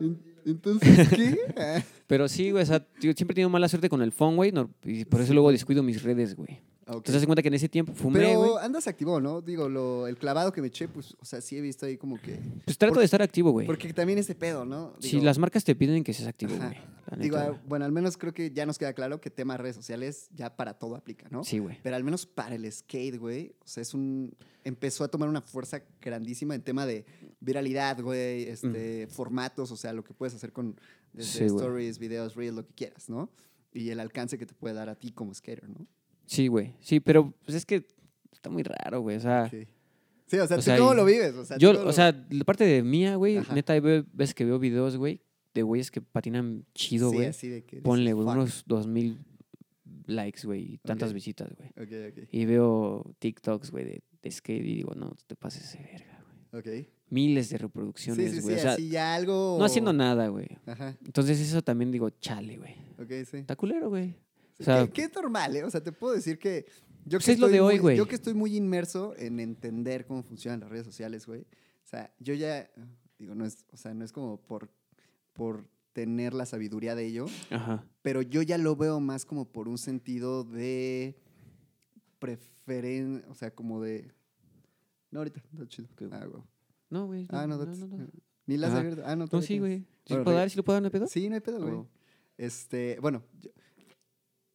S1: En- Entonces, ¿qué? Ah,
S2: Pero sí, güey, o sea, tío, siempre he tenido mala suerte con el phone, güey. no- y por eso luego descuido mis redes, güey.
S1: ok.
S2: Entonces, haz de cuenta que en ese tiempo fumé,
S1: Pero
S2: güey.
S1: andas activo, ¿no? Digo, lo, el clavado que me eché, pues, o sea, sí he visto ahí como que...
S2: Pues trato
S1: por-
S2: de estar activo, güey.
S1: Porque también ese pedo, ¿no?
S2: Si
S1: Digo,
S2: las marcas te piden que seas activo,
S1: Ajá.
S2: güey. la
S1: digo,
S2: neta,
S1: ah, bueno, al menos creo que ya nos queda claro que temas redes sociales ya para todo aplica, ¿no?
S2: Sí, güey.
S1: Pero al menos para el skate, güey, o sea, es un... Empezó a tomar una fuerza grandísima en tema de viralidad, güey, este, formatos, o sea, lo que puedes hacer con desde
S2: Sí, güey.
S1: stories, videos, reels, lo que quieras, ¿no? Y el alcance que te puede dar a ti como skater, ¿no?
S2: Sí, güey. Sí, pero pues es que está muy raro, güey. O sea,
S1: Sí. Sí, o sea,
S2: Ah. O
S1: ¿tú
S2: sea,
S1: cómo
S2: y-
S1: lo vives? O sea, ¿tú
S2: Yo,
S1: cómo
S2: o
S1: lo-
S2: sea, la parte de mía, güey,
S1: Ajá.
S2: neta, hay ve- veces que veo videos, güey, de güeyes que patinan chido,
S1: Sí,
S2: güey.
S1: así de que dices,
S2: Ponle, güey,
S1: "Fuck".
S2: unos 2000 likes, güey, y tantas
S1: Ok.
S2: visitas, güey.
S1: Ok, ok,
S2: Y veo TikToks, güey, de, de skate y digo, no, te pases de verga, güey.
S1: ok.
S2: Miles de
S1: Sí,
S2: reproducciones,
S1: sí, sí,
S2: güey. o sea,
S1: así ya algo...
S2: no haciendo nada, güey.
S1: Ajá,
S2: Entonces eso también digo, chale, güey.
S1: ok, sí.
S2: Está culero, güey.
S1: Sí,
S2: O sea,
S1: que, que es normal, ¿eh? O sea, te puedo decir que. Yo
S2: Pues
S1: que
S2: es lo
S1: estoy
S2: de hoy,
S1: muy-
S2: güey.
S1: Yo que estoy muy inmerso en entender cómo funcionan las redes sociales, güey. O sea, yo ya. Digo, no es, o sea, no es como por, por tener la sabiduría de ello,
S2: ajá.
S1: pero yo ya lo veo más como por un sentido de. Preferen. O sea, como de. No, ahorita, no chido.
S2: ¿Qué?
S1: Ah, güey.
S2: No, güey.
S1: Ah, no,
S2: no,
S1: that's-
S2: no, no.
S1: Ni las
S2: Ajá.
S1: he abierto. Ah, no,
S2: No,
S1: todavía
S2: sí,
S1: tienes.
S2: güey. ¿Sí
S1: Bueno,
S2: le puedo
S1: re-
S2: dar? ¿Sí le puedo dar una pedo?
S1: Sí, no hay pedo,
S2: Ah,
S1: güey.
S2: huevo.
S1: Este, bueno, yo-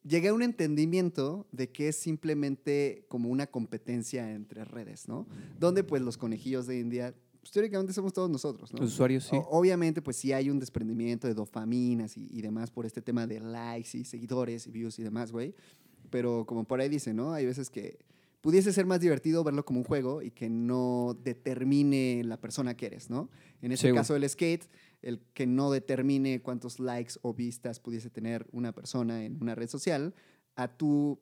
S1: llegué a un entendimiento de que es simplemente como una competencia entre redes, ¿no? Donde pues los conejillos de India, pues, teóricamente somos todos nosotros, ¿no?
S2: Los usuarios, sí.
S1: O- obviamente pues sí hay un desprendimiento de dopaminas y, y demás por este tema de likes y seguidores y views y demás, güey. Pero como por ahí dice, ¿no? Hay veces que pudiese ser más divertido verlo como un juego y que no determine la persona que eres, ¿no? En este
S2: Sí, güey.
S1: caso del skate, el que no determine cuántos likes o vistas pudiese tener una persona en una red social, a tú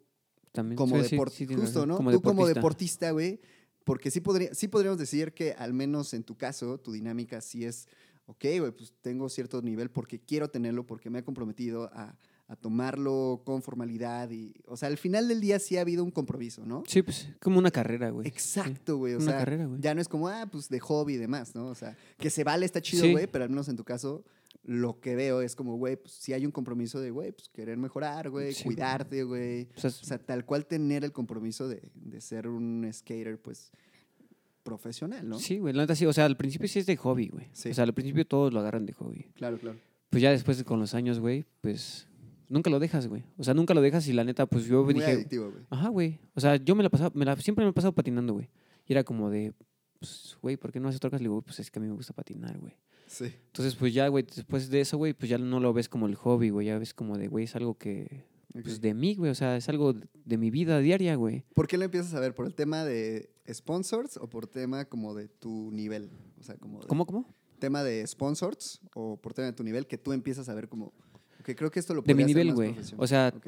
S2: También
S1: como
S2: sí, sí,
S1: depor-
S2: sí, tienes
S1: justo,
S2: razón.
S1: ¿no?
S2: Como
S1: Tú como
S2: deportista.
S1: deportista, güey, porque sí, podría, sí podríamos decir que al menos en tu caso, tu dinámica sí es, ok, güey, pues tengo cierto nivel porque quiero tenerlo, porque me he comprometido a, a tomarlo con formalidad y, o sea, al final del día sí ha habido un compromiso, ¿no?
S2: Sí, pues como una carrera, güey. Sí.
S1: Exacto, güey, o
S2: Una
S1: sea,
S2: carrera, güey.
S1: ya no es como, ah, pues de hobby y demás, ¿no? O sea, que se vale, está chido,
S2: Sí.
S1: güey, pero al menos en tu caso lo que veo es como, güey, pues sí hay un compromiso de, güey, pues querer mejorar, güey,
S2: Sí, güey.
S1: cuidarte, güey.
S2: O sea, es-
S1: O sea, tal cual tener el compromiso de, de ser un skater, pues, profesional, ¿no?
S2: Sí, güey, la neta sí. O sea, al principio sí es de hobby, güey.
S1: Sí.
S2: O sea, al principio todos lo agarran de hobby.
S1: Claro, claro.
S2: Pues ya después con los años, güey, pues nunca lo dejas, güey. O sea, nunca lo dejas y la neta, pues yo
S1: Muy
S2: dije,
S1: adictivo, güey.
S2: ajá, güey. O sea, yo me la pasaba, me la, siempre me he pasado patinando, güey. Y era como de, pues, güey, ¿por qué no haces trocas? Le digo, "Güey, pues es que a mí me gusta patinar, güey.
S1: Sí.
S2: Entonces, pues ya, güey, después de eso, güey, pues ya no lo ves como el hobby, güey. Ya ves como de, güey, es algo que,
S1: ok.
S2: pues de mí, güey. O sea, es algo de- de mi vida diaria, güey.
S1: ¿Por qué lo empiezas a ver? ¿Por el tema de sponsors o por tema como de tu nivel? O sea, como de-
S2: ¿Cómo, cómo?
S1: tema de sponsors o por tema de tu nivel que tú empiezas a ver como... Ok, creo que esto lo
S2: De mi
S1: podría hacer
S2: nivel,
S1: más
S2: güey.
S1: profesional.
S2: O sea,
S1: Ok.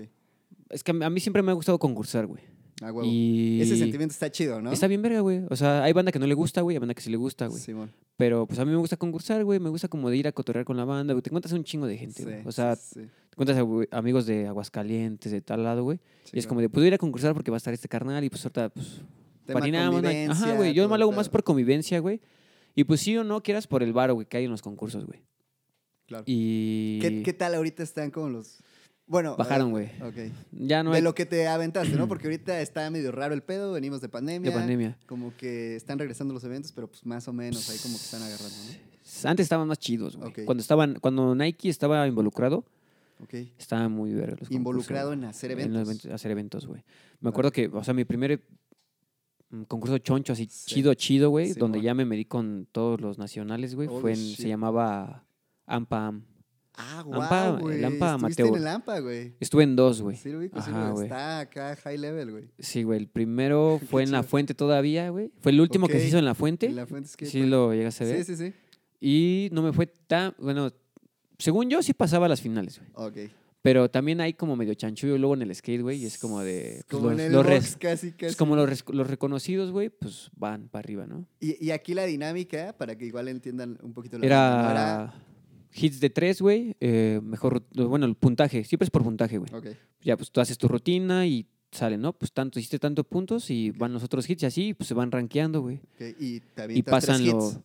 S2: es que a mí- a mí siempre me ha gustado concursar, güey.
S1: Ah, huevo.
S2: Y
S1: Ese sentimiento está chido, ¿no?
S2: Está bien verga, güey. O sea, hay banda que no le gusta, güey, hay banda que sí le gusta, güey.
S1: Simón.
S2: Pero pues a mí me gusta concursar, güey. Me gusta como de ir a cotorrear con la banda, güey. Te encuentras un chingo de gente, güey.
S1: Sí,
S2: O sea,
S1: sí, sí.
S2: te encuentras a, güey, amigos de Aguascalientes, de tal lado, güey. y es
S1: Chingón.
S2: como de, puedo ir a concursar porque va a estar este carnal y pues ahorita, pues,
S1: Tema
S2: patinamos. ¿no? Ajá,
S1: convivencia,
S2: güey. Yo
S1: todo
S2: me
S1: el
S2: lo hago más
S1: pedo.
S2: por convivencia, güey. Y pues sí o no quieras por el varo, güey, que hay en los concursos, güey.
S1: Claro.
S2: Y...
S1: ¿Qué, qué tal ahorita están con los...? Bueno...
S2: Bajaron, güey.
S1: ah, Ok.
S2: Ya no
S1: de
S2: hay
S1: lo que te aventaste, ¿no? Porque ahorita está medio raro el pedo, venimos de pandemia.
S2: de pandemia.
S1: Como que están regresando los eventos, pero pues más o menos ahí como que están agarrando, ¿no?
S2: Antes estaban más chidos, güey.
S1: Ok.
S2: Cuando, estaban, cuando Nike estaba involucrado,
S1: Ok.
S2: estaba muy verga. los concursos,
S1: Involucrado
S2: güey.
S1: en hacer
S2: pues en
S1: eventos.
S2: los eventos- hacer eventos, güey. Me acuerdo que, o sea, mi primer eh, mm, concurso choncho, así
S1: Sí.
S2: chido, chido, güey, donde
S1: Simón.
S2: ya me medí con todos los nacionales, güey,
S1: Holy
S2: fue en-
S1: shit.
S2: se llamaba AMPAM.
S1: Ah,
S2: Ampa-
S1: guau, güey.
S2: el Ampa
S1: Estuviste
S2: eh, Amateur.
S1: en el AMPA, güey.
S2: Estuve en dos, güey.
S1: Sí, lo ubico, sí,
S2: Ajá,
S1: lo
S2: güey.
S1: Está acá high level, güey.
S2: Sí, güey, el primero
S1: Qué
S2: fue en La
S1: chido.
S2: Fuente todavía, güey. Fue el último que
S1: Ok.
S2: se hizo en La Fuente.
S1: En La Fuente Skate
S2: sí,
S1: Park.
S2: lo llegaste a ver.
S1: Sí, sí, sí.
S2: Y no me fue tan, bueno, según yo sí pasaba a las finales, güey.
S1: Ok.
S2: Pero también hay como medio chanchullo luego en el skate, güey, y es como de... pues,
S1: Como en el
S2: los,
S1: box,
S2: res-
S1: casi,
S2: pues,
S1: casi.
S2: como los, res- los reconocidos, güey, pues van para arriba, ¿no?
S1: Y, y aquí la dinámica, para que igual entiendan un poquito la
S2: Era,
S1: dinámica,
S2: hits de tres, güey. eh, mejor, ru- bueno, el puntaje. Siempre es por puntaje, güey.
S1: ¿no? Era... Ok.
S2: Ya, pues tú haces tu rutina y sale, ¿no? Pues tanto, hiciste tantos puntos y van los otros hits y así, pues se van rankeando, güey.
S1: ok. Y te
S2: Y
S1: avientas tres
S2: pasan los...
S1: hits.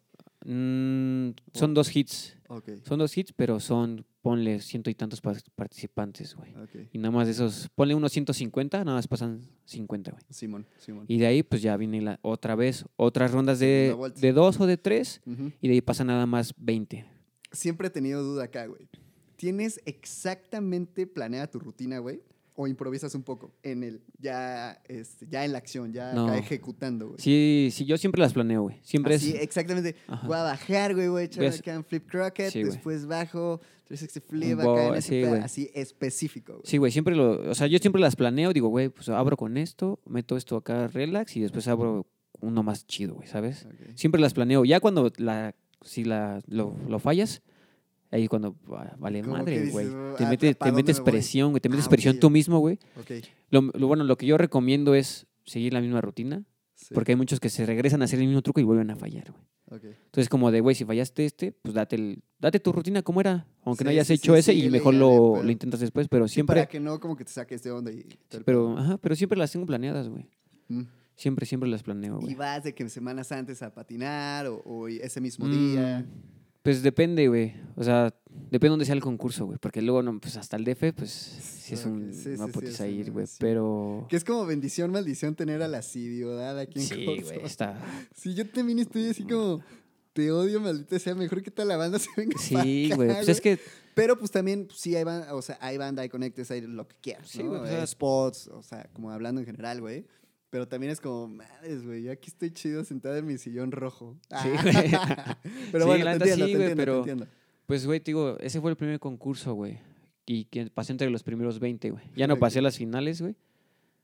S2: son
S1: Oh.
S2: dos hits.
S1: Ok,
S2: Son dos hits, pero son, ponle, ciento y tantos pa- participantes, güey.
S1: ok.
S2: Y nada más de esos, ponle unos 150, nada más pasan 50, güey.
S1: Simón, Simón.
S2: Y de ahí, pues ya viene la, otra vez, otras rondas de,
S1: Segunda vuelta.
S2: de dos o de tres.
S1: Ujú.
S2: Y de ahí pasa nada más 20.
S1: siempre he tenido duda acá, güey. ¿Tienes exactamente planeada tu rutina, güey? ¿O improvisas un poco en el, ya, este, ya en la acción, ya
S2: No.
S1: acá ejecutando, güey?
S2: Sí, sí, yo siempre las planeo, güey. Siempre
S1: Así, eh,
S2: es
S1: exactamente.
S2: Ajá.
S1: Voy a bajar, güey, voy a echar
S2: Ves-
S1: acá en flip croquet,
S2: Sí, güey.
S1: después bajo, 360 flip,
S2: Un
S1: acá en
S2: bo-
S1: ese
S2: sí,
S1: pedo,
S2: güey.
S1: así específico, güey.
S2: Sí, güey, siempre lo, o sea, yo siempre las planeo, digo, güey, pues abro con esto, meto esto acá relax y después abro uno más chido, güey, ¿sabes?
S1: Ok.
S2: Siempre las planeo. Ya cuando la si la lo, lo fallas, ahí es cuando va- vale
S1: Como que
S2: madre,
S1: dices,
S2: güey.
S1: "Ah,
S2: Te,
S1: ¿pa-
S2: mete-
S1: pa
S2: te
S1: dónde
S2: metes
S1: me voy?"
S2: presión, güey, te metes
S1: Ah,
S2: presión
S1: ok.
S2: tú mismo, güey.
S1: Ok.
S2: Lo, lo bueno, lo que yo recomiendo es seguir la misma rutina,
S1: sí,
S2: porque hay muchos que se regresan a hacer el mismo truco y vuelven a fallar, güey.
S1: ok.
S2: Entonces, como de, güey, si fallaste este, pues date, el, date tu rutina como era. Aunque no
S1: Sí,
S2: hayas
S1: sí, sí,
S2: hecho ese y
S1: síguele y
S2: mejor
S1: ya
S2: lo,
S1: después.
S2: lo intentas después, pero
S1: Sí,
S2: siempre.
S1: para que no como que te saques de onda y... todo el
S2: pero, ajá, pero siempre las tengo planeadas, güey.
S1: Mm.
S2: Siempre, siempre las planeo,
S1: Y
S2: güey.
S1: vas de que semanas antes a patinar o, o ese mismo día.
S2: Mm, Pues depende, güey. O sea, depende dónde sea el concurso, güey. Porque luego, no, pues hasta el DF, pues sí es
S1: Ok,
S2: un,
S1: sí, sí,
S2: una
S1: sí,
S2: putiza
S1: es
S2: ir,
S1: una-
S2: güey.
S1: sí.
S2: Pero.
S1: Que es como bendición, maldición tener a la ciudad aquí en
S2: Sí,
S1: Corzo.
S2: güey, está.
S1: Si yo también estoy así como, te odio, maldita sea, mejor que tal la banda se venga pa'
S2: Sí,
S1: acá,
S2: güey. Pues es que.
S1: Pero pues también, pues, sí, hay banda, o sea, hay banda, hay conectes, hay lo que quieras,
S2: Sí,
S1: ¿no?
S2: güey, o
S1: Hay
S2: sea-
S1: spots, o sea, como hablando en general, güey. Pero también es como, madres, güey, yo aquí estoy chido sentado en mi sillón rojo.
S2: Sí, güey.
S1: pero
S2: Sí,
S1: bueno, te
S2: la neta
S1: entiendo,
S2: sí,
S1: te
S2: güey,
S1: entiendo,
S2: pero-
S1: te entiendo.
S2: Pues, güey, te digo, ese fue el primer concurso, güey. Y que pasé entre los primeros 20, güey. Ya no pasé a las finales, güey.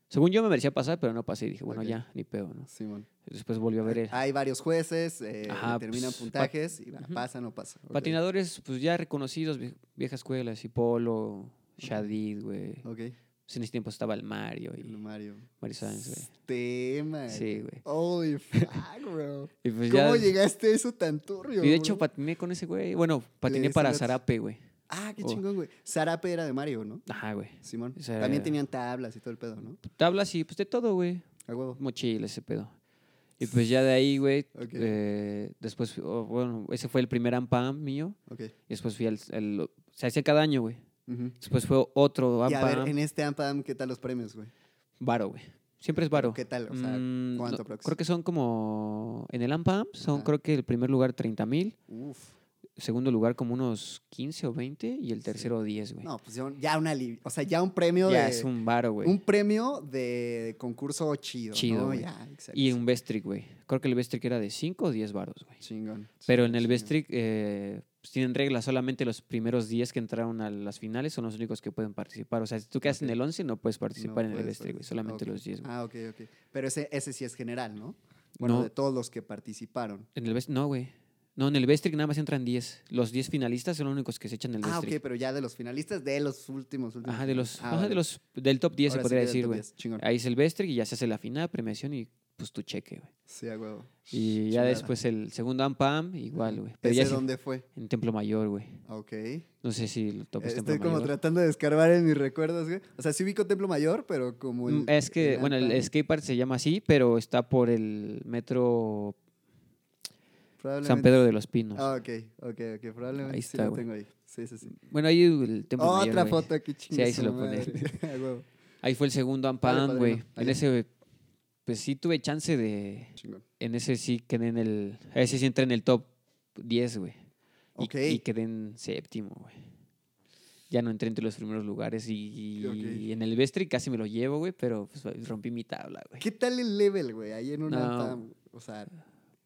S2: Según yo me merecía pasar, pero no pasé. Y dije, bueno,
S1: Ok. Ah,
S2: ya, ni pedo, ¿no?
S1: Simón.
S2: Después volvió a ver el-
S1: Hay varios jueces, eh,
S2: Ajá,
S1: determinan
S2: pues,
S1: puntajes y va,
S2: ujú.
S1: pasa o no pasa. Ok.
S2: Patinadores, pues ya reconocidos, vie- vieja escuela, así Polo, Shadid, güey.
S1: Ok,
S2: Pues en ese tiempo estaba el Mario y
S1: el Mario.
S2: Mario Sáenz, güey.
S1: Tema.
S2: Sí, güey.
S1: Holy fuck, bro.
S2: Y pues ya-
S1: Eh, ¿Cómo llegaste a eso tan turbio?
S2: Y de hecho
S1: bro?
S2: patiné con ese güey. Bueno, patiné
S1: diste
S2: para
S1: vueltas.
S2: Zarape, güey.
S1: Ah, qué
S2: oh.
S1: chingón, güey. Zarape era de Mario, ¿no?
S2: Ajá, güey.
S1: Simón.
S2: O sea,
S1: También tenían tablas y todo el pedo, ¿no?
S2: Tablas y pues de todo, güey.
S1: A huevo.
S2: Mochila, ese pedo. Y pues ya de ahí, güey,
S1: Ok.
S2: eh, después, fui- oh, bueno, ese fue el primer AMPAM mío.
S1: Ok.
S2: Y después fui al, al- se hacía cada año, güey.
S1: Ujú.
S2: Después fue otro
S1: Y a ver,
S2: AMPAM,
S1: en este Ampam, ¿qué tal los premios, güey?
S2: varo, güey. Siempre es varo.
S1: ¿Qué tal? O sea,
S2: Mm,
S1: ¿cuánto
S2: no,
S1: aprox?
S2: Creo que son como, en el AMPAM son
S1: Ajá.
S2: creo que el primer lugar 30 mil,
S1: Uf.
S2: segundo lugar como unos 15 o 20 y el tercero 10, güey.
S1: No, pues ya un- ya una... li- O sea, ya un premio
S2: ya
S1: de...
S2: es un varo, güey.
S1: Un premio de concurso chido.
S2: Chido,
S1: ¿no?
S2: güey.
S1: Ya, exacto.
S2: Y un Vestric, güey. Creo que el Vestric era de 5 o 10 varos, güey.
S1: Chingón.
S2: Pero en
S1: chingón,
S2: el
S1: chingón.
S2: Vestric eh, pues, tienen reglas, solamente los primeros 10 que entraron a las finales son los únicos que pueden participar. O sea, si tú quedas en
S1: Ok.
S2: el 11 no puedes
S1: No
S2: participar en el
S1: puedes
S2: Vestric, güey.
S1: participar.
S2: Solamente
S1: Ok.
S2: los 10, güey.
S1: Ah, ok, ok. Pero ese, ese sí es general, ¿no? Ah, Bueno,
S2: No.
S1: de todos los que participaron.
S2: En el Vestric, no, güey. No, en el Vestric nada más entran 10. Los 10 finalistas son los únicos que se echan el
S1: Ah,
S2: Vestric.
S1: ok, pero ya de los finalistas, de los últimos, últimos.
S2: Ajá, de los,
S1: Ah,
S2: ajá,
S1: vale.
S2: de los del top 10
S1: Ahora
S2: se
S1: sí que del
S2: podría decir,
S1: top
S2: güey.
S1: 10, Chingón.
S2: Ahí es el Vestric y ya se hace la final, premiación y pues tu cheque, güey.
S1: Sí, a huevo.
S2: Y ya
S1: Chulada.
S2: después el segundo AMPAM, igual, güey. Pero
S1: ¿Ese
S2: ya sí-
S1: dónde fue?
S2: en Templo Mayor, güey.
S1: Ok.
S2: No sé si lo topas Templo
S1: Estoy como
S2: Mayor.
S1: tratando de descarbar en mis recuerdos, güey. O sea, sí ubico Templo Mayor, pero como.
S2: Mm,
S1: el-
S2: Es que,
S1: el
S2: bueno, el
S1: Antán,
S2: skatepark se llama así, pero está por el metro San
S1: probablemente-
S2: Pedro de los Pinos.
S1: Ah, ok, ok, ok. Probablemente
S2: Ahí
S1: sí
S2: está,
S1: lo
S2: güey.
S1: tengo ahí. Sí, sí, sí.
S2: Bueno, ahí el Templo Mayor,
S1: Otra
S2: güey.
S1: foto aquí chingada.
S2: ahí se lo pones.
S1: A huevo.
S2: Ahí fue el segundo
S1: padrino,
S2: Ampam, güey. En
S1: allá.
S2: ese, pues sí tuve chance de...
S1: Chingón.
S2: En ese sí quedé en el... A ese sí entré en el top 10, güey. Y,
S1: Ok.
S2: y quedé en séptimo, güey. Ya no entré entre los primeros lugares y,
S1: Ok.
S2: y en el Vestri casi me lo llevo, güey, pero pues, rompí mi tabla, güey.
S1: ¿Qué tal el level, güey? Ahí en una.
S2: No.
S1: Antán, O sea,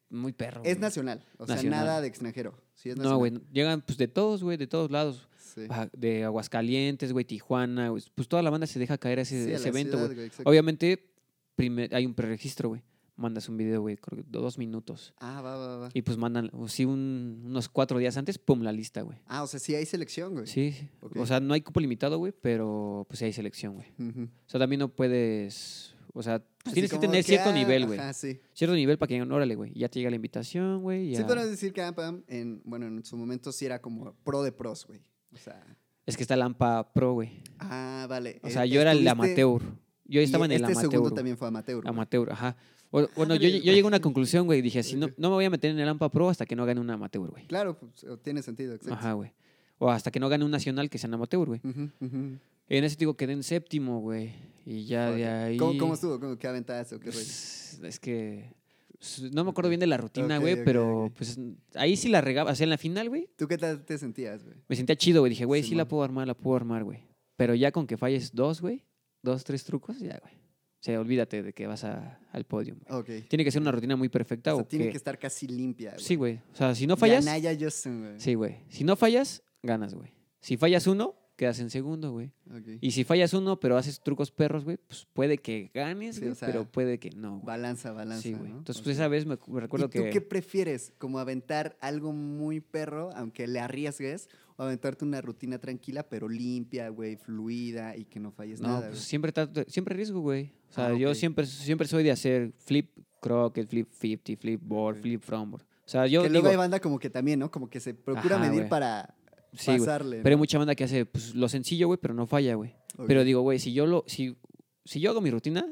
S2: Muy perro.
S1: es
S2: güey.
S1: nacional. O sea,
S2: Nacional.
S1: nada de extranjero. Sí, es nacional.
S2: No, güey, llegan pues de todos, güey, de todos lados.
S1: Sí.
S2: Baja- de Aguascalientes, güey, Tijuana, güey, Pues toda la banda se deja caer a ese,
S1: Sí, a
S2: ese
S1: la
S2: evento,
S1: ciudad,
S2: güey.
S1: exacto.
S2: Obviamente, primer, hay un preregistro, güey. Mandas un video, güey, creo que do- dos minutos.
S1: Ah, va, va, va.
S2: Y pues mandan, o sí, un- unos cuatro días antes, pum, la lista, güey.
S1: Ah, o sea, sí hay selección, güey.
S2: Sí, sí.
S1: Ok.
S2: o sea, no hay cupo limitado, güey, pero pues sí hay selección, güey.
S1: Ujú.
S2: O sea, también no puedes, o sea, pues,
S1: Así
S2: tienes que
S1: como de
S2: tener cierto
S1: ah,
S2: nivel, güey.
S1: ajá, sí.
S2: Cierto nivel para que, órale, güey, ya te llega la invitación, güey.
S1: Sí
S2: ya-
S1: podemos decir que Ampam, en, bueno, en su momento sí era como pro de pros, güey. O sea,
S2: Es que está la AMPA Pro, güey.
S1: ah, vale.
S2: O
S1: Eh,
S2: sea, yo era el
S1: estuviste-
S2: amateur. Yo
S1: y
S2: estaba en el
S1: este
S2: amateur.
S1: segundo
S2: güey.
S1: también fue amateur. güey.
S2: Amateur, ajá. O- bueno, yo,
S1: Madre,
S2: yo
S1: güey.
S2: llegué a una conclusión, güey. Dije, si no,
S1: Ah, Ok.
S2: no me voy a meter en el AMPA Pro hasta que no gane un amateur, güey.
S1: Claro, pues, eh, tiene sentido, exacto.
S2: Ajá, güey. O hasta que no gane un nacional que sea en amateur, güey.
S1: Ujú, ujú.
S2: En ese digo quedé en séptimo, güey. Y ya de
S1: Órale.
S2: ahí.
S1: ¿Cómo, cómo estuvo? ¿Cómo- ¿Qué aventadas o qué rollo?
S2: Pues, es que. pues, No me acuerdo bien de la rutina,
S1: Ok,
S2: güey,
S1: ok,
S2: pero
S1: ok.
S2: pues ahí sí la regaba. O sea, en la final, güey,
S1: ¿Tú qué tal te sentías, güey?
S2: me sentía chido, güey. Dije, güey, sí la
S1: Simón.
S2: puedo armar, la puedo armar, güey. Pero ya con que falles dos, güey, dos, tres trucos, ya, güey. O sea, olvídate de que vas a- al podio, güey.
S1: Ok.
S2: Tiene que ser una rutina muy perfecta
S1: O
S2: o,
S1: sea, tiene
S2: que-
S1: que estar casi limpia, güey.
S2: Sí, güey. O sea, si no fallas.
S1: Yanaya Justin, güey.
S2: Sí, güey. Si no fallas, ganas, güey. Si fallas uno, quedas en segundo, güey.
S1: Ok.
S2: Y si fallas uno, pero haces trucos perros, güey, pues puede que ganes,
S1: Sí,
S2: güey,
S1: o sea,
S2: pero puede que no. güey.
S1: Balanza, balanza,
S2: Sí, güey.
S1: ¿no?
S2: Entonces,
S1: Ok.
S2: pues esa vez me, me recuerdo
S1: ¿Y tú
S2: que.
S1: qué prefieres? ¿Como aventar algo muy perro, aunque le arriesgues? ¿O aventarte una rutina tranquila, pero limpia, güey, fluida y que no falles
S2: no,
S1: nada?
S2: pues
S1: güey?
S2: siempre, trato- siempre riesgo, güey. O sea,
S1: Ah,
S2: yo
S1: ok.
S2: siempre, siempre soy de hacer flip croquet, flip 50, flip board,
S1: Ok.
S2: flip frontboard. O sea, yo.
S1: que luego
S2: digo-
S1: hay banda como que también, ¿no? Como que se procura
S2: Ajá,
S1: medir
S2: güey.
S1: para
S2: Sí, güey.
S1: pasarle.
S2: Pero hay mucha banda que hace pues, lo sencillo, güey, pero no falla, güey.
S1: ¿no?
S2: Pero
S1: Ok.
S2: digo, güey, si yo lo, si, si yo hago mi rutina,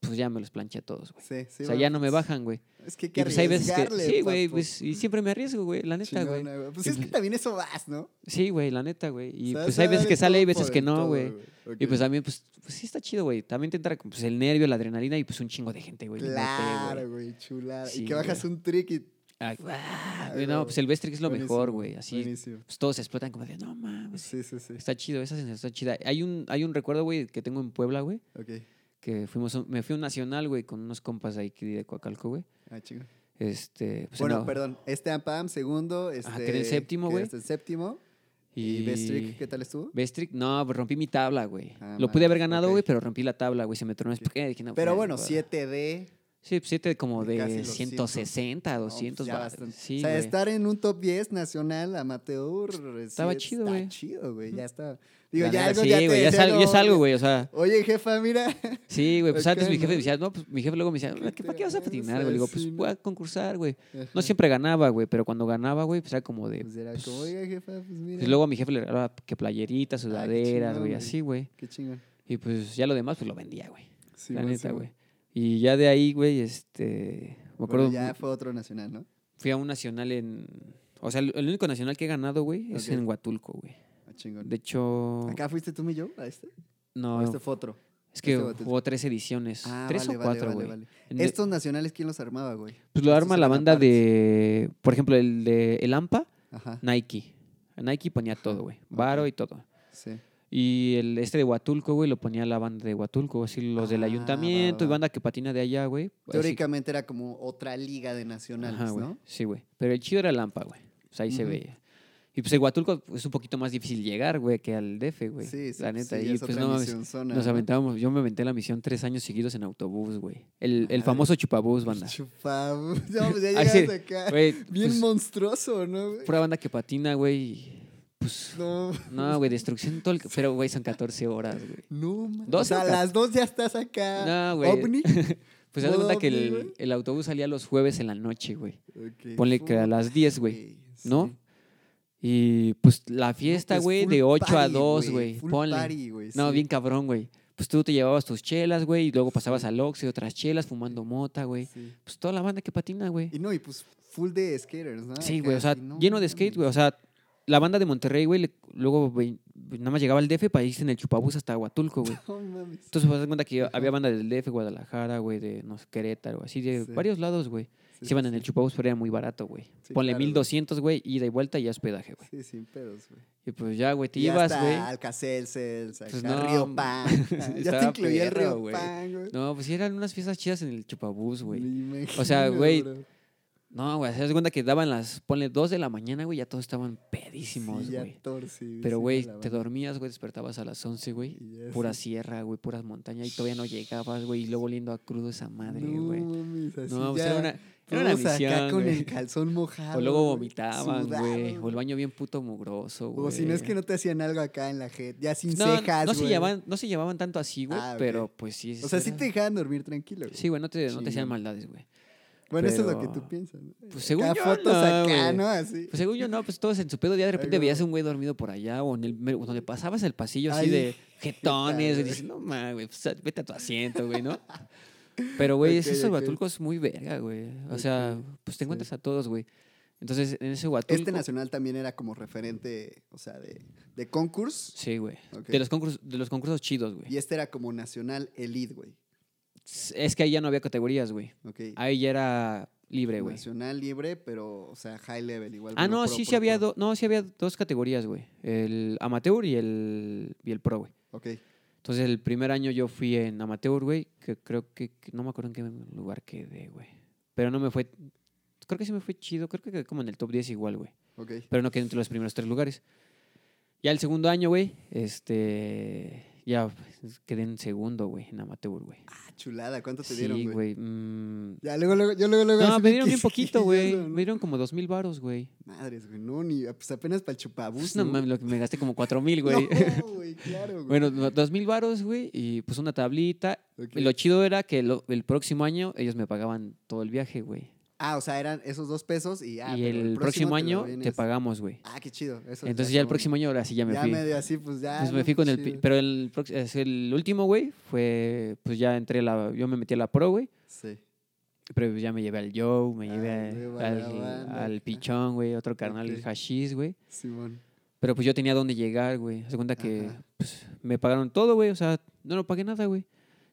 S2: pues ya me los planché a todos, güey.
S1: Sí, sí,
S2: o sea,
S1: va,
S2: ya no me
S1: pues,
S2: bajan, güey.
S1: Es que hay
S2: Y
S1: que
S2: pues hay veces que.
S1: arriesgarle,
S2: Sí, güey,
S1: papo.
S2: pues, y siempre me arriesgo, güey, la neta, güey.
S1: Chingona, güey. Pues
S2: Y
S1: es que
S2: pues-
S1: también eso vas, ¿no?
S2: Sí, güey, la neta, güey.
S1: O
S2: Y
S1: sea,
S2: pues
S1: se
S2: hay
S1: va
S2: veces
S1: del
S2: que sale, hay
S1: todo por
S2: veces que
S1: el
S2: no,
S1: todo,
S2: güey. Y
S1: Ok.
S2: pues también, pues, pues sí está chido, güey. También te entra pues, el nervio, la adrenalina y pues un chingo de gente, güey. viéndote,
S1: Claro,
S2: güey.
S1: güey, chulada. y
S2: Sí,
S1: que bajas un trick y...
S2: Ay, ah,
S1: Ay,
S2: güey, No,
S1: güey.
S2: pues el Vestrix es lo mejor,
S1: Buenísimo,
S2: güey. Así,
S1: Buenísimo.
S2: pues todos se explotan como de, no mames.
S1: Sí, sí, sí.
S2: Está chido, esa sensación está chida. Hay un, hay un recuerdo, güey, que tengo en Puebla, güey.
S1: Ok.
S2: que fuimos, a un- me fui a un nacional, güey, con unos compas de ahí que de Coacalco, güey.
S1: Ah, chingón.
S2: Este, pues,
S1: bueno,
S2: no.
S1: perdón. Este Ampam, segundo. Este,
S2: quedé en séptimo, güey.
S1: quedaste en séptimo. ¿Y, Bestrick qué tal estuvo?
S2: Bestrick, no, pues rompí mi tabla, güey.
S1: Ah,
S2: Lo pude
S1: madre,
S2: haber ganado,
S1: ok.
S2: güey, pero rompí la tabla, güey. Se me tronó. Eh, dije, no,
S1: Pero
S2: pues,
S1: bueno,
S2: pa-
S1: 7D.
S2: Sí, 7 como
S1: Casi
S2: de
S1: los
S2: 160,
S1: no, pues
S2: 200.
S1: ya
S2: va-
S1: bastante.
S2: sí,
S1: o sea,
S2: güey.
S1: estar en un top 10 nacional amateur. sí,
S2: Estaba chido,
S1: está
S2: güey.
S1: chido, güey. Ya está.
S2: La
S1: Digo, ya
S2: neta,
S1: algo
S2: sí,
S1: ya te
S2: güey, ya, es
S1: decía,
S2: algo- ya es
S1: no,
S2: algo, güey. O sea,
S1: Oye, jefa, mira.
S2: sí, güey. Pues
S1: Acá,
S2: antes mi jefe
S1: ¿no?
S2: me decía, no, pues mi jefe luego me decía,
S1: ¿Qué
S2: ¿para
S1: te
S2: qué vas a
S1: haces?
S2: patinar, güey? Le digo,
S1: Sí,
S2: pues
S1: no.
S2: voy a concursar, güey. No
S1: Ajá.
S2: siempre ganaba, güey, pero cuando ganaba, güey, pues era como de.
S1: Pues era
S2: pues,
S1: como, oiga, jefa, pues mira.
S2: pues, luego a mi jefe le regalaba que playeritas,
S1: chingón,
S2: sudaderas, güey,
S1: güey.
S2: así, güey.
S1: Qué chingón.
S2: Y pues ya lo demás, pues lo vendía, güey.
S1: Sí,
S2: la
S1: bueno,
S2: neta,
S1: sí,
S2: güey. Y ya de ahí, güey, este.
S1: Bueno,
S2: Me acuerdo.
S1: ya fue otro nacional, ¿no?
S2: Fui a un nacional en. O sea, el el único nacional que he ganado, güey, es
S1: Ok.
S2: en Huatulco, güey.
S1: Ah, chingón.
S2: De hecho.
S1: ¿Acá fuiste tú y yo a este?
S2: no,
S1: ¿O este fue otro?
S2: es que
S1: este Huatulco.
S2: hubo tres ediciones.
S1: Ah,
S2: tres
S1: vale,
S2: o
S1: vale,
S2: cuatro,
S1: vale,
S2: güey.
S1: vale.
S2: En-
S1: Estos nacionales, ¿quién los armaba, güey?
S2: Pues lo
S1: estos
S2: arma la
S1: eran
S2: banda
S1: aparte.
S2: de. Por ejemplo, el de El AMPA,
S1: Ajá,
S2: Nike. Nike ponía todo, güey.
S1: ok.
S2: Varo y todo.
S1: sí.
S2: Y el este de Huatulco, güey, lo ponía la banda de Huatulco. Así los del
S1: Ah, va,
S2: ayuntamiento y
S1: va.
S2: banda que patina de allá, güey. Así-
S1: Teóricamente era como otra liga de nacionales,
S2: Pues Ajá, güey.
S1: ¿no?
S2: Sí, güey. Pero el chido era Lampa, güey. O sea, ahí se
S1: Ujú.
S2: veía. Y pues el Huatulco es un poquito más difícil llegar, güey, que al DF, güey.
S1: Sí, sí.
S2: La
S1: pues
S2: neta.
S1: sí,
S2: y
S1: es
S2: pues
S1: otra
S2: no mames,
S1: misionzona,
S2: Nos
S1: ¿no?
S2: aventábamos. Yo me aventé la misión tres años seguidos en autobús, güey. El, el
S1: Madre.
S2: famoso chupabús, banda.
S1: Pues Chupamos. No, pues ya
S2: Ah, sí,
S1: llegas acá.
S2: Güey,
S1: Bien
S2: pues,
S1: monstruoso, ¿no? güey?
S2: pura banda que patina, güey. y, Pues.
S1: No,
S2: No, güey, destrucción todo el. Pero, güey, son 14 horas, güey.
S1: no, man.
S2: Dos
S1: o sea, a
S2: acá.
S1: las dos ya estás acá.
S2: No, güey.
S1: ¿Ovni?
S2: Pues haz de cuenta que
S1: Ovni,
S2: el,
S1: güey.
S2: el autobús salía los jueves en la noche, güey.
S1: Ok,
S2: Ponle que a
S1: puta,
S2: las 10, güey.
S1: sí.
S2: ¿no? Y pues la fiesta,
S1: pues,
S2: güey,
S1: full
S2: de 8 a
S1: party,
S2: 2,
S1: güey,
S2: güey.
S1: full
S2: Ponle.
S1: party, güey,
S2: no,
S1: sí.
S2: bien cabrón, güey. Pues tú te llevabas tus chelas, güey, y luego pasabas al Oxxo y otras chelas fumando mota, güey.
S1: Sí.
S2: Pues toda la banda que patina, güey.
S1: Y no, y pues full de skaters, ¿no?
S2: Sí,
S1: Acá,
S2: güey, o sea,
S1: y no
S2: lleno de skate, güey.
S1: mames.
S2: O sea, la banda de Monterrey, güey, le- luego güey, nada más llegaba al DF para irse en el chupabús hasta Huatulco, güey.
S1: No mames.
S2: Entonces, vas a dar cuenta que había banda del DF, Guadalajara, güey, de no sé, Querétaro, así de
S1: Sí.
S2: varios lados, güey.
S1: Sí,
S2: Se iban
S1: sí,
S2: en el
S1: sí.
S2: chupabús, pero era muy barato, güey.
S1: Sí,
S2: Ponle
S1: claro, güey.
S2: 1200, güey, ida y vuelta y ya hospedaje, güey.
S1: Sí, sin pedos, güey.
S2: Y pues ya, güey, te
S1: Y
S2: ibas,
S1: hasta
S2: güey.
S1: Alcacelsels,
S2: Pues
S1: acá,
S2: no,
S1: Río Pan. ya te
S2: estaba
S1: incluía el
S2: perro,
S1: Río
S2: güey.
S1: Pan, güey.
S2: No, pues sí eran unas fiestas chidas en el chupabús, güey.
S1: Me
S2: O sea,
S1: imagino,
S2: güey,
S1: bro.
S2: No, güey, se das cuenta que daban las, ponle dos de la mañana, güey, ya todos estaban pedísimos,
S1: Sí, ya
S2: güey.
S1: torcidísimo
S2: Pero, güey,
S1: la
S2: te
S1: banda.
S2: dormías, güey, despertabas a las 11, güey.
S1: Y ya
S2: Pura
S1: sí.
S2: sierra, güey, puras montañas, y todavía no llegabas, güey, y luego oliendo a crudo esa madre,
S1: No,
S2: güey.
S1: mames, así
S2: No, pues
S1: ya
S2: era una, era una
S1: todos acá
S2: misión,
S1: con
S2: güey.
S1: el calzón mojado.
S2: O luego
S1: güey,
S2: vomitaban,
S1: sudado,
S2: güey. O el baño bien puto mugroso, güey.
S1: O si no es que no te hacían algo acá en la jet, ya sin
S2: No,
S1: cejas,
S2: no se
S1: güey.
S2: llevaban, no se llevaban tanto así, güey,
S1: Ah, ok.
S2: pero pues sí.
S1: O sea, sí
S2: era-
S1: te dejaban dormir tranquilo. güey.
S2: Sí, güey, no te, no te hacían
S1: Chingón.
S2: maldades, güey.
S1: bueno, eso es lo que
S2: pero-
S1: tú piensas. ¿no?
S2: Pues según
S1: Acá
S2: yo,
S1: fotos
S2: no,
S1: acá,
S2: güey.
S1: ¿no? Así.
S2: Pues según yo, no, pues todos en su pedo, ya de repente
S1: Algo-
S2: veías a un güey dormido por allá o en el mero- donde pasabas el pasillo así
S1: Ay,
S2: de jetones, güey.
S1: güey.
S2: Dices, no mames, güey, pues, vete a tu asiento, güey, ¿no? Pero, güey,
S1: Ok,
S2: ese
S1: ok.
S2: huatulco es muy verga, güey. O sea, pues te encuentras a todos, güey. Entonces, en ese huatulco.
S1: Este nacional también era como referente, o sea, de, de concurso.
S2: Sí, güey.
S1: Ok.
S2: De, los concursos, de los concursos chidos, güey.
S1: Y este era como nacional elite, güey.
S2: Es que ahí ya no había categorías, güey.
S1: Ok.
S2: Ahí ya era Ah, libre, güey.
S1: Nacional libre, pero, o sea, high level igual.
S2: Ah,
S1: uno
S2: no,
S1: pro,
S2: sí,
S1: pro,
S2: sí había,
S1: pro.
S2: do- no, sí había dos categorías, güey. El amateur y el, y el pro, güey.
S1: Ok.
S2: Entonces, el primer año yo fui en amateur, güey, que creo que, que no me acuerdo en qué lugar quedé, güey. Pero no me fue, creo que sí me fue chido, creo que quedé como en el top 10 igual, güey.
S1: Ok.
S2: Pero no quedé entre los primeros tres lugares. Ya el segundo año, güey, este, ya pues, quedé en segundo, güey, en amateur, güey.
S1: Ah, chulada, ¿cuánto te dieron,
S2: Sí,
S1: güey?
S2: güey. mm.
S1: Ya, luego, luego, yo luego, luego.
S2: No,
S1: así
S2: me
S1: de
S2: dieron
S1: que-
S2: bien poquito,
S1: que
S2: güey.
S1: ya no, ¿no?
S2: Me dieron como dos mil varos, güey.
S1: Madres, güey, no, ni, pues apenas para el chupabús.
S2: Pues, no mames, lo que me gasté como cuatro mil, güey.
S1: No, güey, claro, güey.
S2: Bueno, no, dos mil varos, güey, y pues una tablita.
S1: Ok.
S2: Y Lo chido era que lo- el próximo año ellos me pagaban todo el viaje, güey.
S1: Ah, o sea, eran esos dos pesos y ya.
S2: y
S1: Ah, pero
S2: el, próximo,
S1: lo
S2: año te
S1: vienes-
S2: pagamos, güey.
S1: Ah, qué chido. Eso
S2: Entonces ya el próximo año ahora sí ya me
S1: ya
S2: fui.
S1: medio así, pues ya.
S2: Entonces
S1: no,
S2: me fui
S1: pues
S2: con el... pi-
S1: chido.
S2: Pero el, prox- es el último, güey, fue... Pues ya entré la... Yo me metí a la pro, güey.
S1: Sí.
S2: Pero pues ya me llevé al Joe, me
S1: Ah,
S2: llevé
S1: luego
S2: a-
S1: a la
S2: al,
S1: banda,
S2: al
S1: ajá.
S2: Pichón, güey. Otro carnal, el
S1: Ok.
S2: Hashish, güey.
S1: Simón.
S2: Pero pues yo tenía dónde llegar, güey. Haz de cuenta que
S1: Ajá.
S2: pues, me pagaron todo, güey. O sea, no lo pagué nada, güey.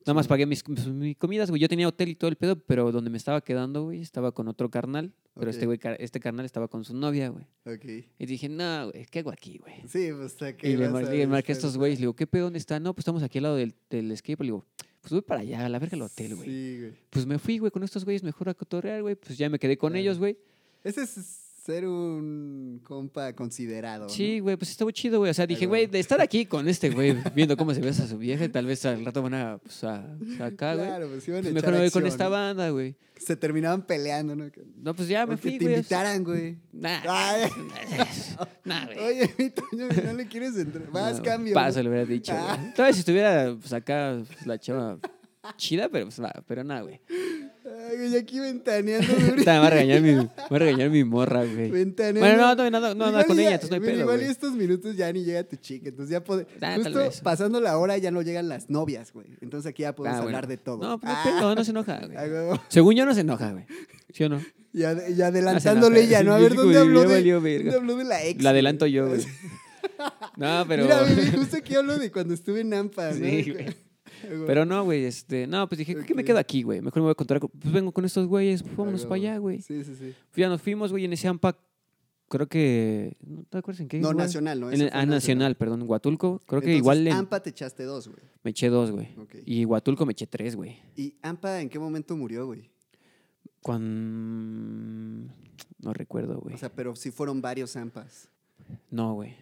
S2: Nada más
S1: Sí.
S2: pagué mis, pues, mis comidas, güey. Yo tenía hotel y todo el pedo, pero donde me estaba quedando, güey, estaba con otro carnal. Pero este
S1: Ok.
S2: güey, car- este carnal estaba con su novia, güey.
S1: Ok.
S2: Y dije, no, güey, ¿qué hago aquí, güey?
S1: Sí, pues está que.
S2: Y le,
S1: vas
S2: mar-
S1: a
S2: le marqué a
S1: estar-
S2: estos güeyes, le digo, ¿qué pedo? ¿Dónde están? No, pues estamos aquí al lado del, del escape. Le digo, pues voy para allá, a la verga el hotel, güey.
S1: Sí, güey.
S2: Pues me fui, güey, con estos güeyes mejor a cotorrear, güey. Pues ya me quedé con
S1: Claro.
S2: ellos, güey.
S1: Ese es. ser un compa considerado. ¿no?
S2: Sí, güey, pues estuvo chido, güey. O sea, dije,
S1: huevo.
S2: güey, de estar aquí con este güey, viendo cómo se besa a su vieja, tal vez al rato van a, pues, a- a acá, güey.
S1: Claro, pues iban a
S2: Pues
S1: echar
S2: mejor me voy con
S1: acción,
S2: esta
S1: ¿no?
S2: banda, güey.
S1: Se terminaban peleando, ¿no?
S2: No, pues ya me
S1: Porque
S2: fui,
S1: te
S2: güey.
S1: invitaran, güey.
S2: Nah.
S1: Ay.
S2: Nah, güey.
S1: Oye, mi Toño, no le quieres entrar. Vas,
S2: No,
S1: cambio.
S2: Paso,
S1: ¿no?
S2: le hubiera dicho.
S1: Ah.
S2: güey. Todavía si estuviera pues, acá pues, la chava chida, pero pues nada, pero nada, güey.
S1: Ay, güey, aquí ventaneando.
S2: Puta, Me va a regañar mi, me va a regañar mi morra, güey.
S1: Ventaneando.
S2: Bueno, no, no, no, no, no,
S1: Igual
S2: con
S1: y
S2: ella,
S1: ya-
S2: entonces no hay
S1: mira,
S2: pedo,
S1: Igual y
S2: güey.
S1: estos minutos ya ni llega tu chica, entonces ya pod-
S2: Ah, tal
S1: justo
S2: vez.
S1: pasando la hora ya no llegan las novias, güey. Entonces aquí ya podemos
S2: Ah, bueno.
S1: hablar de todo.
S2: No, pues, no
S1: Ah,
S2: hay pedo, no se enoja,
S1: ah,
S2: güey.
S1: huevo.
S2: Según yo no se enoja, güey. ¿Sí o no?
S1: y, ad- y adelantándole
S2: enoja,
S1: ya, ¿no? A
S2: Ah, sí,
S1: ver,
S2: sí,
S1: ¿dónde
S2: güey,
S1: habló
S2: ya
S1: de,
S2: valió verga.
S1: dónde habló de la ex?
S2: La adelanto
S1: güey?
S2: yo, güey. No, pero.
S1: Mira, baby, justo aquí hablo de cuando estuve en Nampa, ¿no?
S2: Sí, güey.
S1: Huevo.
S2: Pero no, güey, este. No, pues dije, ¿qué me
S1: Ok.
S2: quedo aquí, güey? Mejor me voy a contar. con- Pues vengo con estos güeyes, pues,
S1: Ah,
S2: vámonos para
S1: huevo.
S2: allá, güey.
S1: Sí, sí, sí.
S2: Ya nos fuimos, güey, en ese AMPA. Creo que. ¿No te acuerdas en qué?
S1: No,
S2: igual?
S1: nacional, ¿no?
S2: En
S1: Ese
S2: el-
S1: fue
S2: ah, nacional, perdón, Huatulco. Creo que
S1: Entonces,
S2: igual en-
S1: Ampa te echaste dos, güey.
S2: me eché dos, güey.
S1: Ok.
S2: Y Huatulco me eché tres, güey.
S1: ¿Y Ampa en qué momento murió, güey?
S2: Cuando. No recuerdo, güey.
S1: O sea, pero sí fueron varios Ampas.
S2: no, güey.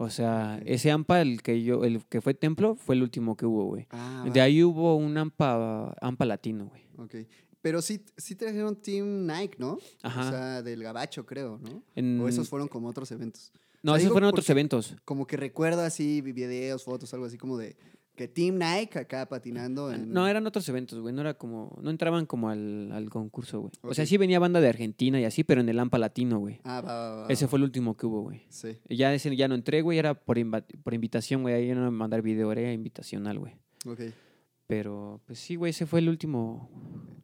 S2: O sea, ese AMPA, el que yo, el que fue templo, fue el último que hubo, güey.
S1: Ah,
S2: De
S1: va,
S2: ahí hubo un AMPA, AMPA latino, güey.
S1: ok. Pero sí, sí trajeron Team Nike, ¿no?
S2: Ajá. Mm.
S1: O sea, del Gabacho, creo, ¿no?
S2: En-
S1: O esos fueron como otros eventos.
S2: no,
S1: sea,
S2: esos
S1: digo
S2: fueron otros
S1: porque-
S2: eventos.
S1: Como que recuerdo así vi- videos, fotos, algo así como de que Team Nike acá patinando en...
S2: No, eran otros eventos, güey. No era como. No entraban como al, al concurso, güey. O sea,
S1: Ok.
S2: sí venía banda de Argentina y así, pero en el AMPA latino, güey.
S1: Ah, va, va, va, va.
S2: Ese fue el último que hubo, güey.
S1: Sí,
S2: Ya ese ya no entré, güey. Era por, inva- por invitación, güey. Ahí iban a mandar video, era invitacional, güey.
S1: ok.
S2: Pero, pues sí, güey, ese fue el último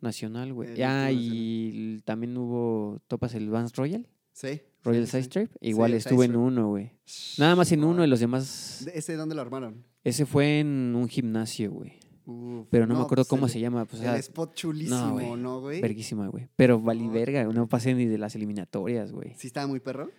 S2: nacional,
S1: El
S2: güey. Ah,
S1: último
S2: y el- también hubo, topas el Vans Royal,
S1: Sí.
S2: Royal
S1: sí,
S2: Side
S1: sí.
S2: Strip. Igual
S1: el
S2: estuve en
S1: Sidestrip.
S2: uno, güey. Nada más en uno y los demás.
S1: ¿De ¿Ese dónde lo armaron?
S2: Ese fue en un gimnasio, güey.
S1: Uf,
S2: Pero no, me acuerdo
S1: pues
S2: cómo
S1: el-
S2: se llama. Pues, o sea,
S1: el spot chulísimo,
S2: güey.
S1: ¿no, güey?
S2: verguísima, güey. Pero valí
S1: No,
S2: verga, no pasé ni de las eliminatorias, güey.
S1: ¿Sí estaba muy perro?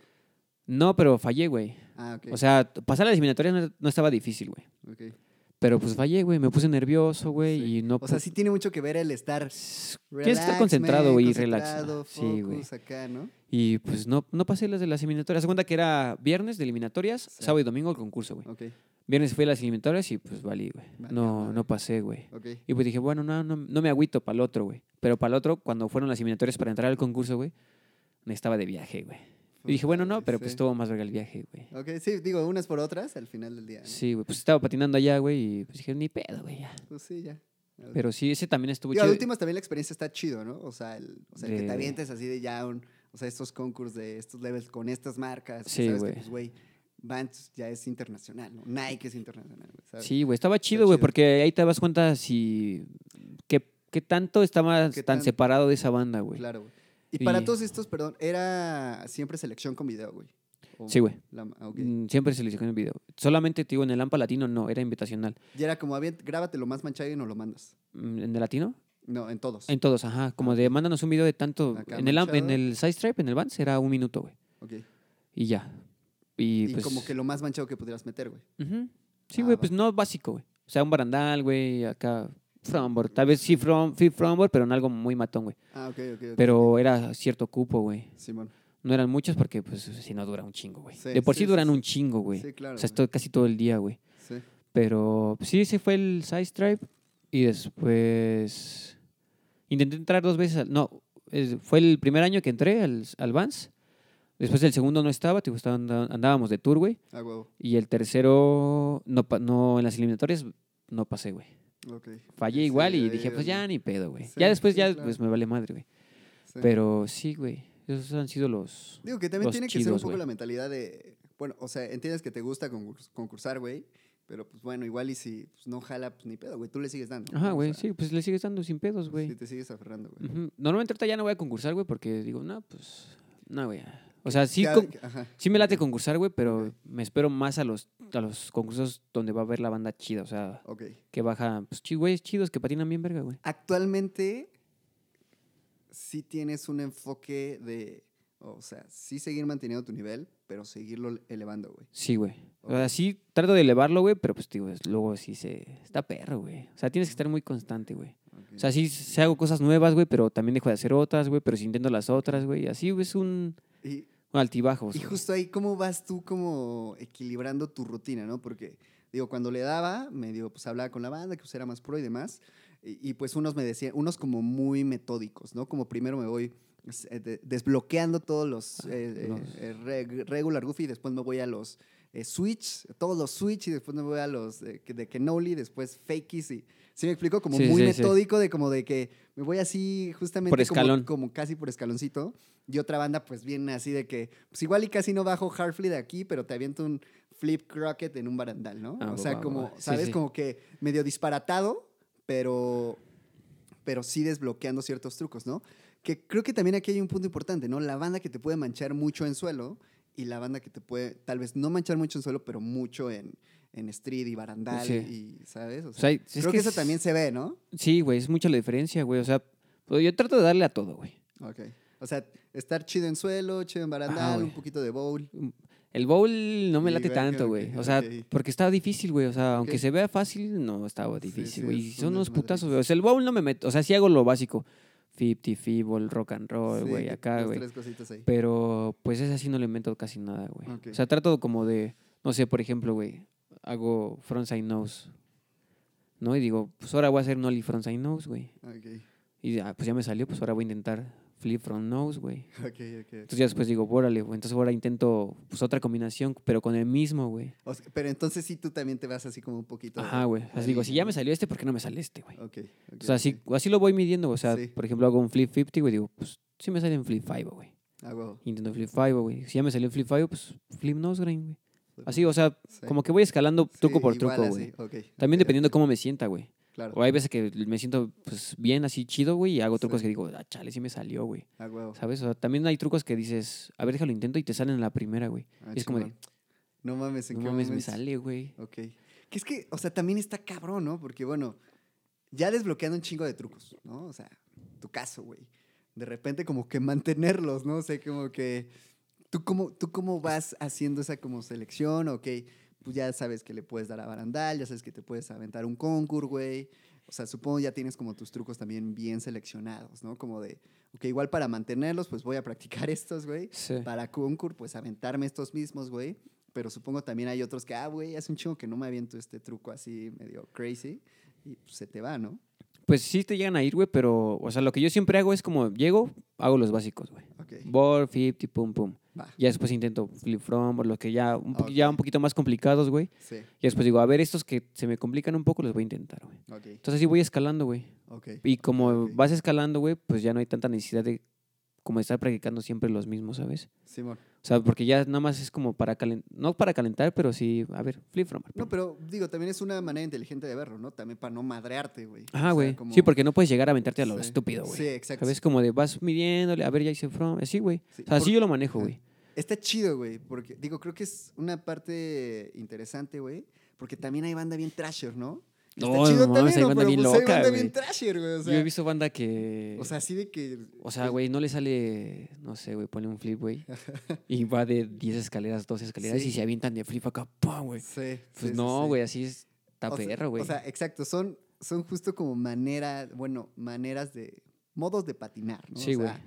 S2: No, pero fallé, güey.
S1: Ah, ok.
S2: O sea, t- pasar las eliminatorias no, no estaba difícil, güey.
S1: ok.
S2: Pero pues fallé, güey. Me puse nervioso, güey.
S1: Sí.
S2: Y no
S1: O sea,
S2: pu-
S1: sí tiene mucho que ver el estar.
S2: Tienes que estar
S1: relax,
S2: concentrado,
S1: man,
S2: güey, y relax.
S1: concentrado,
S2: Ah, Sí, güey.
S1: focus acá, ¿no?
S2: Y pues no, no pasé las de las eliminatorias. Haz cuenta que era viernes de eliminatorias,
S1: Sí.
S2: sábado y domingo el concurso, güey.
S1: Ok,
S2: Viernes fui a las eliminatorias y pues valí, güey.
S1: Valió
S2: No,
S1: madre.
S2: no pasé, güey.
S1: ok.
S2: Y pues dije, bueno, no, no, no me agüito para el otro, güey. Pero para el otro, cuando fueron las eliminatorias para entrar al concurso, güey, me estaba de viaje, güey. Y dije, bueno, no,
S1: Madre,
S2: pero pues
S1: sí.
S2: estuvo más verga el viaje, güey.
S1: Ok, sí, digo, unas por otras al final del día. ¿no?
S2: Sí, güey, pues estaba patinando allá, güey, y pues dije, ni pedo, güey, ya.
S1: Pues sí, ya. Al-
S2: Pero sí, ese también estuvo
S1: Digo, al
S2: chido.
S1: últimas también la experiencia está chido, ¿no? O sea, el, o sea, el que
S2: De-
S1: te avientes así de ya un, o sea, estos concursos de estos levels con estas marcas. que
S2: Sí,
S1: sabes que,
S2: güey.
S1: Pues, güey, Vans ya es internacional, ¿no? Nike es internacional, güey, ¿sabes?
S2: Sí, güey, estaba chido, güey,
S1: chido.
S2: porque ahí te das cuenta si... ¿Qué, qué tanto estaba
S1: ¿Qué
S2: tan,
S1: tan-
S2: separado de esa banda, güey?
S1: Claro, güey. Y,
S2: Y-
S1: para todos estos, perdón, era siempre selección con video, güey. O
S2: Sí, güey.
S1: la- ah, ok.
S2: Mm, Siempre se le hicieron el video. Solamente, te digo, en el AMPA latino no, era invitacional.
S1: Y era como, a ver, grábate lo más manchado y nos lo mandas.
S2: Mm, ¿En el latino?
S1: No, en todos.
S2: En todos, ajá. Como de, mándanos un video de tanto...
S1: Acá
S2: En el, AMP- en
S1: manchado.
S2: el side stripe, en el Vans, era un minuto, güey.
S1: Ok.
S2: Y ya. Y,
S1: Y
S2: pues...
S1: como que lo más manchado que pudieras meter, güey.
S2: ujú. Sí,
S1: Ah,
S2: güey,
S1: va.
S2: pues no básico, güey. O sea, un barandal, güey, acá... Frombor, tal vez sí, from, sí frombor, pero en algo muy matón, güey.
S1: Ah, ok, ok. ok.
S2: Pero era cierto cupo, güey.
S1: Simón.
S2: No eran muchos porque, pues, si no dura un chingo, güey.
S1: Sí,
S2: de por
S1: sí,
S2: sí,
S1: sí,
S2: duran
S1: sí.
S2: un chingo, güey.
S1: Sí, claro.
S2: o sea,
S1: güey.
S2: esto casi todo el día, güey.
S1: Sí.
S2: Pero pues, sí, ese fue el side stripe. Y después intenté entrar dos veces. al- no, es- fue el primer año que entré al, al Vans. Después el segundo no estaba, tipo, estaba- anda- andábamos de tour, güey.
S1: Ah, huevo.
S2: Y el tercero, no, pa- no en las eliminatorias no pasé, güey.
S1: Ok.
S2: Fallé
S1: Sí,
S2: igual y
S1: ahí
S2: dije, pues
S1: donde-
S2: ya ni pedo, güey.
S1: Sí,
S2: ya después
S1: sí,
S2: ya
S1: claro.
S2: pues me vale madre, güey.
S1: sí.
S2: Pero sí, güey. Esos han sido los...
S1: Digo que también
S2: los
S1: tiene que ser un
S2: chidos,
S1: poco
S2: güey.
S1: la mentalidad de. Bueno, o sea, entiendes que te gusta concurs- concursar, güey. Pero pues bueno, igual y si pues, no jala, pues ni pedo, güey. Tú le sigues dando.
S2: Ajá,
S1: ¿no? O
S2: güey,
S1: sea,
S2: sí, pues le sigues dando sin pedos, güey.
S1: Si te sigues aferrando, güey.
S2: Ujú. Normalmente ahorita ya no voy a concursar, güey, porque digo, no, pues, no, güey. O sea, sí,
S1: Que a-
S2: con-
S1: que- ajá.
S2: sí me late concursar, güey, pero me espero más a los, a los concursos donde va a haber la banda chida, o sea,
S1: Ok.
S2: que baja, pues, chi- güeyes chidos que patinan bien verga, güey.
S1: Actualmente, sí tienes un enfoque de. O sea, sí seguir manteniendo tu nivel, pero seguirlo elevando, güey.
S2: Sí, güey. O
S1: Ok.
S2: sea, sí trato de elevarlo, güey, pero pues, digo, es- luego sí se... Está perro, güey. O sea, tienes que estar muy constante, güey.
S1: Ok.
S2: O sea, sí, sí hago cosas nuevas, güey, pero también dejo de hacer otras, güey, pero sí intento las otras, güey. Así güey, es un...
S1: Y
S2: no, altibajos.
S1: Y justo ahí, ¿cómo vas tú como equilibrando tu rutina, no? Porque, digo, cuando le daba, medio, pues hablaba con la banda, que pues era más pro y demás, y, y, pues unos me decían, unos como muy metódicos, ¿no? Como primero me voy eh, de- desbloqueando todos
S2: Ah,
S1: los, eh,
S2: los-
S1: eh, eh, reg- regular goofy, y después me voy a los eh, switch, todos los switch, y después me voy a los eh, que- de Kenoli, después fakies, y... Sí, me explico, como
S2: Sí,
S1: muy
S2: sí, sí.
S1: metódico de como de que me voy así justamente
S2: Por
S1: como-
S2: escalón.
S1: como casi por escaloncito. Y otra banda, pues viene así de que, pues igual y casi no bajo Harfley de aquí, pero te aviento un flip croquet en un barandal, ¿no?
S2: Ah,
S1: o sea,
S2: va, va,
S1: como,
S2: va. Sí,
S1: ¿sabes?
S2: sí.
S1: Como que medio disparatado, pero, pero sí desbloqueando ciertos trucos, ¿no? Que creo que también aquí hay un punto importante, ¿no? La banda que te puede manchar mucho en suelo y la banda que te puede, tal vez no manchar mucho en suelo, pero mucho en, en street y barandal
S2: Sí.
S1: y, ¿sabes? O
S2: O
S1: sea,
S2: sea, es
S1: creo que,
S2: que
S1: eso
S2: es-
S1: también se ve, ¿no?
S2: Sí, güey, es mucha la diferencia, güey. O sea, pues, yo trato de darle a todo, güey.
S1: Ok. O sea, estar chido en suelo, chido en barandal,
S2: Ah, güey.
S1: un poquito de bowl.
S2: El bowl no me
S1: Y
S2: late
S1: ver
S2: tanto,
S1: que-
S2: güey.
S1: que-
S2: O sea,
S1: ok.
S2: porque estaba difícil, güey. O sea, aunque
S1: Ok.
S2: se vea fácil, no estaba
S1: Sí, sí,
S2: difícil, güey. Y
S1: es
S2: son
S1: un
S2: unos
S1: desmadre.
S2: putazos, güey. O sea, el bowl no me meto. O sea, sí hago lo básico. 50, fibol, rock and roll,
S1: Sí,
S2: güey,
S1: que
S2: acá,
S1: dos,
S2: güey.
S1: tres cositas ahí.
S2: Pero pues es así, no le invento casi nada, güey.
S1: Ok.
S2: O sea, trato como de, no sé, por ejemplo, güey, hago frontside nose, ¿no? Y digo, pues ahora voy a hacer un ollie frontside nose, güey.
S1: Ok,
S2: Y ah, pues ya me salió, pues ahora voy a intentar flip front nose, güey.
S1: ok, ok.
S2: Entonces ya después digo, órale, güey. Entonces ahora intento pues otra combinación, pero con el mismo, güey.
S1: O sea, pero entonces sí tú también te vas así como un poquito.
S2: Ajá, güey. Así digo, si ya me salió este, ¿por qué no me sale este, güey?
S1: Ah, Ok, ok,
S2: O sea, así, así lo voy midiendo, güey. O sea,
S1: Sí.
S2: por ejemplo, hago un flip 50, güey, digo, pues sí me sale un flip 5, güey.
S1: ok. Ah, huevo.
S2: Intento flip 5, güey. Si ya me salió el flip 5, pues flip nose grind, güey.
S1: Flip
S2: Así, o sea,
S1: Sí.
S2: como que voy escalando truco
S1: Sí,
S2: por
S1: igual
S2: truco,
S1: así,
S2: güey.
S1: ok,
S2: También
S1: ok,
S2: dependiendo
S1: ok,
S2: cómo me sienta, güey.
S1: Claro,
S2: O hay veces que me siento pues bien así chido, güey, y hago trucos
S1: Sí.
S2: que digo, ah, chale, sí me salió, güey.
S1: ah, huevo.
S2: ¿Sabes? O sea, también hay trucos que dices, a ver, déjalo intento y te salen en la primera, güey.
S1: Ah,
S2: y es como de,
S1: chingón. No mames, ¿en
S2: no
S1: qué
S2: mames, me
S1: momento?
S2: sale, güey.
S1: Ok. Que es que, o sea, también está cabrón, ¿no? Porque, bueno, ya desbloqueando un chingo de trucos, ¿no? O sea, tu caso, güey. De repente como que mantenerlos, ¿no? O sea, como que... ¿Tú cómo, tú cómo vas haciendo esa como selección? Ok, pues ya sabes que le puedes dar a barandal, ya sabes que te puedes aventar un concurso, güey. O sea, supongo ya tienes como tus trucos también bien seleccionados, ¿no? Como de, ok, igual para mantenerlos, pues voy a practicar estos, güey
S2: Sí.
S1: para concur, pues aventarme estos mismos, güey. Pero supongo también hay otros que, ah, güey, hace un chingo que no me aviento este truco así medio crazy y pues, se te va, ¿no?
S2: Pues sí te llegan a ir, güey, pero, o sea, lo que yo siempre hago es como, llego, hago los básicos, güey.
S1: Ok,
S2: Ball, 50, pum, pum.
S1: va,
S2: Ya después intento flip from, por lo que ya un, poqu-
S1: Ok.
S2: ya un poquito más complicados, güey.
S1: sí,
S2: Y después digo, a ver, estos que se me complican un poco, los voy a intentar, güey.
S1: ok,
S2: Entonces así voy escalando, güey.
S1: ok.
S2: Y como
S1: ok.
S2: vas escalando, güey, pues ya no hay tanta necesidad de como estar practicando siempre los mismos, ¿sabes?
S1: Simón.
S2: O sea, porque ya nada más es como para calentar, no para calentar, pero sí, a ver, flip from.
S1: No, pero digo, también es una manera inteligente de verlo, ¿no? También para no madrearte, güey. O
S2: Ajá,
S1: sea,
S2: güey.
S1: como-
S2: Sí, porque no puedes llegar a aventarte a lo
S1: Sí.
S2: estúpido, güey.
S1: Sí, exacto.
S2: ¿Sabes? Como de vas midiéndole, a ver, ya hice from. Así, güey.
S1: Sí,
S2: O sea, así
S1: por-
S2: yo lo manejo,
S1: Ajá.
S2: güey.
S1: Está chido, güey, porque digo, creo que es una parte interesante, güey, porque también hay banda bien trasher, ¿no? Está
S2: No, no mames, hay
S1: ¿no?
S2: banda
S1: Pero, pues,
S2: bien loca,
S1: Hay banda
S2: güey.
S1: bien trasher, güey, o sea,
S2: yo he visto banda que.
S1: o sea, así de que...
S2: O sea, güey, no le sale, no sé, güey, pone un flip, güey. y va de 10 escaleras, 12 escaleras
S1: Sí.
S2: y se avientan de flip acá, ¡pum, güey!
S1: Sí,
S2: Pues
S1: sí, sí,
S2: no,
S1: sí.
S2: güey, así es
S1: O sea-
S2: perro, güey.
S1: O sea, exacto, son, son justo como maneras, bueno, maneras de, modos de patinar, ¿no? O
S2: Sí, güey.
S1: sea,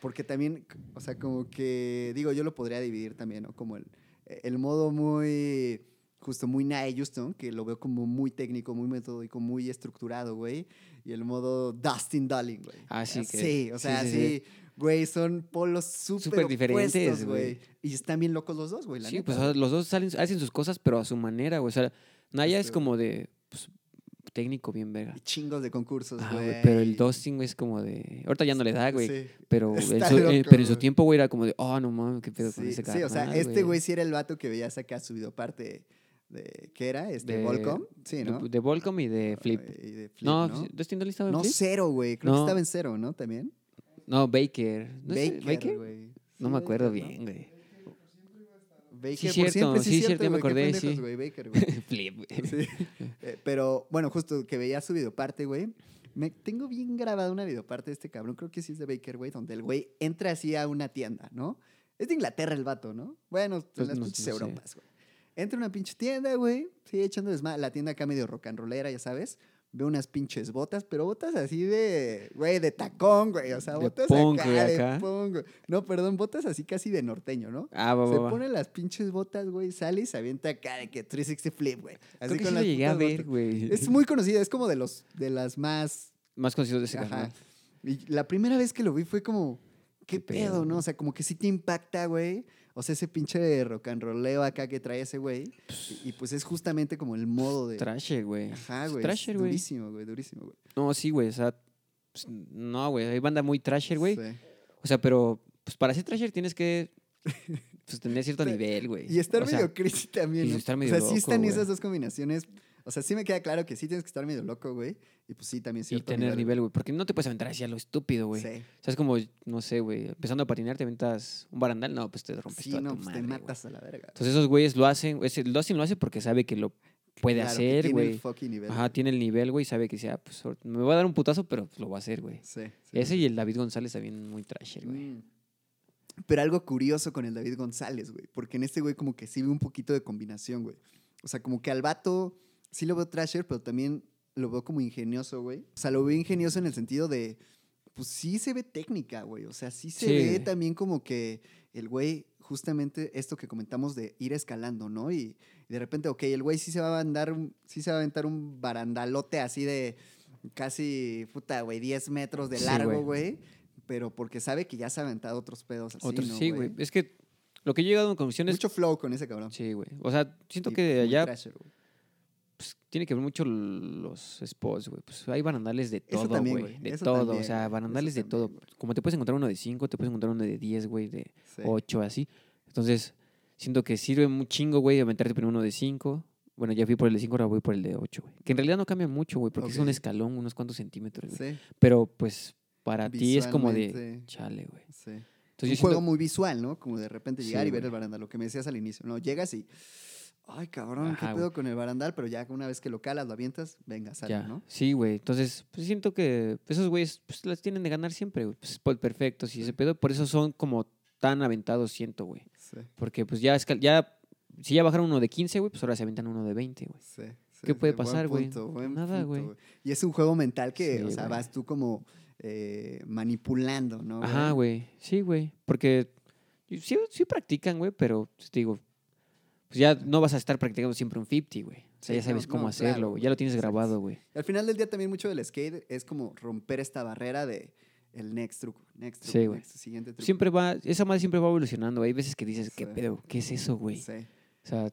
S1: porque también, c- o sea, como que, digo, yo lo podría dividir también, ¿no? Como el, el modo muy, justo muy Nae Houston, que lo veo como muy técnico, muy metódico, muy estructurado, güey. Y el modo Dustin Darling, güey.
S2: Ah, sí, que-
S1: Sí, o
S2: sí,
S1: sea,
S2: sí,
S1: sí,
S2: sí.
S1: güey, son polos súper
S2: diferentes,
S1: diferentes,
S2: güey.
S1: güey. Y están bien locos los dos, güey, la
S2: sí,
S1: neta,
S2: pues o
S1: güey.
S2: sea, los dos salen, hacen sus cosas, pero a su manera, güey. O sea, Naya es
S1: Este,
S2: como de pues, técnico bien verga.
S1: Y chingos de concursos,
S2: Ajá,
S1: güey.
S2: Ah, güey, pero el Dustin, güey, es como de. Ahorita ya no le da, güey.
S1: Sí.
S2: Pero, en su,
S1: Está
S2: eh,
S1: loco,
S2: pero en su
S1: güey.
S2: tiempo, güey, era como de, oh, no mames, qué pedo con
S1: Sí,
S2: ese
S1: sí, o sea,
S2: carnal,
S1: este güey sí era el vato que veías acá subido parte de. ¿Qué era? Este,
S2: De-
S1: Volcom. Sí,
S2: Eh, De-
S1: ¿no?
S2: De Volcom y de Flip.
S1: Y de Flip, no,
S2: no, ¿Dustin
S1: no,
S2: Dustin Dolly estaba en Flip.
S1: cero, güey. Creo
S2: No.
S1: que estaba en cero, ¿no? También.
S2: No, Baker. ¿No es- ¿Baker?
S1: güey.
S2: No
S1: Sí,
S2: me acuerdo
S1: Baker, ¿no?
S2: bien, güey.
S1: Baker,
S2: Sí,
S1: por
S2: cierto,
S1: siempre,
S2: sí, cierto, ya me
S1: güey, qué
S2: acordé,
S1: pendejos,
S2: sí.
S1: güey, Baker, güey.
S2: Flip, güey.
S1: Sí. Eh, Pero bueno, justo que veía su videoparte, güey. Me tengo bien grabada una videoparte de este cabrón, creo que sí es de Baker, güey, donde el güey entra así a una tienda, ¿no? Es de Inglaterra el vato, ¿no? Bueno, en
S2: Pues
S1: las
S2: no-
S1: pinches
S2: no sé.
S1: Europas, güey. Entra a una pinche tienda, güey. Sí, echando desmadre. La tienda acá medio rock and rollera, ya sabes. veo unas pinches botas, pero botas así de, güey, de tacón, güey. O sea,
S2: De
S1: botas
S2: punk,
S1: acá,
S2: güey,
S1: de
S2: acá.
S1: punk, güey. No, perdón, botas así casi de norteño, ¿no?
S2: Ah, va,
S1: Se
S2: va, va.
S1: pone las pinches botas, güey, sale y se avienta acá de que 360 flip, güey.
S2: Creo
S1: Así
S2: que
S1: con
S2: sí lo
S1: las
S2: llegué a
S1: putas
S2: ver,
S1: botas.
S2: güey.
S1: Es muy conocida, es como de los de las más.
S2: Más conocido de ese
S1: ajá.
S2: canal.
S1: Y la primera vez que lo vi fue como, ¿qué,
S2: Qué
S1: pedo,
S2: pedo,
S1: no?
S2: ¿no?
S1: O sea, como que sí te impacta, güey. O sea, ese pinche rock and rolleo acá que trae ese güey. Y, y pues es justamente como el modo de.
S2: Trasher, güey.
S1: Ajá,
S2: Es
S1: güey. es
S2: Thrasher, güey.
S1: durísimo, güey, durísimo, güey.
S2: No, sí, güey. O sea, pues, no, güey. Hay banda muy trasher, güey.
S1: Sí.
S2: O sea, pero pues para ser trasher tienes que pues, tener cierto
S1: Te-
S2: nivel, güey.
S1: Y estar
S2: O sea,
S1: medio crazy también.
S2: y
S1: ¿no?
S2: estar
S1: o
S2: medio
S1: sea, sí están
S2: loco,
S1: esas
S2: güey.
S1: dos combinaciones. O sea, sí me queda claro que sí tienes que estar medio loco, güey. Y pues sí, también
S2: Y
S1: cierto
S2: tener nivel, güey. Porque no te puedes aventar hacia lo estúpido, güey.
S1: Sí.
S2: O sea, es como, no sé, güey. Empezando a patinar, te aventas un barandal. No, pues te rompes
S1: Sí,
S2: toda
S1: no,
S2: tu
S1: pues
S2: madre,
S1: te
S2: güey.
S1: matas a la verga.
S2: Entonces esos güeyes lo hacen. ese- Lo hacen, lo hace porque sabe que lo puede
S1: Claro, que
S2: hacer,
S1: tiene el
S2: güey.
S1: fucking nivel,
S2: Ajá,
S1: güey.
S2: tiene el nivel, güey. Sabe que dice, ah, pues ahor- me voy a dar un putazo, pero pues, lo va a hacer, güey.
S1: Sí, sí.
S2: Ese y el David González también muy trasher, güey.
S1: Mm. Pero algo curioso con el David González, güey. Porque en este güey como que sí ve un poquito de combinación, güey. O sea, como que al vato sí lo veo trasher, pero también lo veo como ingenioso, güey. O sea, lo veo ingenioso en el sentido de, pues sí se ve técnica, güey. O sea, sí se
S2: Sí,
S1: ve
S2: güey.
S1: también como que el güey, justamente esto que comentamos de ir escalando, ¿no? Y, y de repente, ok, el güey sí se va a andar, un- sí se va a aventar un barandalote así de casi, puta, güey, 10 metros de
S2: Sí,
S1: largo,
S2: güey.
S1: güey. Pero porque sabe que ya se ha aventado otros pedos así,
S2: Otro,
S1: ¿no,
S2: sí, güey. Es que lo que he llegado a conclusiones.
S1: Mucho flow con ese cabrón.
S2: Sí, güey. O sea, siento
S1: Y
S2: que de
S1: muy
S2: allá
S1: thrasher, güey.
S2: pues, tiene que ver mucho l- los spots, güey. Pues hay barandales de
S1: Eso
S2: todo,
S1: también,
S2: güey.
S1: güey.
S2: De
S1: Eso
S2: todo.
S1: también,
S2: o sea,
S1: güey.
S2: barandales
S1: Eso
S2: de todo.
S1: también,
S2: Como te puedes encontrar uno de 5, te puedes encontrar uno de 10, güey, de
S1: Sí.
S2: 8, así. Entonces, siento que sirve un chingo, güey, aventarte primero uno de 5. Bueno, ya fui por el de 5, ahora voy por el de 8, güey. Que en realidad no cambia mucho, güey, porque es un
S1: Ok.
S2: escalón, unos cuantos centímetros, güey.
S1: Sí,
S2: Pero pues para ti es como de
S1: visualmente,
S2: chale, güey.
S1: sí.
S2: Entonces,
S1: un
S2: yo
S1: juego
S2: siento-
S1: muy visual, ¿no? Como de repente
S2: Sí,
S1: llegar y ver
S2: güey.
S1: el barandal, lo que me decías al inicio. No, llegas y. Ay, cabrón,
S2: Ajá,
S1: qué pedo con el barandal, pero ya una vez que lo calas, lo avientas, venga, sale,
S2: Ya,
S1: ¿no?
S2: Sí, güey. Entonces, pues siento que esos güeyes pues, las tienen de ganar siempre, güey. Pues, spot perfectos y ese pedo. Por eso son como tan aventados, siento, güey.
S1: Sí,
S2: Porque pues ya, escal- ya si ya bajaron uno de 15, güey, pues ahora se aventan uno de 20, güey.
S1: sí. sí,
S2: ¿Qué puede
S1: sí, buen
S2: pasar, güey?
S1: punto, buen
S2: Nada,
S1: punto,
S2: güey.
S1: Y es un juego mental que,
S2: Sí,
S1: o sea,
S2: güey.
S1: vas tú como eh, manipulando, ¿no?
S2: Ajá, güey. Sí, güey. Porque y sí, sí practican, güey, pero pues, te digo, pues ya no vas a estar practicando siempre un 50, güey. O
S1: Sí,
S2: sea, ya sabes
S1: no,
S2: cómo
S1: no,
S2: hacerlo,
S1: claro,
S2: güey. Ya lo
S1: güey.
S2: tienes
S1: Exacto.
S2: grabado, güey.
S1: Al final del día también mucho del skate es como romper esta barrera de el next truco, next
S2: Sí,
S1: truco,
S2: güey.
S1: next, siguiente truco.
S2: Siempre va, esa madre siempre va evolucionando. güey. Hay veces que dices, ¿qué
S1: Sí.
S2: pedo? ¿Qué es eso, güey?
S1: Sí.
S2: O sea,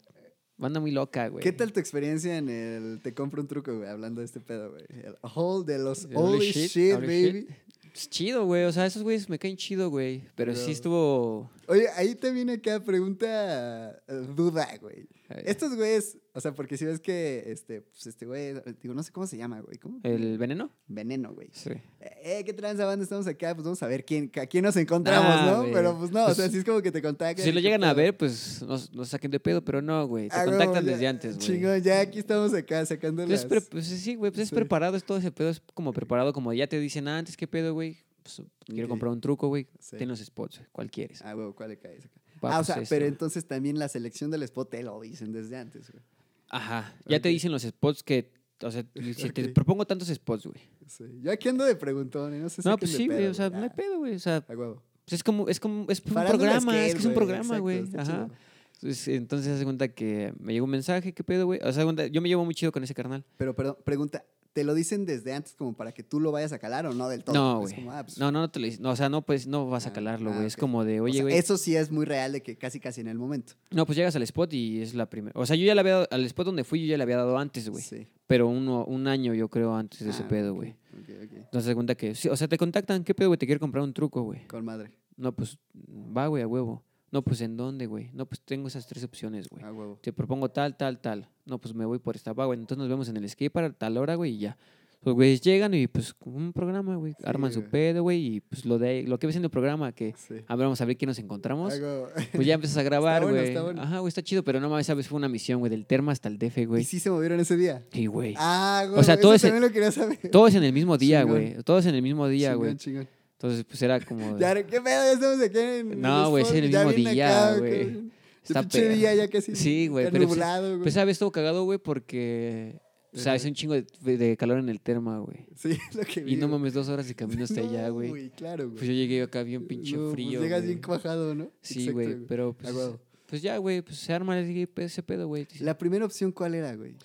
S2: banda muy loca, güey.
S1: ¿Qué tal tu experiencia en el te compro un truco, güey? Hablando de este pedo, güey. El hall de los
S2: El
S1: holy
S2: holy
S1: shit,
S2: shit, holy
S1: baby.
S2: shit. Es chido, güey. O sea, esos güeyes me caen chido, güey. Pero
S1: Bro.
S2: sí estuvo.
S1: Oye, ahí también acá pregunta eh, duda, güey. Estos güeyes, o sea, porque si ves que este, pues este güey, digo, no sé cómo se llama, güey. ¿Cómo?
S2: ¿El veneno?
S1: Veneno, güey.
S2: Sí.
S1: Eh, ¿qué tranza banda? Estamos acá, pues vamos a ver quién, a quién nos encontramos,
S2: Nah,
S1: ¿no?
S2: Ah, güey.
S1: Pero pues no, o sea,
S2: Pues,
S1: sí es como que te contactan.
S2: Si
S1: y
S2: lo
S1: qué
S2: llegan a
S1: pedo.
S2: ver, pues nos, nos saquen de pedo, pero no, güey. Te
S1: Ah, huevo,
S2: contactan
S1: ya,
S2: desde antes, güey.
S1: Chingón, ya aquí estamos acá sacando
S2: Entonces,
S1: las...
S2: pre- pues sí, güey, pues es
S1: Sí.
S2: preparado, es todo ese pedo, es como preparado, como ya te dicen "Ah, antes, ¿qué pedo, güey? Pues, quiero
S1: Ok.
S2: comprar un truco, güey.
S1: Sí.
S2: Ten los spots, güey, ¿cuál quieres?
S1: Ah, huevo, ¿cuál le caes acá?
S2: Va,
S1: ah, o
S2: pues,
S1: sea,
S2: este.
S1: pero entonces también la selección del spot te lo dicen desde antes, güey.
S2: Ajá. Ya te
S1: Ok.
S2: dicen los spots que. O sea, si te
S1: Ok.
S2: propongo tantos spots, güey.
S1: Sí. Yo aquí ando de preguntón, ¿eh? no sé
S2: No,
S1: saquen
S2: pues
S1: de
S2: sí, güey.
S1: pedo,
S2: O sea,
S1: güey.
S2: no hay
S1: Ah,
S2: pedo, güey. O sea,
S1: A huevo.
S2: Pues es como, es como, es un
S1: Farándula
S2: programa,
S1: skate,
S2: es que es un
S1: güey,
S2: programa,
S1: exacto,
S2: güey.
S1: está
S2: Ajá.
S1: chido.
S2: Entonces, entonces se cuenta que me llegó un mensaje, ¿qué pedo, güey? O sea, haz de cuenta, yo me llevo muy chido con ese carnal.
S1: Pero perdón, pregunta, ¿te lo dicen desde antes como para que tú lo vayas a calar o no del todo?
S2: no,
S1: Es
S2: güey.
S1: como, ah, pues,
S2: No, no, no te lo dice- No, o sea, no, pues no vas
S1: Ah,
S2: a calarlo,
S1: ah,
S2: güey. Es
S1: ok.
S2: como de,
S1: o
S2: oye,
S1: sea,
S2: güey.
S1: eso sí es muy real de que casi casi en el momento.
S2: No, pues llegas al spot y es la primera. O sea, yo ya le había dado, al spot donde fui, yo ya le había dado antes, güey.
S1: Sí.
S2: Pero uno, un año, yo creo, antes de ese
S1: Ah,
S2: pedo,
S1: ok,
S2: güey.
S1: ok, ok.
S2: Entonces se cuenta que, sí, o sea, te contactan, ¿qué pedo, güey? Te quiero comprar un truco, güey.
S1: Con madre,
S2: No, pues va, güey, a huevo. No, pues en dónde, güey. No, pues tengo esas tres opciones, güey.
S1: a huevo.
S2: te propongo tal, tal, tal. No, pues me voy por esta va, güey. Entonces nos vemos en el skate para tal hora, güey, y ya. Los güeyes llegan y pues como un programa, güey. arman su
S1: güey.
S2: pedo, güey, y pues lo de lo que ves en el programa, que
S1: Sí.
S2: a ver, vamos a ver quién nos encontramos.
S1: A huevo.
S2: Pues ya empiezas a grabar,
S1: bueno,
S2: güey.
S1: está bueno.
S2: Ajá, güey, está chido, pero no mames, sabes, fue una misión, güey, del Terma hasta el DF,
S1: ¿Y
S2: güey.
S1: sí se movieron ese día?
S2: Y, güey.
S1: Ah, güey.
S2: O sea, todo
S1: eso
S2: ese-
S1: también lo quería saber.
S2: Todo es en el mismo día,
S1: Chingón.
S2: güey. Todo es en el mismo día,
S1: Chingón,
S2: güey.
S1: chingón.
S2: Entonces, pues era como. de-
S1: Ya, ¿qué pedo? Ya estamos aquí en
S2: No, güey, sí,
S1: spot,
S2: el
S1: ya
S2: mismo
S1: viene
S2: día,
S1: acá,
S2: güey.
S1: cabrón.
S2: Está
S1: pinche
S2: perro.
S1: día ya casi
S2: Sí, güey,
S1: está
S2: pero pues-
S1: nublado, güey.
S2: Pues sabes, todo cagado, güey, porque O sea, hace un chingo de, de calor en el terma, güey.
S1: Sí, es lo que
S2: Y no
S1: digo.
S2: mames, dos horas de camino hasta allá,
S1: No,
S2: güey.
S1: claro, güey.
S2: Pues yo llegué acá bien pinche
S1: No, pues
S2: frío.
S1: llegas
S2: güey.
S1: bien bajado, ¿no?
S2: Sí,
S1: Exacto,
S2: güey, pero
S1: Ah,
S2: pues,
S1: huevo.
S2: pues ya, güey, pues se arma el- ese pedo, güey.
S1: La primera opción, ¿cuál era, güey?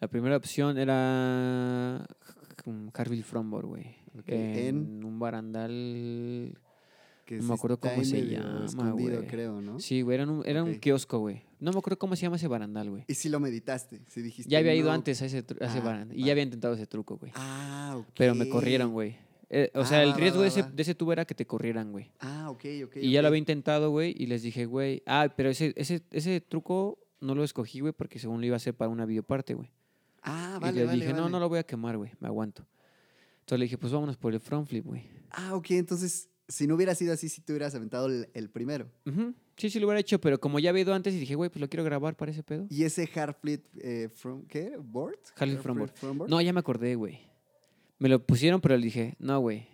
S2: La primera opción era mm, Harville Frombor, güey.
S1: Ok,
S2: En,
S1: en-
S2: un barandal.
S1: Que
S2: No
S1: sí
S2: me acuerdo
S1: está
S2: cómo
S1: ahí
S2: se
S1: medio
S2: llama,
S1: escondido,
S2: güey.
S1: creo, ¿no?
S2: Sí, güey, era, en un, era un
S1: Ok.
S2: kiosco, güey. No me acuerdo cómo se llama ese barandal, güey.
S1: Y si lo meditaste, si dijiste.
S2: Ya había ido
S1: "No".
S2: antes a ese, tru- a ese
S1: Ah,
S2: barandal y
S1: vale.
S2: ya había intentado ese truco, güey.
S1: Ah, ok.
S2: Pero me corrieron, güey. Eh, o
S1: Ah,
S2: sea, el
S1: va,
S2: riesgo
S1: va,
S2: de, ese,
S1: va.
S2: de ese tubo era que te corrieran, güey.
S1: Ah, ok, ok.
S2: Y ya lo
S1: ok.
S2: había intentado, güey, y les dije, güey, ah, pero ese, ese, ese truco no lo escogí, güey, porque según lo iba a hacer para una videoparte, güey.
S1: Ah, vale,
S2: y les
S1: vale,
S2: dije, no,
S1: vale.
S2: no lo voy a quemar, güey, me aguanto. Entonces le dije, pues vámonos por el front flip, güey.
S1: Ah, ok, entonces, si no hubiera sido así, si te hubieras aventado el, el primero.
S2: Ujú, Sí, sí lo hubiera hecho, pero como ya había ido antes y dije, güey, pues lo quiero grabar para ese pedo.
S1: ¿Y ese hard flip eh, from qué? ¿Board?
S2: Hard
S1: Hard
S2: from
S1: flip from board?
S2: No, ya me acordé, güey. Me lo pusieron, pero le dije, no, güey.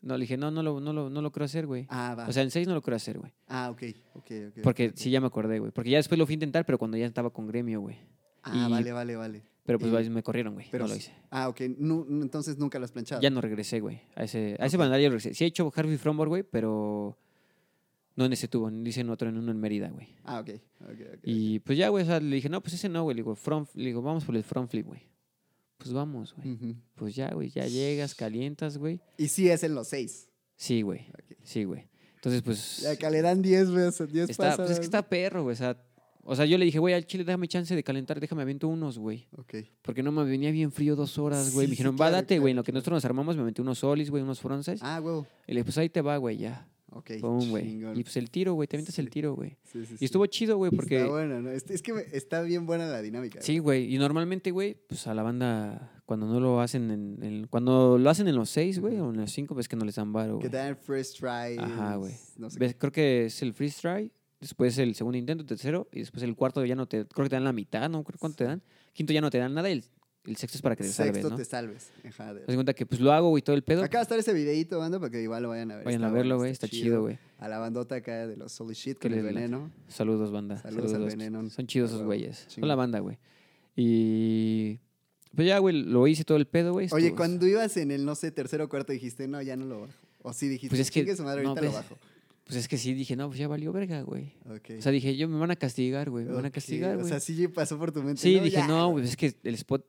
S2: No, le dije, no, no lo, no lo, no lo quiero hacer, güey.
S1: Ah, va.
S2: O sea, en seis no lo quiero hacer, güey.
S1: ah, ok, ok, ok.
S2: Porque
S1: ok.
S2: sí, ya me acordé, güey. Porque ya después lo fui a intentar, pero cuando ya estaba con gremio, güey.
S1: Ah,
S2: y-
S1: vale, vale, vale.
S2: Pero pues
S1: Y-
S2: vaya, me corrieron, güey.
S1: Pero
S2: No lo
S1: sí-
S2: hice.
S1: Ah, ok, nu- nu- entonces nunca lo has planchado.
S2: Ya no regresé, güey. A ese, a ese
S1: Ok.
S2: bandal ya regresé. Sí he hecho Harvey Frombor, güey, pero no en ese tubo. Hice en otro, en uno en Mérida, güey.
S1: Ah, ok, ok, ok.
S2: Y pues ya, güey, o sea, le dije, no, pues ese no, güey. Le digo, front, le digo, vamos por el front flip, güey. Pues vamos, güey.
S1: Ujú.
S2: Pues ya, güey, ya llegas, calientas, güey.
S1: Y sí es en los seis.
S2: Sí, güey.
S1: Ok.
S2: Sí, güey. Entonces, pues...
S1: Y Acá le dan 10, güey, o sea, 10
S2: está, pues es que
S1: pasadas.
S2: está perro, güey. O sea, o sea, yo le dije, güey, al chile, déjame chance de calentar, déjame aviento unos, güey.
S1: Ok.
S2: Porque no me venía bien frío dos horas, güey.
S1: Sí,
S2: me
S1: sí,
S2: dijeron, va,
S1: claro,
S2: date, güey. En
S1: claro,
S2: lo que nosotros nos armamos, me metí unos solis, güey, unos fronces.
S1: Ah, huevo.
S2: Y le dije, pues ahí te va, güey, ya.
S1: Ok.
S2: Pum, güey.
S1: chingón.
S2: Y pues el tiro, güey, te avientas el
S1: Sí.
S2: tiro, güey.
S1: Sí, sí,
S2: Y
S1: sí.
S2: estuvo chido, güey,
S1: Está
S2: porque...
S1: bueno, ¿no? Este, Es, es que me- está bien buena la dinámica.
S2: Sí, güey. Y normalmente, güey, pues a la banda, cuando no lo hacen en... en- cuando lo hacen en los seis, güey,
S1: Ujú.
S2: o en los cinco, ves que no les dan varo,
S1: Que
S2: güey.
S1: te dan first try.
S2: Ajá, güey.
S1: No sé
S2: Ves, Creo que es el freeze try, después el segundo intento, tercero, y después el cuarto ya no te... Creo que te dan la mitad, ¿no? Creo cuánto te dan. Quinto ya no te dan nada y el, el sexto es para que
S1: qué.
S2: te
S1: Sexto
S2: salves, ¿no?
S1: te salves. Ajá, de-
S2: Haz de cuenta que pues lo hago, güey, todo el pedo.
S1: Acaba de estar ese videito, banda, para que igual lo vayan a ver.
S2: Vayan
S1: Está
S2: a verlo,
S1: bueno,
S2: güey. Está chido, güey.
S1: A la bandota acá de los Solid Shit
S2: Que
S1: con el
S2: les late.
S1: veneno.
S2: Saludos, banda.
S1: Saludos al Venenón.
S2: Son chidos
S1: A
S2: esos
S1: huevo.
S2: güeyes. Son
S1: Chingón.
S2: la banda, güey. Y... Pues ya, güey, lo hice todo el pedo, güey.
S1: Oye,
S2: estuvo-
S1: cuando ibas en el, no sé, tercero o cuarto, dijiste, no, ya no lo bajo. O sí dijiste,
S2: Pues es que-
S1: "Chingue su madre,
S2: no,
S1: ahorita lo
S2: pues-
S1: bajo.
S2: Pues es que sí, dije, no, pues ya valió verga, güey.
S1: Ok.
S2: O sea, dije, yo me van a castigar, güey. Me van a
S1: Ok,
S2: castigar,
S1: O
S2: güey.
S1: sea, sí pasó por tu mente.
S2: Sí, dije,
S1: ya,
S2: no, güey, es que el spot.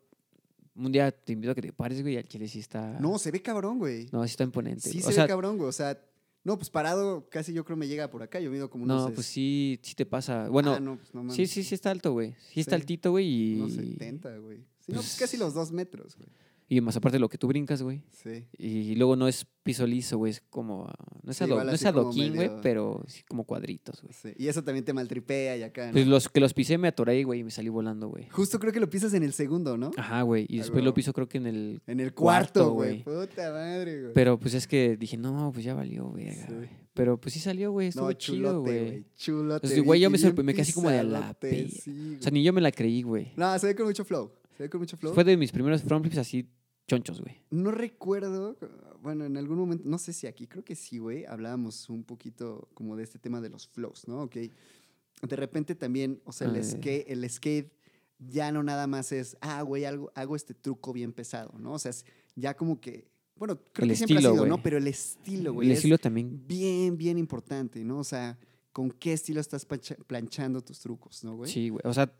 S2: Un día te invito a que te pares, güey, y al chile sí está.
S1: No, se ve cabrón, güey.
S2: No, sí está imponente.
S1: sí,
S2: güey.
S1: se
S2: o sea,
S1: ve cabrón, güey. O sea, no, pues parado casi yo creo me llega por acá. Yo mido como unos...
S2: no, pues sí, sí te pasa. Bueno,
S1: Ah, no, pues no mames.
S2: sí, sí, sí está alto, güey. Sí está
S1: Sí.
S2: altito, güey, y.
S1: Unos 70, güey. Sí, no, pues
S2: Pues-
S1: casi los dos metros, güey.
S2: Y más aparte de lo que tú brincas, güey.
S1: Sí.
S2: Y luego no es piso liso, güey, es como. No es,
S1: Sí,
S2: ado-
S1: igual
S2: no es
S1: así como
S2: adoquín, güey,
S1: medio-
S2: pero sí como cuadritos, güey.
S1: sí. Y eso también te maltripea y acá, ¿no?
S2: Pues los que los pisé me atoré, güey, y me salí volando, güey.
S1: Justo creo que lo pisas en el segundo, ¿no?
S2: Ajá, güey. Y
S1: Ah,
S2: después lo
S1: huevo.
S2: piso, creo que en el
S1: En el cuarto,
S2: Cuarto,
S1: güey. Puta madre, güey.
S2: Pero pues es que dije, no, pues ya valió, verga,
S1: Sí.
S2: güey. Pero pues sí salió, güey, estuvo
S1: no,
S2: chido,
S1: chulote,
S2: güey.
S1: güey. Chulote.
S2: Entonces, güey, yo
S1: bien-
S2: me
S1: bien
S2: sorpre- me quedé así como de a la
S1: pisadote,
S2: pe-
S1: sí,
S2: O sea,
S1: güey.
S2: ni yo me la creí, güey.
S1: No, se ve con mucho flow. Se ve con mucho flow.
S2: Fue de mis primeros front flips así chonchos, güey.
S1: No recuerdo, bueno, en algún momento, no sé si aquí, creo que sí, güey, hablábamos un poquito como de este tema de los flows, ¿no? Ok. De repente también, o sea, el,
S2: Ah, ya, ya.
S1: skate, el skate ya no nada más es, ah, güey, algo, hago este truco bien pesado, ¿no? O sea, es ya como que, bueno, creo
S2: El
S1: que siempre ha
S2: estilo,
S1: sido, ¿no?
S2: güey.
S1: Pero el estilo, güey.
S2: El
S1: es-
S2: estilo también.
S1: bien, bien importante, ¿no? O sea, con qué estilo estás pancha- planchando tus trucos, ¿no, güey?
S2: Sí, güey. O sea,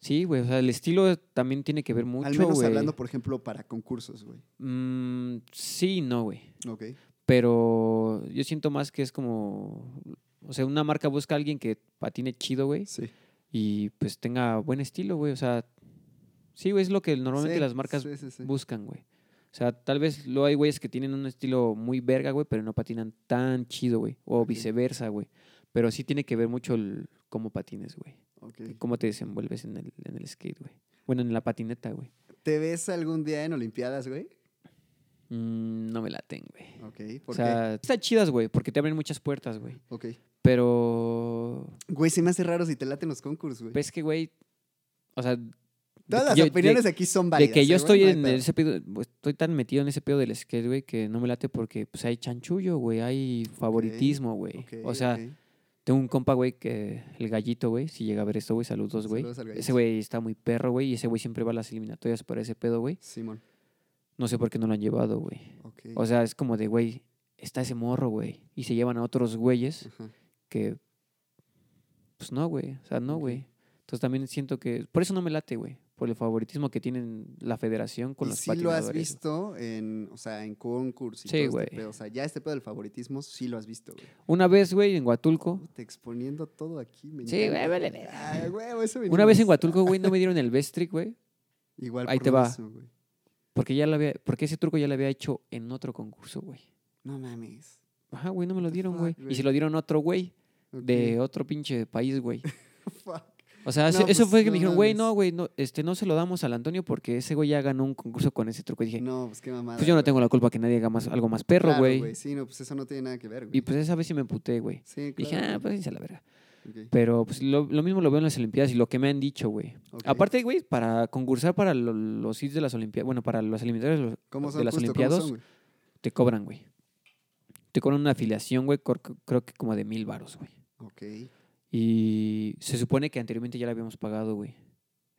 S2: sí, güey. O sea, el estilo también tiene que ver mucho,
S1: Al menos
S2: güey.
S1: hablando, por ejemplo, para concursos, güey.
S2: Mm, sí, y no, güey.
S1: Ok.
S2: Pero yo siento más que es como. O sea, una marca busca a alguien que patine chido, güey.
S1: Sí.
S2: Y pues tenga buen estilo, güey. O sea, sí, güey, es lo que normalmente
S1: Sí,
S2: las marcas
S1: sí, sí, sí.
S2: buscan, güey. O sea, tal vez lo hay güeyes que tienen un estilo muy verga, güey, pero no patinan tan chido, güey. O
S1: Ok.
S2: viceversa, güey. Pero sí tiene que ver mucho el cómo patines, güey.
S1: Ok.
S2: y Cómo te desenvuelves en el, en el skate, güey. Bueno, en la patineta, güey.
S1: ¿Te ves algún día en Olimpiadas, güey?
S2: Mm, no me la tengo, güey.
S1: Ok.
S2: O
S1: ¿Por
S2: sea, están chidas, güey, porque te abren muchas puertas, güey.
S1: qué? Ok.
S2: Pero.
S1: Güey, se me hace raro si te laten los concursos, güey.
S2: Ves que, güey. O sea. de
S1: Todas
S2: que
S1: las
S2: yo- de-
S1: opiniones aquí son
S2: de
S1: válidas.
S2: que yo
S1: ¿eh, güey?
S2: estoy
S1: No hay
S2: en
S1: pedo.
S2: ese pedo, pues, estoy tan metido en ese pedo del skate, güey, que no me late porque pues hay chanchullo, güey, hay favoritismo, güey.
S1: Ok,
S2: o sea,
S1: ok.
S2: Tengo un compa, güey, que el gallito, güey, si llega a ver esto, güey, saludos, güey.
S1: Saludos al gallito.
S2: Ese güey está muy perro, güey, y ese güey siempre va a las eliminatorias para ese pedo, güey.
S1: Simón.
S2: No sé por qué no lo han llevado, güey.
S1: Ok.
S2: O sea, es como de, güey, está ese morro, güey. Y se llevan a otros güeyes
S1: Ajá.
S2: que, pues no, güey. O sea, no,
S1: Ok.
S2: güey. Entonces también siento que, por eso no me late, güey. Por el favoritismo que tienen la federación con
S1: y
S2: los
S1: sí lo has
S2: patinadores, güey.
S1: visto en, o sea, en concursos y
S2: Sí,
S1: todo este
S2: güey.
S1: pedo. O sea, ya este pedo del favoritismo sí lo has visto, güey.
S2: Una vez, güey, en Huatulco,
S1: Puta, exponiendo todo aquí. Me
S2: Sí,
S1: encanta.
S2: güey, vale, verga.
S1: Ah, huevo, eso
S2: Una vez en
S1: venimos.
S2: Huatulco, güey, no me dieron el best trick, güey.
S1: Igual
S2: ahí
S1: por
S2: te
S1: lo
S2: va.
S1: mismo, güey.
S2: Porque ya lo había, porque ese truco ya lo había hecho en otro concurso, güey.
S1: No mames.
S2: Ajá, güey, no me lo
S1: What the
S2: dieron,
S1: fuck,
S2: güey.
S1: güey?
S2: Y se lo dieron a otro güey
S1: Ok.
S2: de oh, otro pinche país, güey.
S1: Fuck.
S2: O sea,
S1: No,
S2: se- eso
S1: pues,
S2: fue que
S1: no
S2: me dijeron, güey,
S1: mames.
S2: no, güey, no, este, no se lo damos al Antonio porque ese güey ya ganó un concurso con ese truco. Y dije,
S1: No, pues qué mamada.
S2: pues yo no
S1: güey.
S2: tengo la culpa que nadie haga más, algo más perro,
S1: Claro,
S2: güey.
S1: Sí, no, pues eso no tiene nada que ver, güey.
S2: y pues esa vez sí me puté, güey.
S1: sí, claro.
S2: Dije, ah,
S1: güey.
S2: pues a la verga.
S1: Ok.
S2: Pero pues lo, lo mismo lo veo en las Olimpiadas y lo que me han dicho, güey.
S1: Ok.
S2: Aparte, güey, para concursar para lo- los hits de las Olimpiadas, bueno, para los eliminatorios de los-
S1: ¿Cómo son
S2: de las
S1: justo? ¿Cómo
S2: Olimpiadas,
S1: son, güey?
S2: te cobran, güey. Te cobran una afiliación, güey, cor- creo que como de mil varos, güey.
S1: Ok.
S2: Y se supone que anteriormente ya la habíamos pagado, güey.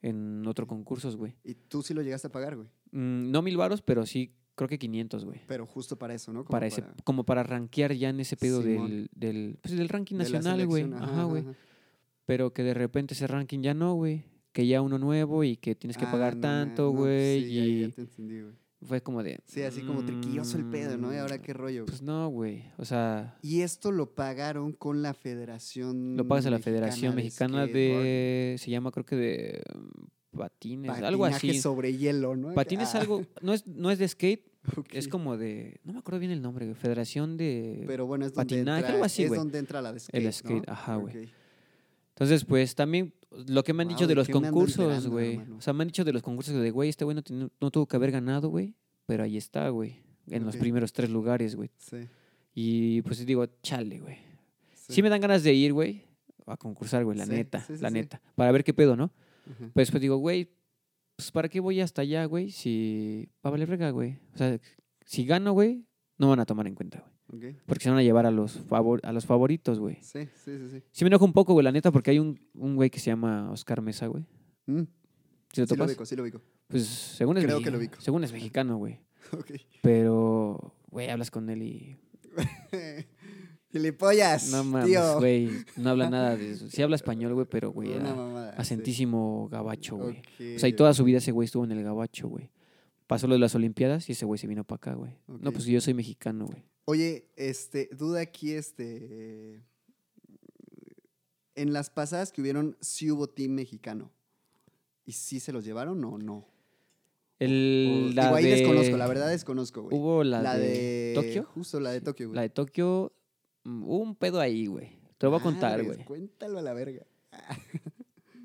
S2: En otros concursos, güey.
S1: Y tú sí lo llegaste a pagar, güey.
S2: Mm, no mil varos, pero sí creo que 500, güey.
S1: Pero justo para eso, ¿no? Como
S2: Para ese, como para rankear ya en ese pedo
S1: Simón.
S2: del, del, pues, del ranking
S1: de la
S2: nacional, güey.
S1: selección,
S2: Ajá, güey. Pero que de repente ese ranking ya no, güey. Que ya uno nuevo y que tienes que
S1: Ah,
S2: pagar
S1: no,
S2: tanto,
S1: no, pues
S2: güey.
S1: sí, ya- ya
S2: y
S1: te entendí, güey.
S2: fue como de.
S1: Sí, así como triquilloso el pedo, ¿no? Y ahora
S2: mm,
S1: qué rollo, güey.
S2: Pues no, güey. O sea,
S1: Y esto lo pagaron con la Federación.
S2: lo pagas a la Federación Mexicana
S1: Mm, Skateboard.
S2: de. Se llama, creo que de. mm, Patines, algo
S1: Patinaje
S2: así.
S1: sobre hielo, ¿no?
S2: Patines,
S1: Ah,
S2: algo. No es, no es de skate,
S1: ok.
S2: es como de. No me acuerdo bien el nombre, güey. Federación de.
S1: Pero bueno, es donde
S2: patinaje,
S1: entra,
S2: algo así,
S1: es
S2: güey.
S1: donde entra la de skate.
S2: El
S1: ¿no?
S2: skate, ajá, güey.
S1: Ok.
S2: Entonces, pues también lo que me han
S1: Guau,
S2: dicho de
S1: ¿de
S2: los
S1: qué me ando
S2: concursos,
S1: enterando,
S2: güey.
S1: hermano?
S2: O sea, me han dicho de los concursos de, güey, este güey no, tiene- no tuvo que haber ganado, güey. Pero ahí está, güey. En los
S1: Ok.
S2: primeros tres lugares, güey.
S1: Sí,
S2: Y pues digo, chale, güey.
S1: sí.
S2: Sí. me dan ganas de ir, güey, a concursar, güey, la
S1: Sí,
S2: neta,
S1: sí, sí,
S2: la
S1: sí.
S2: neta. Para ver qué pedo, ¿no?
S1: Ajá.
S2: Pero después digo, güey, pues ¿para qué voy hasta allá, güey? Si va a valer verga, güey. O sea, si gano, güey, no van a tomar en cuenta, güey.
S1: Ok.
S2: Porque se van a llevar a los, favor a los favoritos, güey.
S1: Sí, sí, sí. sí.
S2: Sí me enojo un poco, güey, la neta, porque hay un un güey que se llama Oscar Mesa, güey.
S1: Mm,
S2: ¿Sí lo
S1: sí lo
S2: topas?
S1: ubico, sí lo ubico.
S2: Pues según es,
S1: Creo
S2: meji-
S1: que lo ubico.
S2: según es mexicano, güey.
S1: Ok.
S2: Pero, güey, hablas con él y...
S1: Gilipollas.
S2: No mames,
S1: tío.
S2: güey. No habla nada de eso. Sí habla español, güey, pero, güey,
S1: Una
S2: era
S1: mamada, sí.
S2: acentísimo gabacho, güey.
S1: Ok,
S2: O sea, y toda su vida ese güey estuvo en el gabacho, güey. Pasó lo de las Olimpiadas y ese güey se vino para acá, güey. No,
S1: Ok.
S2: pues yo soy mexicano, güey.
S1: Oye, este, duda aquí, este. eh, En las pasadas que hubieron, sí hubo team mexicano. ¿Y sí se los llevaron o no?
S2: El,
S1: O-
S2: la
S1: digo, ahí
S2: de-
S1: desconozco, la verdad desconozco, güey.
S2: Hubo la,
S1: la
S2: de...
S1: de...
S2: Tokio.
S1: Justo la de Tokio, güey.
S2: La de Tokio. mm, Hubo un pedo ahí, güey. Te lo
S1: Ah,
S2: voy a contar,
S1: Madres,
S2: güey.
S1: Cuéntalo a la verga.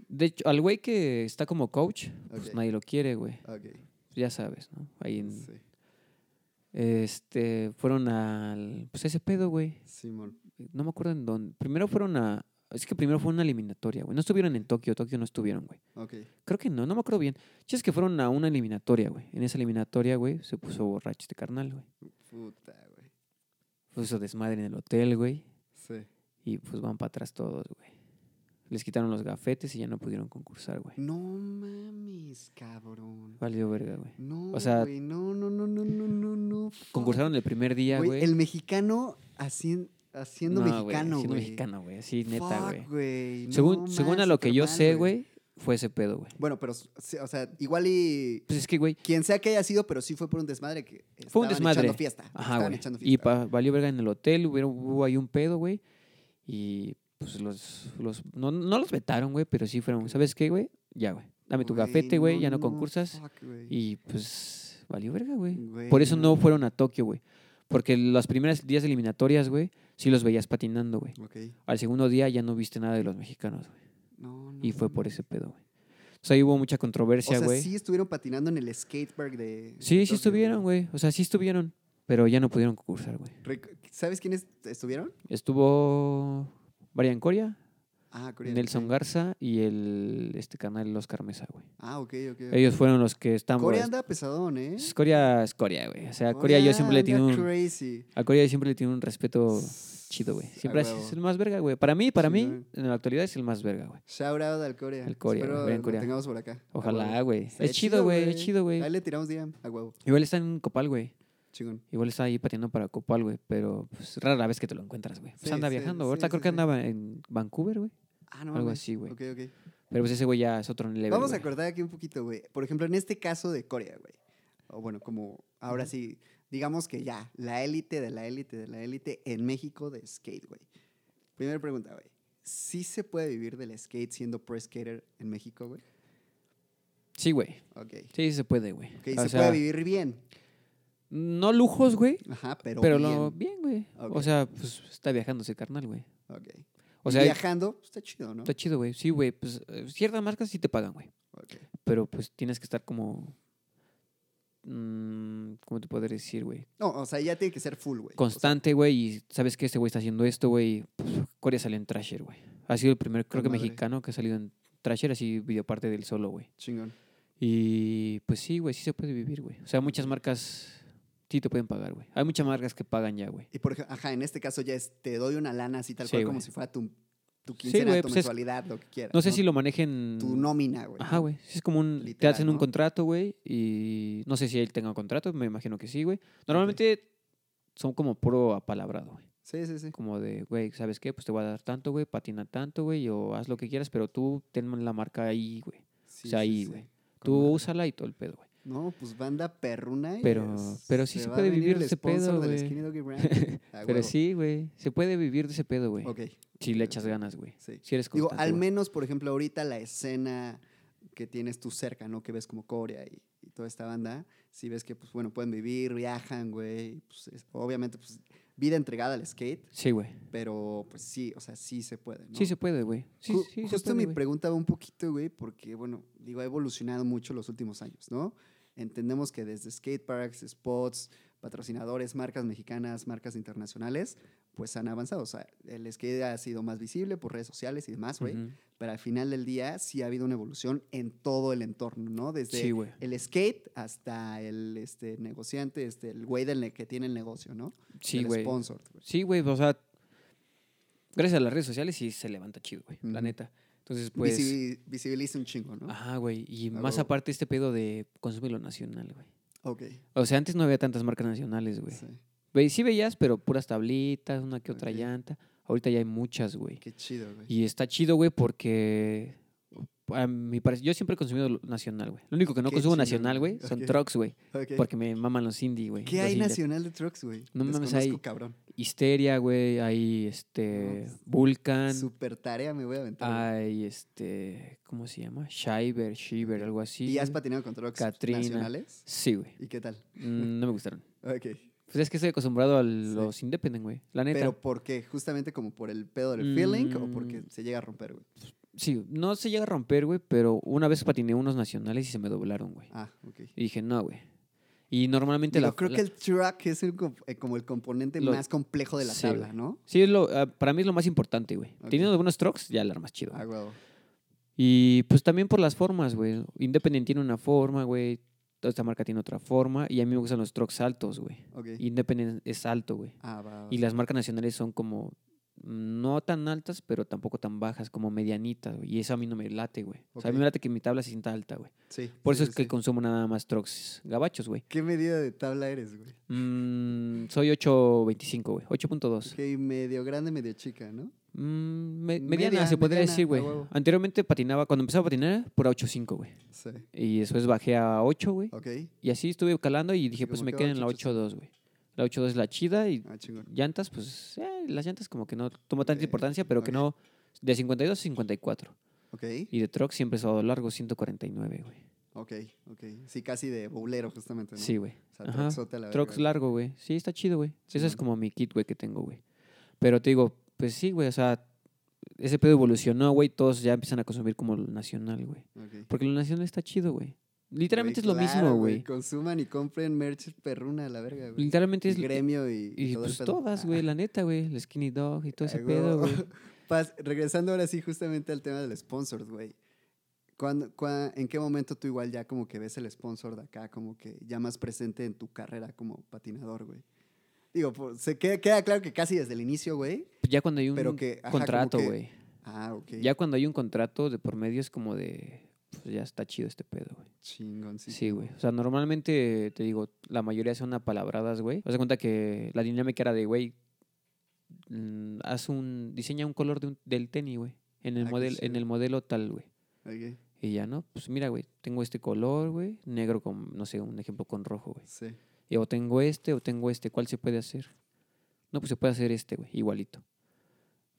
S2: De hecho, al güey que está como coach,
S1: Ok.
S2: pues nadie lo quiere, güey.
S1: Ok,
S2: Ya sabes, ¿no? Ahí en-
S1: sí.
S2: Este, fueron al... Pues ese pedo, güey.
S1: Simón.
S2: No me acuerdo en dónde. Primero fueron a... Es que primero fue una eliminatoria, güey. No estuvieron en Tokio, Tokio no estuvieron, güey.
S1: Ok.
S2: Creo que no, no me acuerdo bien. Si es que fueron a una eliminatoria, güey. En esa eliminatoria, güey, se puso borracho este carnal, güey.
S1: Puta, güey.
S2: Puso desmadre en el hotel, güey.
S1: Sí.
S2: Y pues van para atrás todos, güey. Les quitaron los gafetes y ya no pudieron concursar, güey.
S1: No mames, cabrón.
S2: Valió verga, güey.
S1: No,
S2: O sea,
S1: güey, no, no, no, no, no, no, no. fuck.
S2: Concursaron el primer día,
S1: Güey,
S2: güey.
S1: El mexicano hacien- haciendo
S2: No, güey,
S1: mexicano, güey.
S2: Siendo mexicano, güey. Así, neta,
S1: Fuck,
S2: güey.
S1: güey.
S2: Según,
S1: no
S2: según a
S1: más,
S2: lo que yo
S1: supermal,
S2: sé, güey, fue ese pedo, güey.
S1: Bueno, pero, sí, o sea, igual y
S2: Pues es que, güey,
S1: quien sea que haya sido, pero sí fue por un desmadre que
S2: Fue un
S1: estaban
S2: desmadre.
S1: echando fiesta.
S2: Ajá,
S1: estaban
S2: güey.
S1: echando
S2: Y
S1: fiesta.
S2: pa- valió verga en el hotel, hubo, hubo ahí un pedo, güey. Y pues los, los no, no los vetaron, güey, pero sí fueron, ¿sabes qué, güey? Ya, güey. Dame tu
S1: Güey,
S2: gafete, güey, ya no, concursas.
S1: fuck, güey.
S2: Y pues valió verga, güey.
S1: Güey,
S2: Por eso no fueron a Tokio, güey. Porque las primeras días eliminatorias, güey, sí los veías patinando, güey.
S1: Ok.
S2: Al segundo día ya no viste nada de los mexicanos, güey.
S1: No, no,
S2: Y fue
S1: no.
S2: por ese pedo, güey. O sea, ahí hubo mucha
S1: O
S2: controversia,
S1: sea,
S2: güey.
S1: sí estuvieron patinando en el skatepark de. de
S2: sí, sí
S1: Tokio,
S2: estuvieron, güey. O sea, sí estuvieron. Pero ya no pudieron concursar, güey.
S1: Rec- ¿Sabes quiénes estuvieron?
S2: Estuvo Brian Coria,
S1: Ah, Corea.
S2: Nelson Garza y el este canal Oscar Mesa, güey.
S1: Ah, ok, ok. ok.
S2: Ellos fueron los que están...
S1: Corea anda pesadón, ¿eh?
S2: Es Corea es Corea, güey. O sea, pues, Corea yo siempre le tiene
S1: anda
S2: un...
S1: crazy.
S2: A Corea yo siempre le tiene un respeto chido, güey. Siempre
S1: A
S2: es
S1: huevo.
S2: es el más verga, güey. Para mí, para
S1: Sí,
S2: mí,
S1: güey.
S2: en la actualidad es el más verga, güey.
S1: Shout out al Corea.
S2: Al Corea,
S1: Espero
S2: ven,
S1: lo
S2: Corea.
S1: tengamos por acá. A
S2: Ojalá,
S1: huevo.
S2: güey.
S1: Estaría
S2: Es chido, güey. Es chido, güey.
S1: Ahí le tiramos DM a huevo.
S2: Igual está en Copal, güey.
S1: Chingón.
S2: Igual está ahí pateando para Copal, güey. Pero pues, rara vez que te lo encuentras, güey. Pues
S1: Sí,
S2: anda
S1: sí,
S2: viajando.
S1: sí,
S2: Ahorita
S1: sí,
S2: creo que
S1: sí.
S2: andaba en Vancouver, güey.
S1: Ah, no
S2: Algo
S1: mames.
S2: así, güey.
S1: Ok, ok.
S2: Pero pues ese güey ya es otro nivel.
S1: Vamos
S2: güey.
S1: a cortar aquí un poquito, güey. Por ejemplo, en este caso de Corea, güey. O bueno, como ahora sí, digamos que ya, la élite de la élite de la élite en México de skate, güey. Primera pregunta, güey. ¿Sí se puede vivir del skate siendo pro skater en México, güey?
S2: Sí, güey.
S1: Ok.
S2: Sí, se puede, güey.
S1: Ok,
S2: O
S1: se
S2: sea,
S1: puede vivir bien.
S2: No lujos, güey.
S1: Ajá, pero,
S2: Pero, lo
S1: bien.
S2: bien, güey. O
S1: Ok.
S2: sea, pues está viajando ese carnal, güey.
S1: Ok.
S2: O sea,
S1: Viajando, está chido, ¿no?
S2: está chido, güey. Sí, güey. Pues eh, ciertas marcas sí te pagan, güey.
S1: Ok.
S2: Pero pues tienes que estar como. mm, ¿Cómo te podré decir, güey?
S1: No, o sea, ya tiene que ser full, güey. O sea,
S2: Constante, güey. Y sabes que este güey está haciendo esto, güey. Pf, Corea salió en Trasher, güey. Ha sido el primer, creo
S1: Con
S2: que
S1: madre.
S2: mexicano que ha salido en Trasher, así videoparte del solo, güey.
S1: chingón.
S2: Y pues sí, güey, sí se puede vivir, güey. O sea, muchas marcas sí te pueden pagar, güey. Hay muchas marcas que pagan ya, güey.
S1: Y por ejemplo, ajá, en este caso ya es, te doy una lana así tal
S2: Sí,
S1: cual como
S2: güey.
S1: si fuera tu, tu
S2: Sí,
S1: quincena,
S2: güey,
S1: tu
S2: pues es-
S1: mensualidad, lo que quieras.
S2: No sé si lo manejen.
S1: Tu nómina, güey.
S2: Ajá, güey. Sí, Es como un. te
S1: Literal,
S2: hacen un
S1: ¿no?
S2: contrato, güey. Y no sé si él tenga contrato, me imagino que sí, güey. Normalmente son como puro apalabrado, güey.
S1: Sí, sí, sí.
S2: Como de, güey, ¿sabes qué? Pues te voy a dar tanto, güey, patina tanto, güey, o haz lo que quieras, pero tú ten la marca ahí, güey.
S1: Sí,
S2: sea,
S1: sí,
S2: ahí,
S1: sí.
S2: güey.
S1: Con
S2: Tú
S1: madre.
S2: úsala y todo el pedo, güey.
S1: No, pues banda perruna. y
S2: Pero-
S1: es-
S2: pero sí se
S1: va a
S2: puede
S1: venir
S2: vivir
S1: el
S2: de ese
S1: sponsor
S2: pedo,
S1: del
S2: güey.
S1: Skinny Doggy Brand. A
S2: Pero
S1: huevo.
S2: sí, güey. Se puede vivir de ese pedo, güey.
S1: Ok.
S2: Si le
S1: ok,
S2: echas
S1: ok.
S2: ganas, güey.
S1: Sí.
S2: Si eres
S1: Digo,
S2: constante,
S1: al
S2: güey.
S1: menos, por ejemplo, ahorita la escena que tienes tú cerca, ¿no? Que ves como Corea y, y toda esta banda. Si ves que, pues, bueno, pueden vivir, viajan, güey. y, Pues, es- obviamente, pues, vida entregada al skate.
S2: Sí, güey.
S1: Pero, pues, sí, o sea, sí se puede, ¿no?
S2: Sí se puede, güey. Sí,
S1: Ju-
S2: sí se
S1: Justo
S2: puede,
S1: mi
S2: güey.
S1: pregunta va un poquito, güey, porque, bueno, digo, ha evolucionado mucho los últimos años, ¿no? Entendemos que desde skateparks, spots, patrocinadores, marcas mexicanas, marcas internacionales, pues han avanzado. O sea, el skate ha sido más visible por redes sociales y demás, güey.
S2: Ujú.
S1: Pero al final del día sí ha habido una evolución en todo el entorno, ¿no? Desde
S2: Sí, güey.
S1: el skate hasta el este, negociante, este, el güey del ne- que tiene el negocio, ¿no?
S2: Sí,
S1: el
S2: güey.
S1: sponsor. güey.
S2: Sí, güey, o sea, gracias a las redes sociales sí se levanta chido, güey, la
S1: Ujú.
S2: neta. Entonces, pues,
S1: Visibi- visibiliza un chingo, ¿no?
S2: ajá, güey, y
S1: Ah,
S2: más
S1: huevo.
S2: aparte este pedo de consumir lo nacional, güey.
S1: Ok.
S2: O sea, antes no había tantas marcas nacionales, güey.
S1: sí.
S2: Ve- Sí veías, pero puras tablitas, una que otra
S1: Ok.
S2: llanta. Ahorita ya hay muchas, güey.
S1: Qué chido, güey.
S2: Y está chido, güey, porque a mi parecer, yo siempre he consumido lo nacional, güey. Lo único que no
S1: Qué
S2: consumo
S1: chingón,
S2: nacional, güey,
S1: güey.
S2: son
S1: Ok.
S2: trucks, güey,
S1: Ok.
S2: porque me maman los indie, güey.
S1: ¿Qué
S2: los
S1: hay
S2: indie-
S1: nacional de trucks, güey?
S2: No mames, hay-
S1: Desconozco, cabrón.
S2: Histeria, güey, hay este
S1: pues,
S2: Vulcan.
S1: Super tarea me voy a aventar. güey.
S2: Hay este, ¿cómo se llama? Shiver, Shiver, algo así.
S1: ¿Y has
S2: güey.
S1: patinado con trucks
S2: Katrina.
S1: nacionales?
S2: Sí, güey.
S1: ¿Y qué tal?
S2: Mm, No me gustaron.
S1: Ok.
S2: Pues es que estoy acostumbrado a
S1: Sí.
S2: los independent, güey. La neta.
S1: ¿Pero por qué? ¿Justamente como por el pedo del feeling o porque
S2: Mm. Pues,
S1: se llega a romper, güey?
S2: Sí, no se llega a romper, güey, pero una vez patiné unos nacionales y se me doblaron, güey.
S1: Ah, ok.
S2: Y dije, no, güey. Y normalmente
S1: Yo
S2: la.
S1: creo
S2: la-
S1: que el truck es el com- eh, como el componente
S2: Lo-
S1: más complejo de la
S2: Sí,
S1: tabla,
S2: güey.
S1: ¿no?
S2: Sí, es lo, ah, para mí es lo más importante, güey.
S1: Ok.
S2: Teniendo buenos trucks, ya la armas chido.
S1: Ah, huevo.
S2: Y pues también por las formas, güey. Independent tiene una forma, güey. Toda esta marca tiene otra forma. Y a mí me gustan los trucks altos, güey.
S1: Ok.
S2: Independent es alto, güey.
S1: Ah, va, va.
S2: Y las marcas nacionales son como mm, no tan altas, pero tampoco tan bajas, como medianitas, güey. Y eso a mí no me late, güey. O sea, a mí
S1: Ok.
S2: me late que mi tabla se sienta alta, güey.
S1: Sí,
S2: Por
S1: sí,
S2: eso es
S1: sí,
S2: que
S1: sí.
S2: consumo nada más trucks gabachos, güey.
S1: ¿Qué medida de tabla eres, güey?
S2: Mm, soy 8.25, güey. 8.2.
S1: Ok, medio grande, medio chica, ¿no?
S2: Mm, me-
S1: Media,
S2: mediana, se podría
S1: mediana,
S2: decir,
S1: a
S2: güey.
S1: huevo.
S2: Anteriormente patinaba, cuando empezaba a patinar, por 8.5, güey.
S1: Sí.
S2: Y después bajé a 8, güey.
S1: Ok.
S2: Y así estuve calando y dije, pues
S1: como
S2: me
S1: que
S2: quedo en la
S1: 8.8.
S2: 8.2, güey. La 8.2 es la chida y
S1: Ah, chingón.
S2: llantas, pues eh, las llantas como que no tomo tanta
S1: Eh,
S2: importancia, pero que
S1: ok.
S2: no. De 52 a 54.
S1: Ok.
S2: Y de truck siempre he estado largo, 149, güey.
S1: Ok, ok. Sí, casi de bolero, justamente, ¿no?
S2: Sí, güey.
S1: O sea,
S2: Ajá.
S1: trucksote a la
S2: Trucks
S1: verga,
S2: largo, güey. Sí, está chido, güey. Ese es
S1: Simón.
S2: como mi kit, güey, que tengo, güey. Pero te digo, pues sí, güey, o sea, ese pedo evolucionó, güey. Todos ya empiezan a consumir como lo nacional, güey.
S1: güey. Ok.
S2: Porque lo nacional está chido, güey. Literalmente
S1: Güey,
S2: es lo
S1: claro,
S2: mismo, güey.
S1: Consuman y compren merch perruna a la verga, güey.
S2: Literalmente es...
S1: Y gremio y,
S2: y
S1: todo el
S2: pues
S1: pedo.
S2: todas,
S1: Ah,
S2: güey, la neta, güey. El skinny dog y todo ese
S1: ah,
S2: pedo,
S1: huevo.
S2: güey.
S1: Pas- regresando ahora sí justamente al tema del sponsor, güey. ¿Cuándo- cua- ¿En qué momento tú igual ya como que ves el sponsor de acá, como que ya más presente en tu carrera como patinador, güey? Digo, por- se queda, queda claro que casi desde el inicio, güey.
S2: Ya cuando hay un
S1: Pero que, ajá, como
S2: contrato,
S1: que-
S2: güey.
S1: Ah, ok.
S2: Ya cuando hay un contrato de por medio es como de... Pues ya está chido este pedo, güey.
S1: Chingón, sí.
S2: Sí, güey. O sea, normalmente, te digo, la mayoría son apalabradas, güey. Haz de cuenta que la dinámica era de, güey, mm, haz un... Diseña un color de un- del tenis, güey. En, el
S1: Ah, qué
S2: model- en
S1: chido.
S2: el modelo tal, güey.
S1: Ok,
S2: Y ya, ¿no? Pues mira, güey, tengo este color, güey. Negro con, no sé, un ejemplo con rojo, güey.
S1: sí.
S2: Y o tengo este o tengo este. ¿Cuál se puede hacer? No, pues se puede hacer este, güey. Igualito.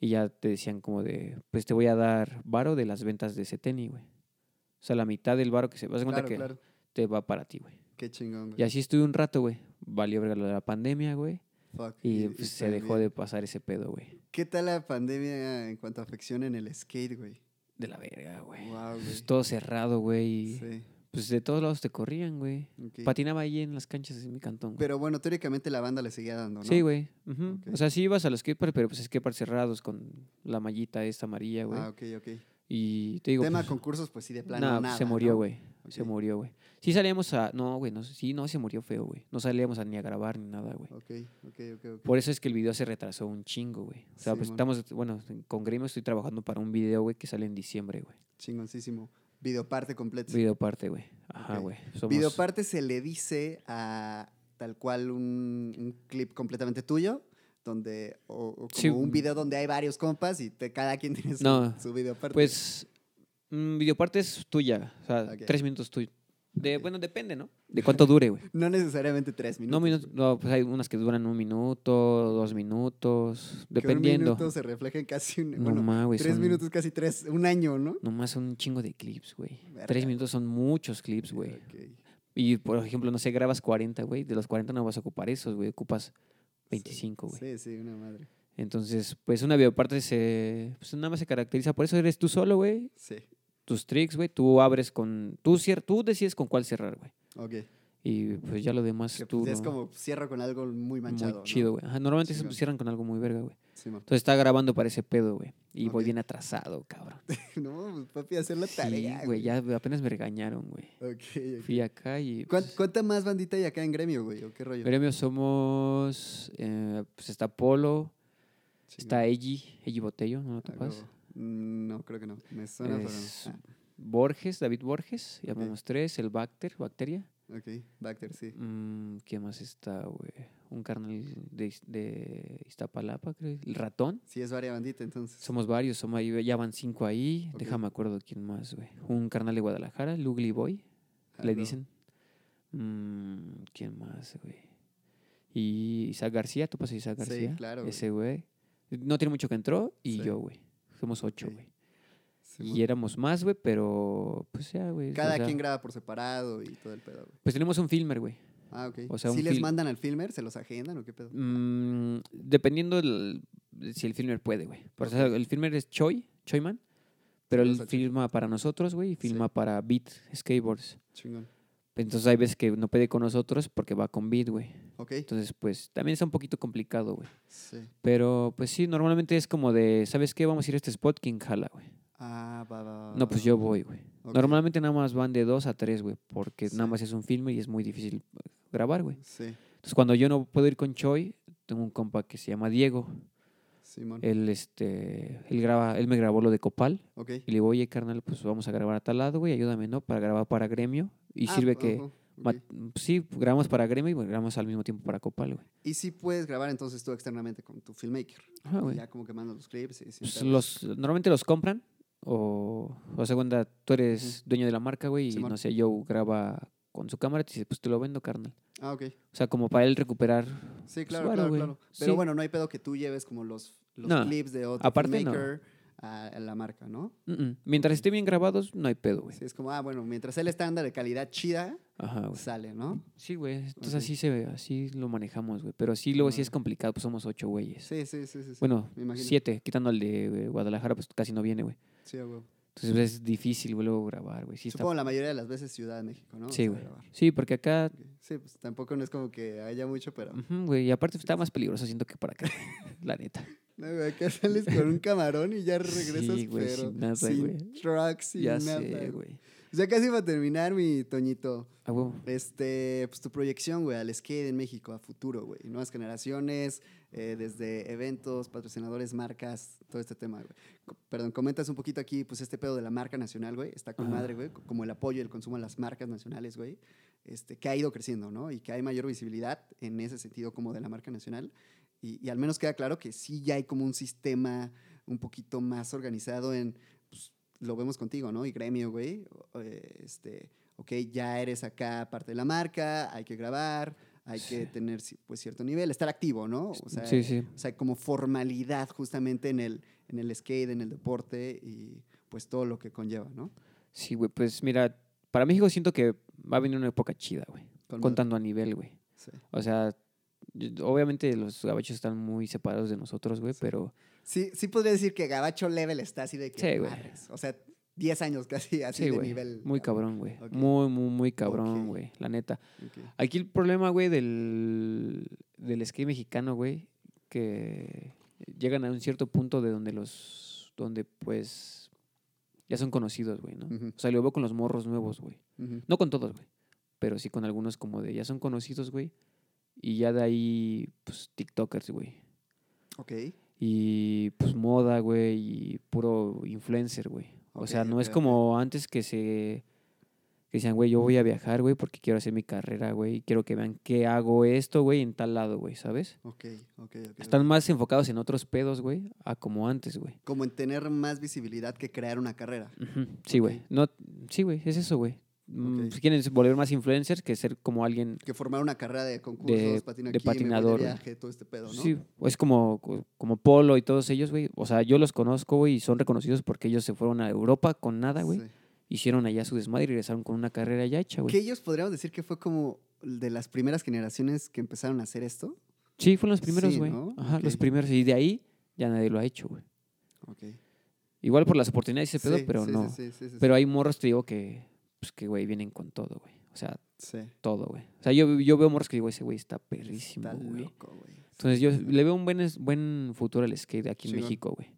S2: Y ya te decían como de, pues te voy a dar varo de las ventas de ese tenis, güey. O sea, la mitad del varo que se... Vas a cuenta
S1: Claro,
S2: que
S1: claro.
S2: te va para ti, güey.
S1: Qué chingón, güey.
S2: Y así estuve un rato, güey. Valió verga lo de la pandemia, güey.
S1: Fuck,
S2: Y, pues, se dejó
S1: también-
S2: de pasar ese pedo, güey.
S1: ¿Qué tal la pandemia en cuanto a afección en el skate, güey?
S2: De la verga, güey.
S1: Wow,
S2: Pues,
S1: güey.
S2: todo cerrado, güey.
S1: Sí.
S2: Pues de todos lados te corrían, güey.
S1: ok.
S2: Patinaba ahí en las canchas de mi cantón. güey.
S1: Pero bueno, teóricamente la banda le seguía dando, ¿no?
S2: Sí, güey. ujú.
S1: Ok.
S2: O sea, sí ibas a los skatepark, pero pues skatepark cerrados con la mallita esta amarilla, güey.
S1: Ah, ok, ok.
S2: Y te digo.
S1: Tema
S2: pues,
S1: concursos, pues sí, de plano.
S2: nah, pues,
S1: nada,
S2: se murió,
S1: ¿no?
S2: güey. Se
S1: Ok.
S2: murió, güey. Sí salíamos a. No, güey, no, sí, no, se murió feo, güey. No salíamos a ni a grabar ni nada, güey.
S1: Ok, ok, ok. ok.
S2: Por eso es que el video se retrasó un chingo, güey. O sea, pues
S1: Simón.
S2: estamos, bueno, con Gremio estoy trabajando para un video, güey, que sale en diciembre, güey.
S1: Chingoncísimo. Videoparte completo.
S2: Video parte, güey. Ajá,
S1: Ok.
S2: güey. Somos-
S1: Videoparte se le dice a tal cual un, un clip completamente tuyo, donde, o, o como
S2: Sí,
S1: un
S2: mm.
S1: video donde hay varios compas y te- cada quien tiene su,
S2: No,
S1: su videoparte.
S2: Pues, mm, video parte es tuya. O sea,
S1: Ok.
S2: tres minutos tuyo. De,
S1: Ok.
S2: Bueno, depende, ¿no? De cuánto dure, güey.
S1: No necesariamente tres minutos.
S2: No, minuto- no, pues hay unas que duran un minuto, dos minutos,
S1: Que
S2: dependiendo.
S1: un minuto se refleja en casi un...
S2: No
S1: bueno,
S2: más, güey,
S1: tres
S2: son-
S1: minutos, casi tres, un año, ¿no?
S2: Nomás son un chingo de clips, güey.
S1: Verga.
S2: Tres minutos son muchos clips, Pues, güey.
S1: Ok.
S2: Y, por ejemplo, no sé, grabas 40, güey. De los 40 no vas a ocupar esos, güey. Ocupas 25, güey.
S1: Sí, sí, una madre.
S2: Entonces, pues una videoparte se... Pues nada más se caracteriza. Por eso eres tú solo, güey.
S1: Sí,
S2: Tus tricks, güey. Tú abres con... Tú, cier- tú decides con cuál cerrar, güey.
S1: ok.
S2: Y pues ya lo demás
S1: Que,
S2: tú...
S1: pues, es
S2: ¿no?
S1: como cierro con algo muy
S2: Muy
S1: manchado. ¿no?
S2: chido, güey. Ajá, Normalmente se
S1: Chingón.
S2: cierran con algo muy verga, güey.
S1: Simón.
S2: Entonces está grabando para ese pedo, güey. Y voy
S1: Ok.
S2: bien atrasado, cabrón.
S1: No, pues, papi, hacer la
S2: Sí,
S1: tarea.
S2: güey. Ya apenas me regañaron, güey.
S1: Ok, ok.
S2: Fui acá y... pues,
S1: ¿Cuán- ¿Cuánta más bandita hay acá en gremio, güey? ¿O qué rollo?
S2: Gremio somos. eh, pues está Polo,
S1: Chingón.
S2: está Eji, Eji Botello, ¿no lo
S1: Ah,
S2: topas?
S1: huevo. Mm, No, creo que no. Ah, Me suena,
S2: Es-
S1: pero
S2: Borges, David Borges, llamamos tres, el Bacter, Bacteria.
S1: no. Ah, ok, Bacter, sí.
S2: Mm, ¿Quién más está, güey? Un carnal de, Iz- de Iztapalapa, creo. El ratón.
S1: Sí, es varia bandita, entonces.
S2: Somos varios, somos ahí, ya van cinco ahí.
S1: Ok.
S2: Déjame acuerdo quién más, güey. Un carnal de Guadalajara, Lugly Boy,
S1: Ah,
S2: le
S1: huevo.
S2: dicen. Mm, ¿Quién más, güey? Y Isaac García, ¿tú pasas Isaac
S1: Sí,
S2: García?
S1: claro, güey.
S2: Ese güey. No tiene mucho que entró y
S1: Sí.
S2: yo, güey. Somos ocho,
S1: Ok.
S2: güey.
S1: Simón.
S2: Y éramos más, güey, pero pues ya, güey. o
S1: Cada
S2: sea,
S1: quien graba por separado y todo el pedo, güey.
S2: Pues tenemos un filmer, güey.
S1: Ah, ok.
S2: O sea,
S1: ¿Sí
S2: un
S1: les
S2: fil-
S1: mandan al filmer? ¿Se los agendan o qué pedo?
S2: Mm, dependiendo del- si el filmer puede, güey. Por eso el filmer es Choi, Choyman. Pero él
S1: Saludos a Choi.
S2: filma para nosotros, güey, y
S1: Sí.
S2: filma para Beat Skateboards.
S1: Chingón.
S2: Entonces hay veces que no puede con nosotros porque va con Beat, güey.
S1: Ok,
S2: Entonces, pues también está un poquito complicado, güey.
S1: sí.
S2: Pero pues sí, normalmente es como de, ¿sabes qué? Vamos a ir a este spot, ¿quién jala, güey?
S1: Ah, va, va, va,
S2: No, pues
S1: va,
S2: yo
S1: va.
S2: voy, güey.
S1: Ok.
S2: Normalmente nada más van de dos a tres, güey, porque nada
S1: Sí.
S2: más es un filme y es muy difícil eh, grabar, güey.
S1: Sí,
S2: Entonces, cuando yo no puedo ir con Choi, tengo un compa que se llama Diego.
S1: Simón.
S2: Él, este, él, graba, él me grabó lo de Copal.
S1: Ok.
S2: Y le digo, oye, carnal, pues vamos a grabar a tal lado, güey, ayúdame, ¿no? Para grabar para Gremio. Y
S1: Ah,
S2: sirve que...
S1: ojo,
S2: ma-
S1: ok.
S2: Sí, grabamos para Gremio y bueno, grabamos al mismo tiempo para Copal, güey.
S1: Y sí puedes grabar entonces tú externamente con tu filmmaker.
S2: Ajá,
S1: Y
S2: güey.
S1: ya como que mandas los clips. Y, sí,
S2: Pues
S1: tal.
S2: los, normalmente los compran o, o segunda, tú eres dueño de la marca, güey, y
S1: Simón.
S2: no sé, Joe graba con su cámara y te dice, pues te lo vendo, carnal.
S1: Ah, ok.
S2: O sea, como para él recuperar.
S1: Sí,
S2: Pues
S1: claro,
S2: bueno,
S1: claro,
S2: güey.
S1: claro. Pero
S2: Sí.
S1: bueno, no hay pedo que tú lleves como los, los
S2: No,
S1: clips de otro
S2: aparte no.
S1: filmmaker a a la marca, ¿no?
S2: Mm, mm. Mientras esté bien grabados, no hay pedo, güey.
S1: Sí, es como, ah, bueno, mientras el estándar de calidad chida
S2: Ajá, güey.
S1: sale, ¿no?
S2: Sí, güey. Entonces
S1: Ok.
S2: así se ve, así lo manejamos, güey. Pero sí, luego sí es
S1: Madre.
S2: complicado, pues somos ocho güeyes.
S1: Sí, sí, sí, sí. sí,
S2: bueno,
S1: me imagino.
S2: siete, quitando el de eh, Guadalajara, pues casi no viene, güey.
S1: Sí, a huevo.
S2: Entonces pues, es difícil, güey, luego grabar, güey. Sí, está-
S1: Supongo la mayoría de las veces Ciudad de México, ¿no? Vas
S2: sí,
S1: a
S2: güey.
S1: grabar.
S2: Sí, porque acá
S1: Ok. Sí, pues tampoco no es como que haya mucho, pero.
S2: Ujú, güey, y aparte está más peligroso siento que para acá, la neta.
S1: No, güey, acá sales con un camarón y ya regresas,
S2: Sí, güey,
S1: pero
S2: sin nada, güey.
S1: trucks, sin
S2: ya
S1: nada.
S2: sé,
S1: güey.
S2: güey.
S1: O sea, casi para terminar, mi Toñito.
S2: A huevo.
S1: Este, pues tu proyección, güey, al skate en México, a futuro, güey. Nuevas generaciones, eh, desde eventos, patrocinadores, marcas, todo este tema, güey. Co- Perdón, comentas un poquito aquí, pues este pedo de la marca nacional, güey. Está con
S2: Ajá.
S1: madre, güey. co- Como el apoyo y el consumo a las marcas nacionales, güey. Este, que ha ido creciendo, ¿no? Y que hay mayor visibilidad en ese sentido como de la marca nacional. Y, y al menos queda claro que sí ya hay como un sistema un poquito más organizado en, pues, lo vemos contigo, ¿no? Y gremio, güey. o- eh, Este, ok, ya eres acá parte de la marca, hay que grabar, hay que
S2: Sí.
S1: tener ci- pues, cierto nivel, estar activo, ¿no? O sea,
S2: sí, sí.
S1: o sea, como formalidad justamente en el, en el skate, en el deporte y pues todo lo que conlleva, ¿no?
S2: Sí, güey, pues mira, para México siento que va a venir una época chida, güey.
S1: Con madre.
S2: Contando a nivel, güey.
S1: Sí,
S2: O sea, yo- obviamente los gabachos están muy separados de nosotros, güey, pero
S1: sí, sí podría decir que Gabacho Level está así de que...
S2: Sí, güey.
S1: "Arres", O sea, 10 años casi así
S2: sí,
S1: de
S2: güey,
S1: nivel.
S2: Muy cabrón, güey.
S1: Ok.
S2: Muy, muy, muy cabrón,
S1: Ok.
S2: güey. La neta.
S1: Ok.
S2: Aquí el problema, güey, del, del skate mexicano, güey, que llegan a un cierto punto de donde los, donde pues ya son conocidos, güey, ¿no?
S1: Ujú,
S2: O sea, lo veo con los morros nuevos, güey.
S1: ujú.
S2: No con todos, güey, pero sí con algunos como de ya son conocidos, güey. Y ya de ahí, pues, TikTokers, güey.
S1: Ok,
S2: Y pues moda, güey, y puro influencer, güey. o
S1: Ok,
S2: sea, no
S1: ok,
S2: es
S1: ok.
S2: como antes que se que decían, güey, yo voy a viajar, güey, porque quiero hacer mi carrera, güey, y quiero que vean qué hago esto, güey, en tal lado, güey, ¿sabes?
S1: ok, ok. ok,
S2: Están
S1: ok.
S2: más enfocados en otros pedos, güey, a como antes, güey.
S1: Como en tener más visibilidad que crear una carrera.
S2: Ujú, Sí, güey.
S1: Ok.
S2: No, sí, güey, es eso, güey. Mm,
S1: Ok.
S2: si Quieren volver más influencers que ser como alguien
S1: Que formar una carrera de concursos,
S2: De-
S1: patina
S2: de
S1: aquí, me voy
S2: patinador, güey.
S1: viaje, todo este pedo, ¿no?
S2: Sí, o es como, co- como Polo y todos ellos, güey. O sea, yo los conozco, güey, y son reconocidos porque ellos se fueron a Europa con nada, güey. Pues
S1: Sí.
S2: Hicieron allá su desmadre y regresaron con una carrera ya hecha,
S1: Que
S2: güey.
S1: ellos podríamos decir que fue como de las primeras generaciones que empezaron a hacer esto.
S2: Sí, fueron los primeros,
S1: Sí,
S2: güey.
S1: ¿no?
S2: Ajá, los
S1: Ok.
S2: primeros. Y de ahí ya nadie lo ha hecho, güey.
S1: Ok.
S2: Igual por las oportunidades y ese pedo, pero no. Pero hay morros, te digo, que, pues, que, güey, vienen con todo, güey. O sea, todo, güey. O sea, yo, yo veo morros que digo, ese güey está perrísimo,
S1: Está
S2: güey.
S1: loco, güey.
S2: Entonces yo le veo un buen, es- buen futuro al skate aquí en
S1: Chingón.
S2: México, güey.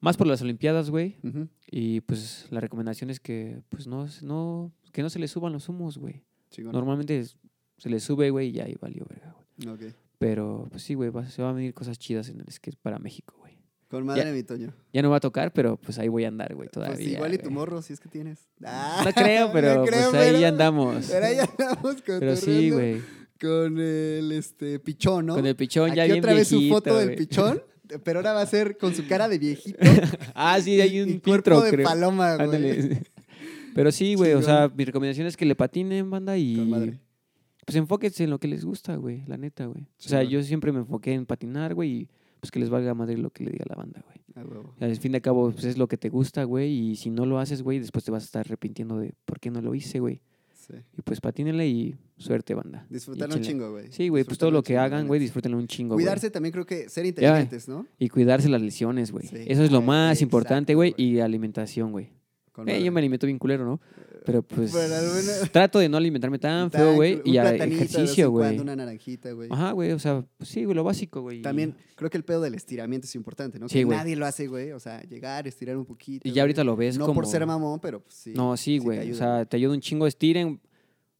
S2: Más por las Olimpiadas, güey.
S1: Ujú.
S2: Y pues la recomendación es que pues no, s- no, que no se le suban los humos, güey.
S1: Chingón.
S2: Normalmente es- se le sube, güey, y ya ahí valió verga, güey.
S1: Ok.
S2: Pero pues sí, güey, va- se van a venir cosas chidas en el skate para México, güey.
S1: Con madre, mi Toño.
S2: Ya no va a tocar, pero pues ahí voy a andar, güey, todavía.
S1: Pues igual y tu
S2: güey.
S1: morro, si es que tienes. Ah,
S2: No creo, pero
S1: creo,
S2: pues ahí
S1: pero-
S2: andamos.
S1: Pero ahí andamos con
S2: Pero sí, güey.
S1: Con el este, pichón, ¿no?
S2: Con el pichón
S1: Aquí
S2: ya bien
S1: otra vez su
S2: viejito,
S1: foto del
S2: güey.
S1: pichón, pero ahora va a ser con su cara de viejito.
S2: Ah, sí, hay un
S1: y
S2: intro,
S1: cuerpo de
S2: creo.
S1: paloma, güey.
S2: Ándale. Pero sí, güey, o
S1: Chingón.
S2: sea, mi recomendación es que le patinen, banda,
S1: Con madre.
S2: y pues enfóquense en lo que les gusta, güey, la neta, güey. O sea,
S1: Chingón.
S2: yo siempre me enfoqué en patinar, güey, y pues que les valga madre lo que le diga la banda, güey.
S1: A huevo.
S2: O sea, al fin de cabo, pues es lo que te gusta, güey, y si no lo haces, güey, después te vas a estar arrepintiendo de por qué no lo hice, güey.
S1: Sí.
S2: Y pues patínenle y suerte, banda. Y
S1: Disfrutarlo un
S2: échenle.
S1: chingo, güey.
S2: Sí, güey, pues todo
S1: Disfrutarlo
S2: lo
S1: un
S2: que
S1: chingo, la
S2: hagan, güey,
S1: neta.
S2: disfrútenlo un chingo, güey.
S1: Cuidarse también creo que ser inteligentes, ¿no?
S2: Y cuidarse las lesiones, güey.
S1: Sí.
S2: Eso es lo
S1: Ah,
S2: más
S1: exacto,
S2: importante, güey,
S1: güey.
S2: y alimentación, güey.
S1: Con
S2: Eh, yo me
S1: madre.
S2: alimento bien culero, ¿no? Pero pues
S1: pero al menos-
S2: trato de no alimentarme tan
S1: Tan
S2: feo, güey,
S1: cool.
S2: y
S1: Un
S2: a-
S1: platanito de vez en
S2: ejercicio,
S1: cuando,
S2: güey.
S1: Una naranjita, güey.
S2: Ajá, güey, o sea, pues, sí, güey, lo básico, güey. y-
S1: También creo que el pedo del estiramiento es importante, ¿no?
S2: Sí,
S1: que
S2: güey.
S1: nadie lo hace, güey. O sea, llegar, estirar un poquito.
S2: Y ya ahorita lo ves
S1: No
S2: como
S1: por ser mamón, pero pues, sí.
S2: No, sí,
S1: te
S2: güey, o
S1: ayuda,
S2: sea, te ayuda un chingo estiren.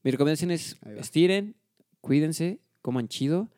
S2: Mi recomendación es
S1: Ahí va.
S2: estiren, cuídense, coman chido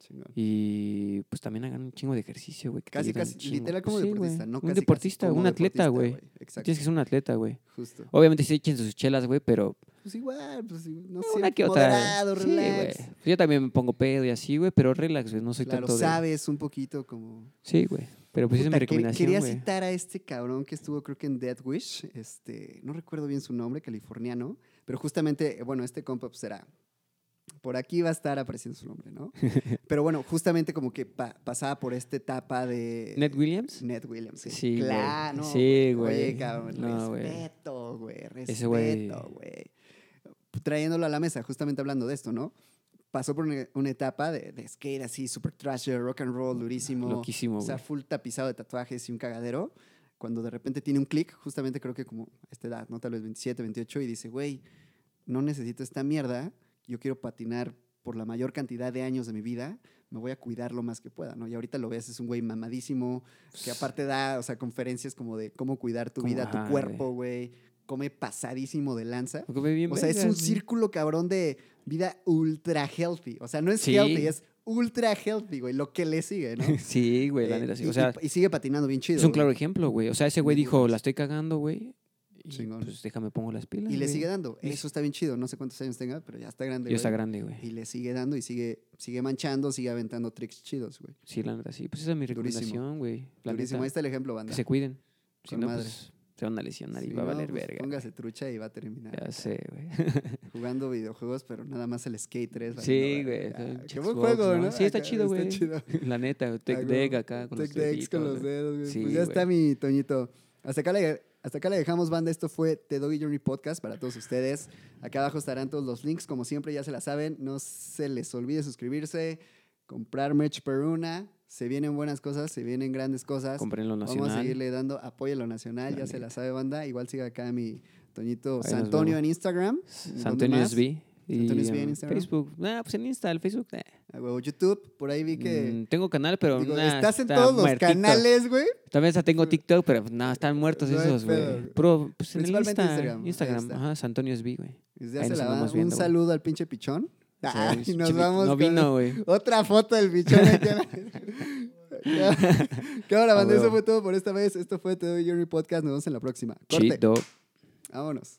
S1: Chingón.
S2: y pues también hagan un chingo de ejercicio, güey. que te
S1: Casi,
S2: ayuda un
S1: casi,
S2: chingo. Pues
S1: literal como
S2: Sí, güey,
S1: deportista, ¿no?
S2: Un
S1: Casi, casi
S2: deportista,
S1: como
S2: un atleta,
S1: deportista,
S2: güey.
S1: Exacto.
S2: Tienes que ser un atleta, güey.
S1: Justo.
S2: Obviamente se echen sus chelas, güey, pero
S1: Pues igual, pues no sé.
S2: una que otra.
S1: Moderado,
S2: Sí,
S1: relax.
S2: güey. Pues Yo también me pongo pedo y así, güey, pero relax, güey. No soy
S1: claro,
S2: tanto de...
S1: sabes un poquito como.
S2: Sí, güey. Pero pues esa es mi
S1: Puta, quer-
S2: recomendación,
S1: Quería
S2: güey.
S1: citar a este cabrón que estuvo, creo que en Dead Wish. Este, no recuerdo bien su nombre, californiano. Pero justamente, eh, bueno, este compa pues será. Por aquí va a estar apareciendo su nombre, ¿no? pero bueno, justamente como que pa- pasaba por esta etapa de.
S2: Ned Williams.
S1: Ned Williams, sí.
S2: Sí, güey.
S1: Claro, no,
S2: Sí,
S1: Oye,
S2: güey.
S1: cabrón,
S2: No, güey.
S1: respeto, güey.
S2: Ese güey-
S1: Respeto, güey. Trayéndolo a la mesa, justamente hablando de esto, ¿no? Pasó por una, una etapa de, de skate así, super trash, rock and roll, durísimo.
S2: Loquísimo,
S1: O
S2: güey.
S1: sea, full tapizado de tatuajes y un cagadero. cuando de repente tiene un clic, justamente creo que como a esta edad, ¿no? Tal vez 27, 28, y dice, güey, no necesito esta mierda, yo quiero patinar por la mayor cantidad de años de mi vida, me voy a cuidar lo más que pueda, ¿no? Y ahorita lo ves, es un güey mamadísimo, que aparte da, o sea, conferencias como de cómo cuidar tu
S2: Como,
S1: vida, tu
S2: ajá,
S1: cuerpo, güey, come pasadísimo de lanza.
S2: Porque ve bien
S1: O sea, es un
S2: vergas, güey.
S1: círculo cabrón de vida ultra healthy. O sea, no es
S2: Sí.
S1: healthy, es ultra healthy, güey. Lo que le sigue, ¿no?
S2: Sí, güey, la
S1: Eh,
S2: neta sí.
S1: y,
S2: O sea,
S1: y- y sigue patinando bien chido.
S2: es un
S1: güey.
S2: claro ejemplo, güey. O sea, ese güey
S1: Muy
S2: dijo,
S1: buenas.
S2: la estoy cagando, güey. y,
S1: Chingón.
S2: Pues déjame pongo las pilas.
S1: Y le
S2: güey".
S1: sigue dando.
S2: Le-
S1: Eso está bien chido. No sé cuántos años tenga, pero ya está grande.
S2: Y está
S1: güey.
S2: grande, güey.
S1: Y le sigue dando y sigue, sigue manchando, sigue aventando tricks chidos, güey.
S2: Sí, la neta sí. Pues esa es mi
S1: Durísimo.
S2: recomendación, güey. La
S1: Durísimo. Ahí
S2: neta,
S1: está el ejemplo, banda.
S2: Que se cuiden. Si
S1: Con
S2: no,
S1: madre.
S2: pues se van a lesionar
S1: Sí,
S2: y va a
S1: no,
S2: valer
S1: pues,
S2: verga.
S1: Póngase trucha y va a terminar.
S2: Ya sé, güey.
S1: Jugando videojuegos, pero nada más el Skate 3.
S2: Sí,
S1: valiendo
S2: güey.
S1: verga. Ah,
S2: Xbox,
S1: Qué buen juego, ¿no?
S2: Sí, está
S1: Acá,
S2: chido, güey.
S1: chido.
S2: La neta, Tech
S1: Ah,
S2: Deck
S1: güey.
S2: acá con los
S1: Tech decks con
S2: deditos,
S1: los
S2: güey.
S1: dedos, güey.
S2: Sí,
S1: pues ya está mi Toñito. Hasta acá, le, hasta acá le dejamos, banda. Esto fue The Doggy Journey Podcast para todos ustedes. Acá abajo estarán todos los links, como siempre, ya se la saben. No se les olvide suscribirse, comprar merch peruna. Se vienen buenas cosas, se vienen grandes cosas.
S2: Compren lo
S1: Vamos a
S2: nacional.
S1: seguirle dando apoyo a lo nacional,
S2: La
S1: ya se la
S2: neta.
S1: sabe, banda. Igual siga acá mi Toñito
S2: nos
S1: Santonio
S2: vemos.
S1: en Instagram. ¿Dónde
S2: Santonio
S1: más?
S2: SB. Y
S1: Antonio SB en
S2: en
S1: Instagram.
S2: Facebook. Nah, pues en Insta, el Facebook. nah.
S1: A Ah, huevo, YouTube, por ahí vi que.
S2: Mm, tengo canal, pero
S1: digo,
S2: nah,
S1: estás en
S2: está
S1: todos los
S2: muertito.
S1: canales, güey.
S2: También hasta tengo TikTok, pero no, están muertos
S1: No hay
S2: esos,
S1: pedo,
S2: güey.
S1: güey.
S2: Pero, pues en el
S1: Principalmente
S2: Insta,
S1: Instagram,
S2: Instagram.
S1: ahí está.
S2: ajá, Santonio SB, güey.
S1: Desde
S2: Ahí
S1: hace
S2: nos
S1: la
S2: andamos
S1: banda. Un
S2: viendo, güey.
S1: saludo al pinche pichón.
S2: O sea,
S1: Ah,
S2: es
S1: y nos
S2: chiquito.
S1: vamos.
S2: No
S1: con-
S2: vino, güey.
S1: Otra foto del pichón. aquí a la- ¿Qué hora,
S2: A
S1: banda? Eso
S2: huevo.
S1: fue todo por esta vez. Esto fue Te Doy Journey Podcast. Nos vemos en la próxima. Corte.
S2: Chido.
S1: Vámonos.